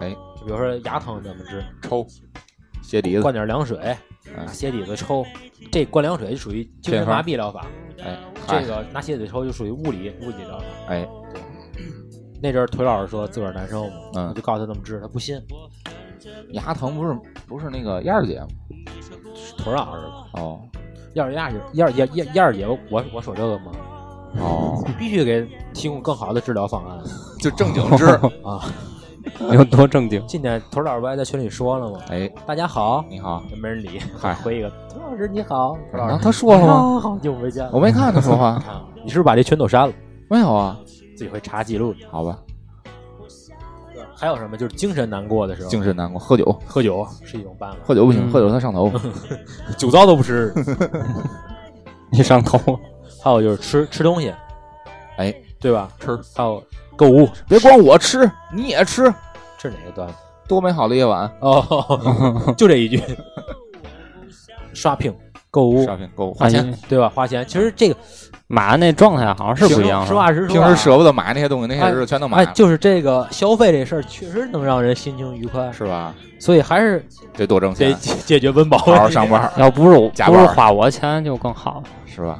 [SPEAKER 1] 哎，
[SPEAKER 3] 就比如说牙疼怎么治？
[SPEAKER 1] 抽，鞋底子
[SPEAKER 3] 灌，点凉水，啊
[SPEAKER 1] 嗯
[SPEAKER 3] 拿鞋底子抽，这灌凉水就属于精神麻痹疗法，
[SPEAKER 1] 哎，
[SPEAKER 3] 这个拿鞋底抽就属于物理物理疗法。
[SPEAKER 1] 哎，
[SPEAKER 3] 那阵儿腿老师说自个儿难受嘛，
[SPEAKER 1] 嗯
[SPEAKER 3] 我就告诉他那么治，他不信，
[SPEAKER 1] 嗨牙疼不是不是那个燕儿姐吗？
[SPEAKER 3] 腿老师嘛
[SPEAKER 1] 哦
[SPEAKER 3] 要是燕儿姐，要是燕燕燕儿姐，我我说这个嘛，
[SPEAKER 1] 哦，
[SPEAKER 3] 必须给提供更好的治疗方案
[SPEAKER 1] 就正经治。
[SPEAKER 3] 啊！
[SPEAKER 2] 有多正经？
[SPEAKER 3] 今天腿老师不还在群里说了吗？
[SPEAKER 1] 哎，
[SPEAKER 3] 大家好，
[SPEAKER 1] 你好，
[SPEAKER 3] 没人理，
[SPEAKER 1] 嗨
[SPEAKER 3] 回一个腿老师你好，腿老
[SPEAKER 1] 然后
[SPEAKER 3] 师
[SPEAKER 1] 他说了吗？
[SPEAKER 3] 啊，好久没见了，
[SPEAKER 1] 我没看他说话，
[SPEAKER 3] 啊，你是不是把这群都删了？
[SPEAKER 1] 没有啊？
[SPEAKER 3] 自己会查记录的。
[SPEAKER 1] 好吧，
[SPEAKER 3] 还有什么？就是精神难过的时候，
[SPEAKER 1] 精神难过，喝酒，
[SPEAKER 3] 喝酒是一种办法。
[SPEAKER 1] 喝酒不行，
[SPEAKER 2] 嗯
[SPEAKER 1] 喝酒他上 头。
[SPEAKER 3] 酒糟都 不吃。
[SPEAKER 2] 你上头，
[SPEAKER 3] 还有就是吃吃东西，
[SPEAKER 1] 哎，
[SPEAKER 3] 对吧？吃。还有购物，
[SPEAKER 1] 别光我吃，你也吃，
[SPEAKER 3] 这是哪个段子？
[SPEAKER 1] 多美好的夜晚！
[SPEAKER 3] 哦， 就 这一句。shopping 购物，
[SPEAKER 1] 商品购 物花钱，
[SPEAKER 2] 哎
[SPEAKER 3] 对吧？花钱，其实这个
[SPEAKER 2] 马那状态好像是不一样
[SPEAKER 3] 实
[SPEAKER 2] 的。
[SPEAKER 3] 话实说
[SPEAKER 1] 平
[SPEAKER 3] 啊，
[SPEAKER 1] 时舍不得买那些东西，那些日子全都买
[SPEAKER 3] 哎，
[SPEAKER 1] 了，
[SPEAKER 3] 就是这个消费这事儿，确实能让人心情愉快，
[SPEAKER 1] 是吧？
[SPEAKER 3] 所以还是
[SPEAKER 1] 得多挣
[SPEAKER 3] 得
[SPEAKER 1] 钱，
[SPEAKER 3] 解解决温饱
[SPEAKER 1] 好好
[SPEAKER 3] 问题，
[SPEAKER 1] 上班，
[SPEAKER 2] 要不是我
[SPEAKER 1] 假
[SPEAKER 2] 不是
[SPEAKER 1] 扮
[SPEAKER 2] 花我钱就更好了。
[SPEAKER 1] 是吧？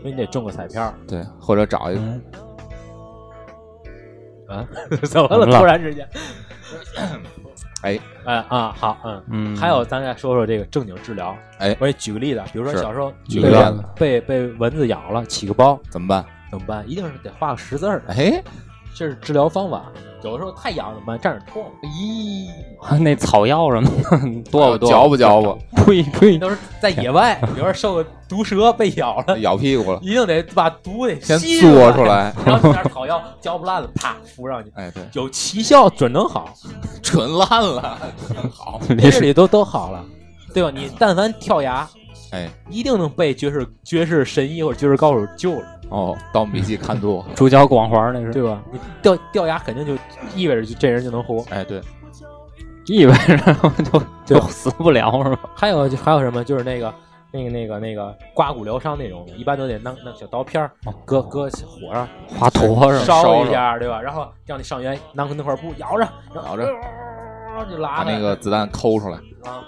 [SPEAKER 3] 所以你得中个彩票。
[SPEAKER 1] 对，或者找一个
[SPEAKER 3] 怎么
[SPEAKER 2] 怎么
[SPEAKER 3] 了？
[SPEAKER 2] 了
[SPEAKER 3] 突然之 间，
[SPEAKER 1] 哎，
[SPEAKER 3] 哎啊，好，嗯。
[SPEAKER 2] 嗯，
[SPEAKER 3] 还有，咱再说说这个正经治疗。
[SPEAKER 1] 哎
[SPEAKER 3] 我也举个例子啊，比如说
[SPEAKER 1] 是
[SPEAKER 3] 小时候
[SPEAKER 1] 举
[SPEAKER 3] 被
[SPEAKER 1] 个
[SPEAKER 3] 蚊
[SPEAKER 1] 例子
[SPEAKER 3] 被被蚊子咬了，起个包
[SPEAKER 1] 怎么办？
[SPEAKER 3] 怎么办？一定是得画个十字儿，
[SPEAKER 1] 哎，
[SPEAKER 3] 这是治疗方法。有的时候太痒了怎么办？站着痛，
[SPEAKER 1] 咦，
[SPEAKER 2] 那草药什么的，
[SPEAKER 1] 剁
[SPEAKER 2] 剁
[SPEAKER 1] 吧
[SPEAKER 2] 吧
[SPEAKER 1] 嚼
[SPEAKER 2] 剁
[SPEAKER 1] 吧嚼吧，
[SPEAKER 2] 吧，呸呸，
[SPEAKER 3] 都是在野外，有时候受个毒蛇被咬 了，
[SPEAKER 1] 咬屁股了，
[SPEAKER 3] 一定得把毒得
[SPEAKER 1] 先
[SPEAKER 3] 吸入
[SPEAKER 1] 嘬出，来。
[SPEAKER 3] 然后点草药嚼不烂了，啪敷上去，
[SPEAKER 1] 哎，对，
[SPEAKER 3] 有奇效，准能好。
[SPEAKER 1] 蠢烂了，好，
[SPEAKER 2] 没
[SPEAKER 3] 这
[SPEAKER 2] 事，
[SPEAKER 3] 里都都好了，对吧？你但凡跳崖，
[SPEAKER 1] 哎，
[SPEAKER 3] 一定能被绝世绝世神医或者绝世高手救了，
[SPEAKER 1] 哦，《盗墓笔记》看多，
[SPEAKER 2] 主角光环那是
[SPEAKER 3] 对吧？你掉掉崖肯定就意味着就这人就能活。
[SPEAKER 1] 哎，对，
[SPEAKER 2] 意味着就
[SPEAKER 3] 对
[SPEAKER 2] 就死不了是吧？
[SPEAKER 3] 还有就还有什么？就是那个那个那个那个刮骨疗伤那种的，一般都得弄弄小刀片儿，搁搁火上
[SPEAKER 2] 划头发是吧？
[SPEAKER 3] 烧一下，对吧？然后让你上元拿那块布咬着，然
[SPEAKER 1] 咬
[SPEAKER 3] 后
[SPEAKER 1] 着
[SPEAKER 3] 呃就
[SPEAKER 1] 把
[SPEAKER 3] 拉
[SPEAKER 1] 那
[SPEAKER 3] 开
[SPEAKER 1] 个子弹抠出来，
[SPEAKER 3] 啊，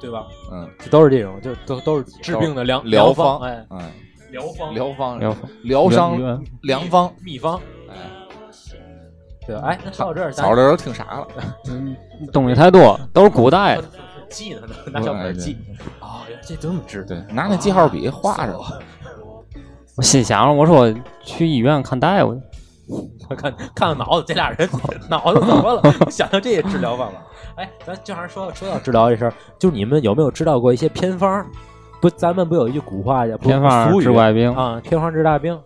[SPEAKER 3] 对吧？
[SPEAKER 1] 嗯
[SPEAKER 3] 这都是这种，就都都是治病的良
[SPEAKER 1] 疗
[SPEAKER 3] 方，
[SPEAKER 1] 方
[SPEAKER 3] 哎，
[SPEAKER 1] 嗯，
[SPEAKER 3] 疗方
[SPEAKER 1] 疗方
[SPEAKER 2] 疗
[SPEAKER 1] 疗
[SPEAKER 2] 圆
[SPEAKER 1] 伤
[SPEAKER 2] 圆
[SPEAKER 1] 良方，
[SPEAKER 3] 秘方，
[SPEAKER 1] 哎，
[SPEAKER 3] 对吧？哎，那说到这儿，咱
[SPEAKER 1] 早这都听啥了？
[SPEAKER 2] 东西太多，都是古代的。
[SPEAKER 3] 记呢， 拿小本
[SPEAKER 2] 嗯哎
[SPEAKER 3] 儿记。哦，原来这这么治。
[SPEAKER 1] 对，啊拿那记号笔画着，
[SPEAKER 2] 我心想，我说我去医院看大夫去，
[SPEAKER 3] 我看看看脑子，这 俩人脑子怎么了？想到这些治疗方法。哎，咱正好说说到治疗这事儿，就你们有没有知道过一些偏方儿？不，咱们不有一句古话叫不
[SPEAKER 2] 偏方
[SPEAKER 3] 俗
[SPEAKER 2] 儿
[SPEAKER 3] 语
[SPEAKER 2] 治怪病，
[SPEAKER 3] 啊，偏方治大病。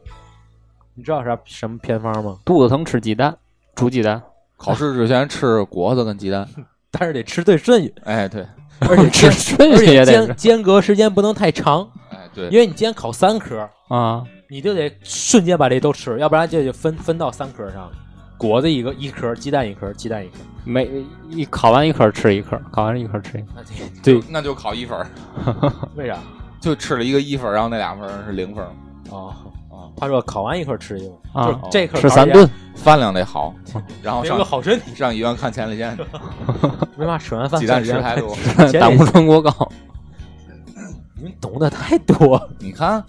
[SPEAKER 3] 你知道啥什么偏方吗？
[SPEAKER 2] 肚子疼吃鸡蛋，煮鸡蛋，
[SPEAKER 1] 考试之前吃果子跟鸡蛋，
[SPEAKER 3] 但是得吃对 顺序，
[SPEAKER 1] 哎，对，
[SPEAKER 3] 而且
[SPEAKER 2] 吃
[SPEAKER 3] 间
[SPEAKER 2] 顺
[SPEAKER 3] 而
[SPEAKER 2] 序也
[SPEAKER 3] 且
[SPEAKER 2] 得
[SPEAKER 3] 间间隔时间不能太长，
[SPEAKER 1] 哎，对，
[SPEAKER 3] 因为你今天考三科儿，
[SPEAKER 2] 啊，
[SPEAKER 3] 你就得瞬间把这都吃，要不然这就分分到三颗上了。果子一个一颗，鸡蛋一颗，鸡蛋一颗。
[SPEAKER 2] 每一烤完一颗吃一颗，烤完一颗吃一颗，
[SPEAKER 3] 那这
[SPEAKER 2] 对，
[SPEAKER 1] 那就考一分儿，
[SPEAKER 3] 为啥？
[SPEAKER 1] 就吃了一个一分儿，然后那俩分儿是零分儿，
[SPEAKER 3] 哦
[SPEAKER 1] 哦，
[SPEAKER 3] 他说烤完一颗吃一个，
[SPEAKER 2] 啊
[SPEAKER 3] 就是这颗
[SPEAKER 2] 吃
[SPEAKER 3] 烤
[SPEAKER 2] 三
[SPEAKER 3] 一
[SPEAKER 2] 顿，
[SPEAKER 1] 饭量得 好，然后
[SPEAKER 3] 下，留个
[SPEAKER 1] 上
[SPEAKER 3] 好身体。
[SPEAKER 1] 上医院看前列腺，
[SPEAKER 3] 没法吃完 饭
[SPEAKER 1] 鸡蛋吃
[SPEAKER 3] 上医院
[SPEAKER 1] 太多，
[SPEAKER 3] 前列腺嗯
[SPEAKER 2] 胆固醇过 高，
[SPEAKER 3] 你们懂得太多。
[SPEAKER 1] 你看，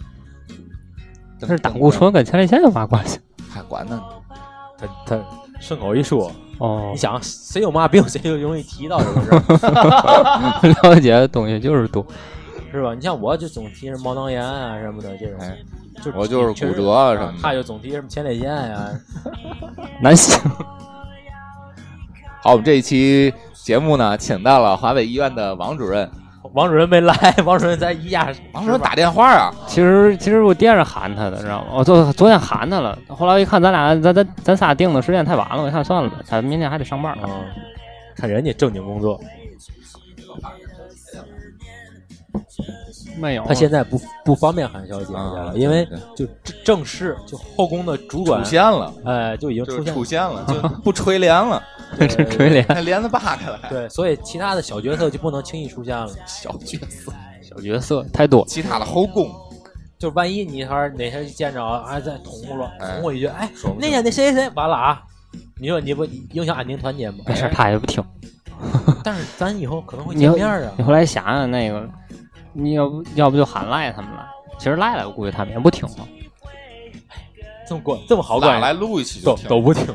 [SPEAKER 2] 但是胆固醇跟前列腺有嘛关系？
[SPEAKER 1] 还管他呢，
[SPEAKER 3] 他他顺口一说，
[SPEAKER 2] 哦
[SPEAKER 3] 你，想谁有嘛病谁 就容易提到这个事儿，
[SPEAKER 2] 了解的东西就是多，
[SPEAKER 3] 是吧？你像我就总提什么毛囊炎啊什么的这种
[SPEAKER 1] 哎，
[SPEAKER 3] 就
[SPEAKER 1] 我就是
[SPEAKER 3] 确实
[SPEAKER 1] 骨折啊什么的
[SPEAKER 3] 他就总提什么前列腺呀，
[SPEAKER 2] 难行。
[SPEAKER 1] 好，我们这一期节目呢，请到了华北医院的王主任，
[SPEAKER 3] 王主任没来， 王主任在医下，
[SPEAKER 1] 王主任打电话啊，
[SPEAKER 2] 其实其实我惦着喊他的，知道吗？我昨昨天喊他了，后来一看咱俩咱咱咱仨定的时间太晚了，我一看算了吧，他明天还得上班。
[SPEAKER 3] 啊，看人家正经工作，
[SPEAKER 2] 没有，
[SPEAKER 3] 他现在不不方便喊小姐姐了，
[SPEAKER 1] 啊
[SPEAKER 3] 因为
[SPEAKER 1] 对
[SPEAKER 3] 就正正式就后宫的主管
[SPEAKER 1] 出，现了，
[SPEAKER 3] 呃，就已经
[SPEAKER 1] 就
[SPEAKER 3] 出
[SPEAKER 1] 是
[SPEAKER 3] 现
[SPEAKER 1] 出现了，就不垂帘了，
[SPEAKER 2] 在这垂帘
[SPEAKER 1] 还帘子扒开了，
[SPEAKER 3] 对，所以其他的小角色就不能轻易出现了。
[SPEAKER 1] 小角色，
[SPEAKER 2] 小角色太多，
[SPEAKER 1] 其他的后宫。
[SPEAKER 3] 就万一你还是哪天见着啊，还在捅咕了，
[SPEAKER 1] 哎
[SPEAKER 3] 捅咕一句，哎
[SPEAKER 1] 说不，定
[SPEAKER 3] 那演那谁谁谁完了啊？你说你不影响安宁团结吗？
[SPEAKER 1] 哎
[SPEAKER 2] 没事，他也不听。
[SPEAKER 3] 但是咱以后可能会
[SPEAKER 2] 你
[SPEAKER 3] 见
[SPEAKER 2] 要
[SPEAKER 3] 面啊
[SPEAKER 2] 你。后来想想那个，你要不要不就喊赖他们来？其实赖赖我估计他们也不听嘛。
[SPEAKER 3] 这么关这么好
[SPEAKER 1] 咱
[SPEAKER 3] 关
[SPEAKER 1] 来
[SPEAKER 3] 系，
[SPEAKER 1] 录一期就
[SPEAKER 3] 都
[SPEAKER 1] 听，
[SPEAKER 3] 都不听。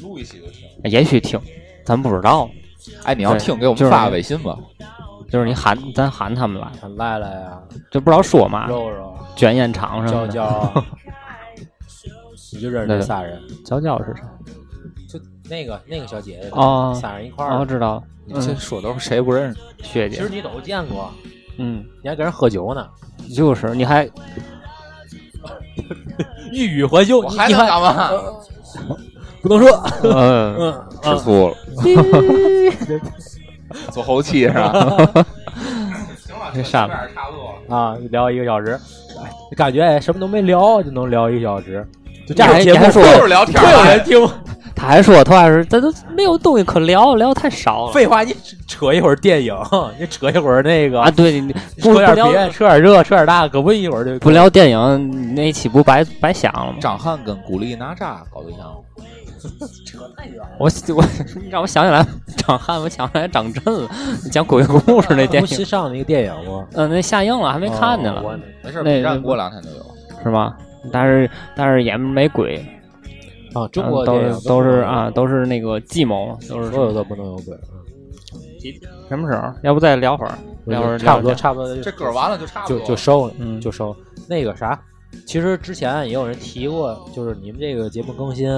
[SPEAKER 1] 录一期就听。
[SPEAKER 2] 也许听，咱不知道。
[SPEAKER 1] 哎，你要
[SPEAKER 2] 对
[SPEAKER 1] 听，给我
[SPEAKER 2] 就
[SPEAKER 1] 们
[SPEAKER 2] 是
[SPEAKER 1] 发
[SPEAKER 2] 那
[SPEAKER 1] 个微信吧。
[SPEAKER 2] 就是你喊，咱喊他们来，
[SPEAKER 3] 像赖赖呀、
[SPEAKER 2] 就不知道说嘛，
[SPEAKER 3] 肉肉、
[SPEAKER 2] 卷烟肠什
[SPEAKER 3] 娇
[SPEAKER 2] 么的。
[SPEAKER 3] 娇 啊，你就认识这仨人，
[SPEAKER 2] 娇娇是谁？
[SPEAKER 3] 就那个那个小姐姐，
[SPEAKER 2] 哦
[SPEAKER 3] 仨人一块
[SPEAKER 2] 哦，
[SPEAKER 3] 儿。
[SPEAKER 2] 知道了，
[SPEAKER 1] 你这说都是谁不认识？
[SPEAKER 2] 学
[SPEAKER 3] 其
[SPEAKER 2] 姐
[SPEAKER 3] 实。你都见过，
[SPEAKER 2] 嗯，
[SPEAKER 3] 你还跟人喝酒呢，
[SPEAKER 2] 就是你还
[SPEAKER 3] 欲语还休，
[SPEAKER 1] 我
[SPEAKER 3] 你
[SPEAKER 1] 还
[SPEAKER 3] 你
[SPEAKER 1] 能
[SPEAKER 3] 还
[SPEAKER 1] 干嘛？
[SPEAKER 3] 不能说，
[SPEAKER 2] 嗯，
[SPEAKER 3] 嗯，
[SPEAKER 1] 吃
[SPEAKER 3] 啊
[SPEAKER 1] 醋了， 做后期是吧？
[SPEAKER 2] 这上了，
[SPEAKER 3] 啊，聊一个小时，哎感觉哎什么都没聊就能聊一个小时，就这样
[SPEAKER 2] 你还
[SPEAKER 3] 节
[SPEAKER 2] 你还
[SPEAKER 3] 目
[SPEAKER 2] 说
[SPEAKER 3] 会
[SPEAKER 1] 就
[SPEAKER 3] 有
[SPEAKER 1] 是聊天
[SPEAKER 3] 会有人
[SPEAKER 1] 儿，哎
[SPEAKER 3] 听吗？
[SPEAKER 2] 他还说他还是咱都没有东西可聊，聊太少了。
[SPEAKER 3] 废话，你扯一会儿电影， 你扯一会儿那个
[SPEAKER 2] 啊，，对你
[SPEAKER 3] 扯
[SPEAKER 2] 不不
[SPEAKER 3] 点
[SPEAKER 2] 聊
[SPEAKER 3] 别，扯点热，扯点那个，不一会儿就
[SPEAKER 2] 不聊电影，那岂不白白想了吗？
[SPEAKER 1] 张翰跟古力娜扎搞对象了，
[SPEAKER 2] 我我你让我想起来张翰，我想起来张震了，讲鬼故事那电
[SPEAKER 3] 不
[SPEAKER 2] 影
[SPEAKER 3] 新，上那个电影吗？
[SPEAKER 2] 嗯、那下映了还没看呢，
[SPEAKER 3] 哦我
[SPEAKER 1] 没事儿，
[SPEAKER 2] 那
[SPEAKER 1] B 站过两天就有。
[SPEAKER 2] 是吗？但是但是也没鬼，
[SPEAKER 3] 啊，中国
[SPEAKER 2] 嗯都
[SPEAKER 3] 电影
[SPEAKER 2] 是都是啊，，都是那个计谋，都是
[SPEAKER 3] 所有的不能有鬼，
[SPEAKER 2] 什么时候？要不再聊会儿，聊会
[SPEAKER 3] 嗯
[SPEAKER 2] 儿
[SPEAKER 3] 差不多，
[SPEAKER 2] 聊会儿
[SPEAKER 3] 差不多
[SPEAKER 1] 这歌完了就差不
[SPEAKER 3] 就
[SPEAKER 1] 多，
[SPEAKER 3] 就收了，
[SPEAKER 2] 嗯
[SPEAKER 3] 就收。那个啥，其实之前也有人提过，就是你们这个节目更新，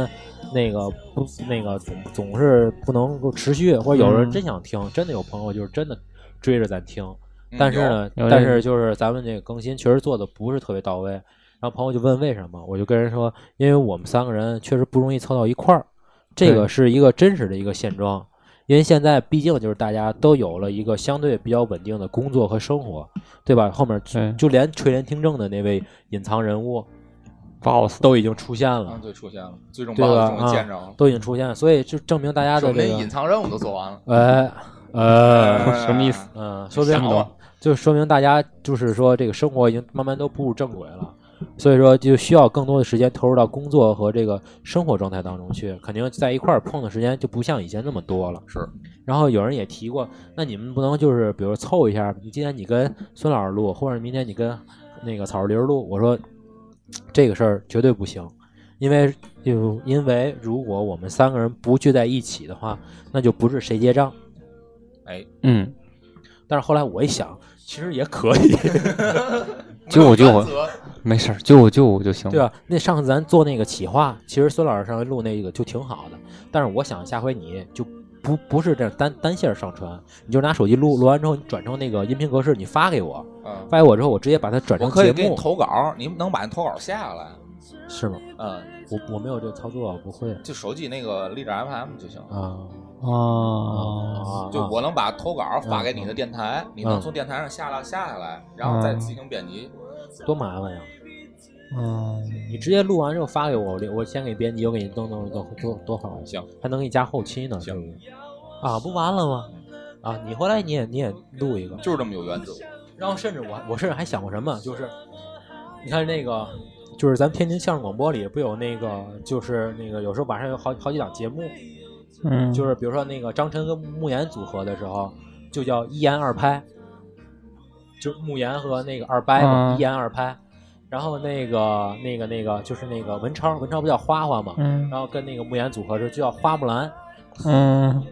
[SPEAKER 3] 那个不那个总总是不能够持续，或者有人
[SPEAKER 2] 嗯
[SPEAKER 3] 真想听，真的有朋友就是真的追着咱听，
[SPEAKER 1] 嗯
[SPEAKER 3] 但是
[SPEAKER 1] 有
[SPEAKER 3] 呢，
[SPEAKER 2] 有
[SPEAKER 3] 但
[SPEAKER 2] 这
[SPEAKER 3] 是就是咱们这个更新确实做的不是特别到位。然后朋友就问为什么，我就跟人说，因为我们三个人确实不容易凑到一块儿，这个是一个真实的一个现状。因为现在毕竟就是大家都有了一个相对比较稳定的工作和生活，对吧？后面
[SPEAKER 2] 对
[SPEAKER 3] 就连垂帘听政的那位隐藏人物
[SPEAKER 2] ，boss
[SPEAKER 3] 都已经出现了
[SPEAKER 1] 嗯，，对，出现了，最终
[SPEAKER 3] 对
[SPEAKER 1] BOSS
[SPEAKER 3] 吧
[SPEAKER 1] 终于见着了，
[SPEAKER 3] 都已经出现了，所以就证明大家
[SPEAKER 1] 嗯说
[SPEAKER 3] 的
[SPEAKER 1] 明
[SPEAKER 3] 这
[SPEAKER 1] 隐
[SPEAKER 3] 个，
[SPEAKER 1] 藏任务都做完了。
[SPEAKER 3] 呃呃，
[SPEAKER 1] 哎
[SPEAKER 2] 什么意思？
[SPEAKER 3] 嗯，说明
[SPEAKER 1] 想啊
[SPEAKER 3] 就说明大家就是说这个生活已经慢慢都步入正轨了，所以说就需要更多的时间投入到工作和这个生活状态当中去，肯定在一块儿碰的时间就不像以前那么多了。
[SPEAKER 1] 是，
[SPEAKER 3] 然后有人也提过，那你们不能就是比如凑一下，你今天你跟孙老师录，或者明天你跟那个草儿林儿录，我说这个事儿绝对不行，因为就因为如果我们三个人不聚在一起的话，那就不是谁结账。
[SPEAKER 2] 嗯，
[SPEAKER 3] 但是后来我一想，其实也可 以。
[SPEAKER 2] 就我就
[SPEAKER 1] 没有原则
[SPEAKER 2] 没事儿，就我就我就行了。
[SPEAKER 3] 对
[SPEAKER 1] 啊
[SPEAKER 3] 吧？那上次咱做那个企划，其实孙老师上回录那个就挺好的，但是我想下回你就不不是这样单单线上传，你就拿手机录，录完之后你转成那个音频格式，你发给我，
[SPEAKER 1] 嗯，
[SPEAKER 3] 发给我之后我直接把它转
[SPEAKER 1] 我
[SPEAKER 3] 成
[SPEAKER 1] 可以
[SPEAKER 3] 节
[SPEAKER 1] 给你
[SPEAKER 3] 目，
[SPEAKER 1] 投稿，你能把你投稿下来，
[SPEAKER 3] 是吗？
[SPEAKER 1] 嗯，
[SPEAKER 3] 我我没有这个操作，我不会
[SPEAKER 1] 就手机那个荔枝 FM 就行了。
[SPEAKER 3] 啊
[SPEAKER 2] 哦，
[SPEAKER 1] 就我能把投稿发给你的电台，你能从电台上下来下下来，然后再进行编辑。
[SPEAKER 3] 多麻烦呀！
[SPEAKER 2] 嗯，
[SPEAKER 3] 你直接录完之后发给我，我先给编辑，我给你弄弄弄多多好啊，
[SPEAKER 1] 行，
[SPEAKER 3] 还能给你加后期呢，
[SPEAKER 1] 行
[SPEAKER 3] 是不是？啊，不完了吗？啊，你回来你也你也录一个，
[SPEAKER 1] 就是这么有原则。
[SPEAKER 3] 然后甚至我还我甚至还想过什么，就是你看那个，就是咱们天津相声广播里不有那个，就是那个有时候晚上有好好几档节目，
[SPEAKER 2] 嗯，
[SPEAKER 3] 就是比如说那个张晨跟穆言组合的时候，就叫一言二拍，就是穆言和那个二掰嘛，
[SPEAKER 2] 嗯
[SPEAKER 3] 一言二拍。然后那个那个那个就是那个文超，文超不叫花花嘛，
[SPEAKER 2] 嗯
[SPEAKER 3] 然后跟那个穆言组合的时候就叫花木兰。
[SPEAKER 2] 嗯，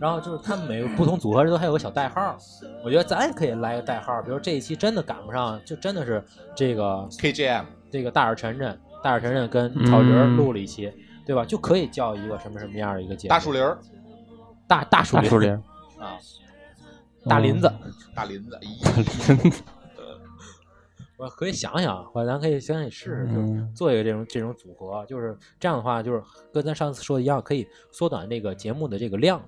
[SPEAKER 3] 然后就是他们每个不同组合都还有个小代号，我觉得咱也可以来个代号，比如这一期真的赶不上，就真的是这个
[SPEAKER 1] KGM
[SPEAKER 3] 这个大耳晨晨，大耳晨晨跟草侄儿
[SPEAKER 2] 嗯
[SPEAKER 3] 录了一期，对吧？就可以叫一个什么什么样的一个节目？
[SPEAKER 1] 大树林儿
[SPEAKER 3] 大大树
[SPEAKER 2] 大
[SPEAKER 3] 林
[SPEAKER 2] 树林，
[SPEAKER 1] 啊，
[SPEAKER 3] 大林子，
[SPEAKER 1] 大林子，哎咦
[SPEAKER 3] 我可以想想，或者咱可以想想试试，就是
[SPEAKER 2] 嗯，
[SPEAKER 3] 做一个这种这种组合，啊就是这样的话，就是跟咱上次说的一样，可以缩短这个节目的这个量，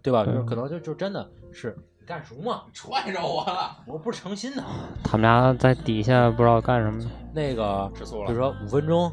[SPEAKER 3] 对吧？
[SPEAKER 2] 对
[SPEAKER 3] 就是可能就就真的是你干什么？
[SPEAKER 1] 踹着我了，
[SPEAKER 3] 我不是诚心的。
[SPEAKER 2] 他们俩在底下不知道干什么，
[SPEAKER 3] 那个
[SPEAKER 1] 吃醋
[SPEAKER 3] 比如
[SPEAKER 1] 了。
[SPEAKER 3] 说五分钟，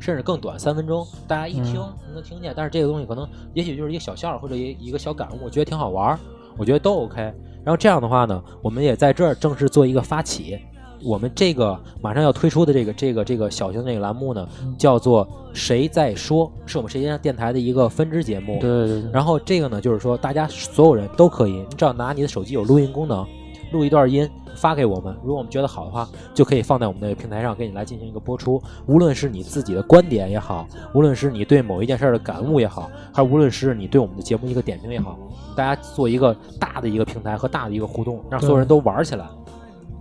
[SPEAKER 3] 甚至更短，三分钟，大家一听能听见。但是这个东西可能也许就是一个小笑话或者一一个小感悟，我觉得挺好玩儿，我觉得都 OK。然后这样的话呢，我们也在这儿正式做一个发起。我们这个马上要推出的这个这个这个小型的这个栏目呢，叫做“谁在说”，是我们谁先生电台的一个分支节目。
[SPEAKER 2] 对对对，
[SPEAKER 3] 然后这个呢，就是说大家所有人都可以，你只要拿你的手机有录音功能，录一段音发给我们，如果我们觉得好的话，就可以放在我们的平台上给你来进行一个播出。无论是你自己的观点也好，无论是你对某一件事儿的感悟也好，还是无论是你对我们的节目一个点评也好，大家做一个大的一个平台和大的一个互动，让所有人都玩起来。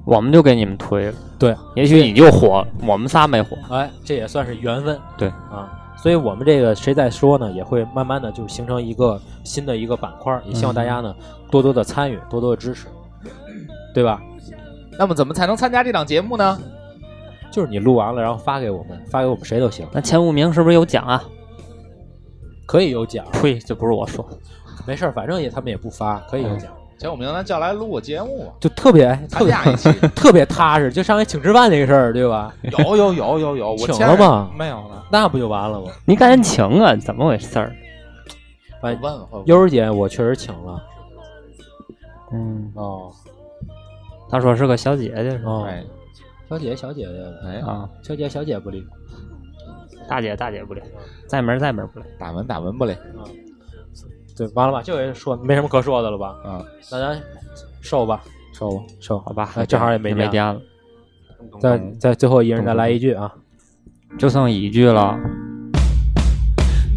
[SPEAKER 2] 我们就给你们推了，
[SPEAKER 3] 对，
[SPEAKER 2] 也许你就火了，我们仨没火，
[SPEAKER 3] 哎，这也算是缘分。
[SPEAKER 2] 对
[SPEAKER 3] 啊。所以，我们这个谁在说呢，也会慢慢的就形成一个新的一个板块儿，也希望大家呢、多多的参与，多多的支持，对吧？
[SPEAKER 1] 那么怎么才能参加这档节目呢？
[SPEAKER 3] 就是你录完了，然后发给我们，发给我们谁都行。
[SPEAKER 2] 那前五名是不是有奖啊？
[SPEAKER 3] 可以有奖，
[SPEAKER 2] 呸，这不是我说，
[SPEAKER 3] 没事儿，反正也他们也不发，可以有奖，
[SPEAKER 1] 行，我们让他叫来录个节目啊，
[SPEAKER 3] 就特别哎特
[SPEAKER 1] 参
[SPEAKER 3] 别
[SPEAKER 1] 加一期。
[SPEAKER 3] 特别踏实。就上回请吃饭那个事儿，对吧？
[SPEAKER 1] 有有有有有，我
[SPEAKER 3] 请
[SPEAKER 1] 前
[SPEAKER 3] 了吗
[SPEAKER 1] 没有了，
[SPEAKER 3] 那不就完了吗？
[SPEAKER 2] 你赶紧请啊，怎么回事儿？
[SPEAKER 1] 我
[SPEAKER 3] 哎
[SPEAKER 1] 问问会不会
[SPEAKER 3] 悠儿姐，我确实请了
[SPEAKER 2] 嗯，
[SPEAKER 3] 哦
[SPEAKER 2] 他说是个小姐姐是吧？
[SPEAKER 3] 哦，
[SPEAKER 1] 哎
[SPEAKER 3] 小姐小姐姐，
[SPEAKER 1] 哎呀，
[SPEAKER 2] 啊，
[SPEAKER 3] 小姐小姐不理。
[SPEAKER 2] 大姐大姐不灵，在门儿在门儿不灵。
[SPEAKER 1] 打文打文不嘞，
[SPEAKER 3] 对，完了吧，这回说没什么可说的了吧？
[SPEAKER 1] 啊，
[SPEAKER 3] 那咱收吧，收吧，收
[SPEAKER 2] 好吧，
[SPEAKER 3] 哎正好也没
[SPEAKER 2] 没没
[SPEAKER 3] 电
[SPEAKER 2] 电了，
[SPEAKER 3] 再再最后一人再来一句啊！
[SPEAKER 2] 就剩一句了。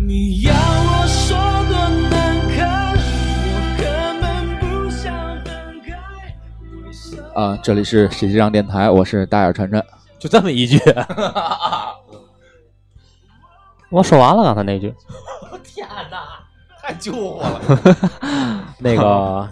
[SPEAKER 7] 你要我说多难堪，我根本不想分开。为什么
[SPEAKER 1] 啊，这里是谁让电台，我是大眼晨晨。
[SPEAKER 3] 就这么一句，啊
[SPEAKER 2] 我说完了刚才那句，
[SPEAKER 1] 太救火了，
[SPEAKER 3] 那个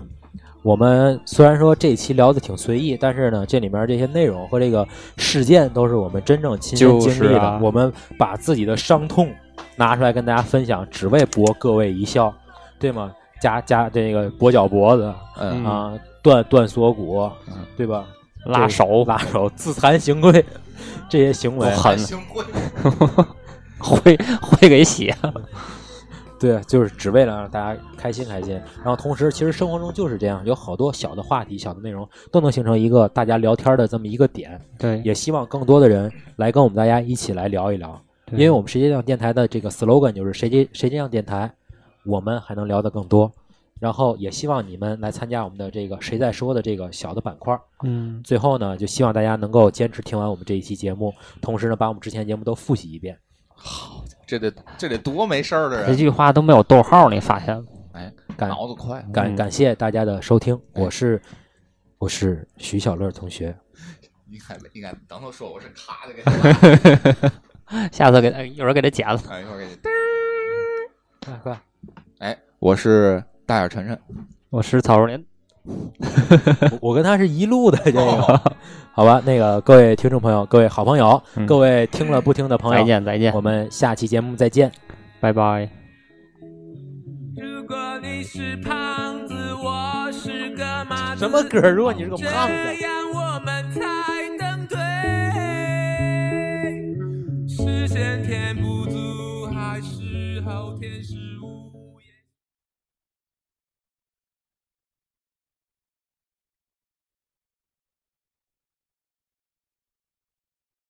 [SPEAKER 3] 我们虽然说这期聊的挺随意，但是呢，这里面这些内容和这个事件都是我们真正亲身经
[SPEAKER 2] 就
[SPEAKER 3] 历
[SPEAKER 2] 是
[SPEAKER 3] 的，
[SPEAKER 2] 啊
[SPEAKER 3] 我们把自己的伤痛拿出来跟大家分享，只为博各位一笑，对吗？夹夹这个跛脚脖子、
[SPEAKER 1] 嗯，
[SPEAKER 2] 嗯
[SPEAKER 3] 啊，断断锁骨，
[SPEAKER 1] 嗯
[SPEAKER 3] 对吧？
[SPEAKER 2] 拉手
[SPEAKER 3] 拉手、自惭形秽这些行为，
[SPEAKER 2] 狠，
[SPEAKER 1] 行会，
[SPEAKER 2] 会会给写。
[SPEAKER 3] 对，就是只为了让大家开心开心。然后同时，其实生活中就是这样，有好多小的话题、小的内容都能形成一个大家聊天的这么一个点。
[SPEAKER 2] 对，
[SPEAKER 3] 也希望更多的人来跟我们大家一起来聊一聊，因为我们谁接酱电台的这个 slogan 就是谁接谁接酱电台，我们还能聊得更多。然后也希望你们来参加我们的这个谁在说的这个小的板块儿。
[SPEAKER 2] 嗯，
[SPEAKER 3] 最后呢，就希望大家能够坚持听完我们这一期节目，同时呢，把我们之前节目都复习一遍。
[SPEAKER 1] 这得这得多没事儿的
[SPEAKER 2] 这
[SPEAKER 1] 人，
[SPEAKER 2] 句话都没有逗号，你发现了？
[SPEAKER 1] 哎，
[SPEAKER 3] 感
[SPEAKER 1] 脑子快，
[SPEAKER 3] 感感谢大家的收听，
[SPEAKER 1] 哎
[SPEAKER 3] 我是我是徐小乐同学，
[SPEAKER 1] 你看你看，当头说我是咔的 给，
[SPEAKER 2] 下次给他一会儿给他剪了。
[SPEAKER 1] 哎，一会儿给你，
[SPEAKER 3] 快快，
[SPEAKER 1] 哎，我是大眼晨晨，
[SPEAKER 2] 我是曹若林，
[SPEAKER 3] 我我跟他是一路的这个， 好吧，那个各位听众朋友，各位好朋友，
[SPEAKER 2] 嗯
[SPEAKER 3] 各位听了不听的朋
[SPEAKER 2] 再
[SPEAKER 3] 友，
[SPEAKER 2] 见再见
[SPEAKER 3] 我，们下期节目再见。
[SPEAKER 2] 拜拜。
[SPEAKER 7] 如果你是胖子，我是个麻子，
[SPEAKER 3] 什么歌？如果你是个胖
[SPEAKER 7] 这
[SPEAKER 3] 子，
[SPEAKER 7] 样我们才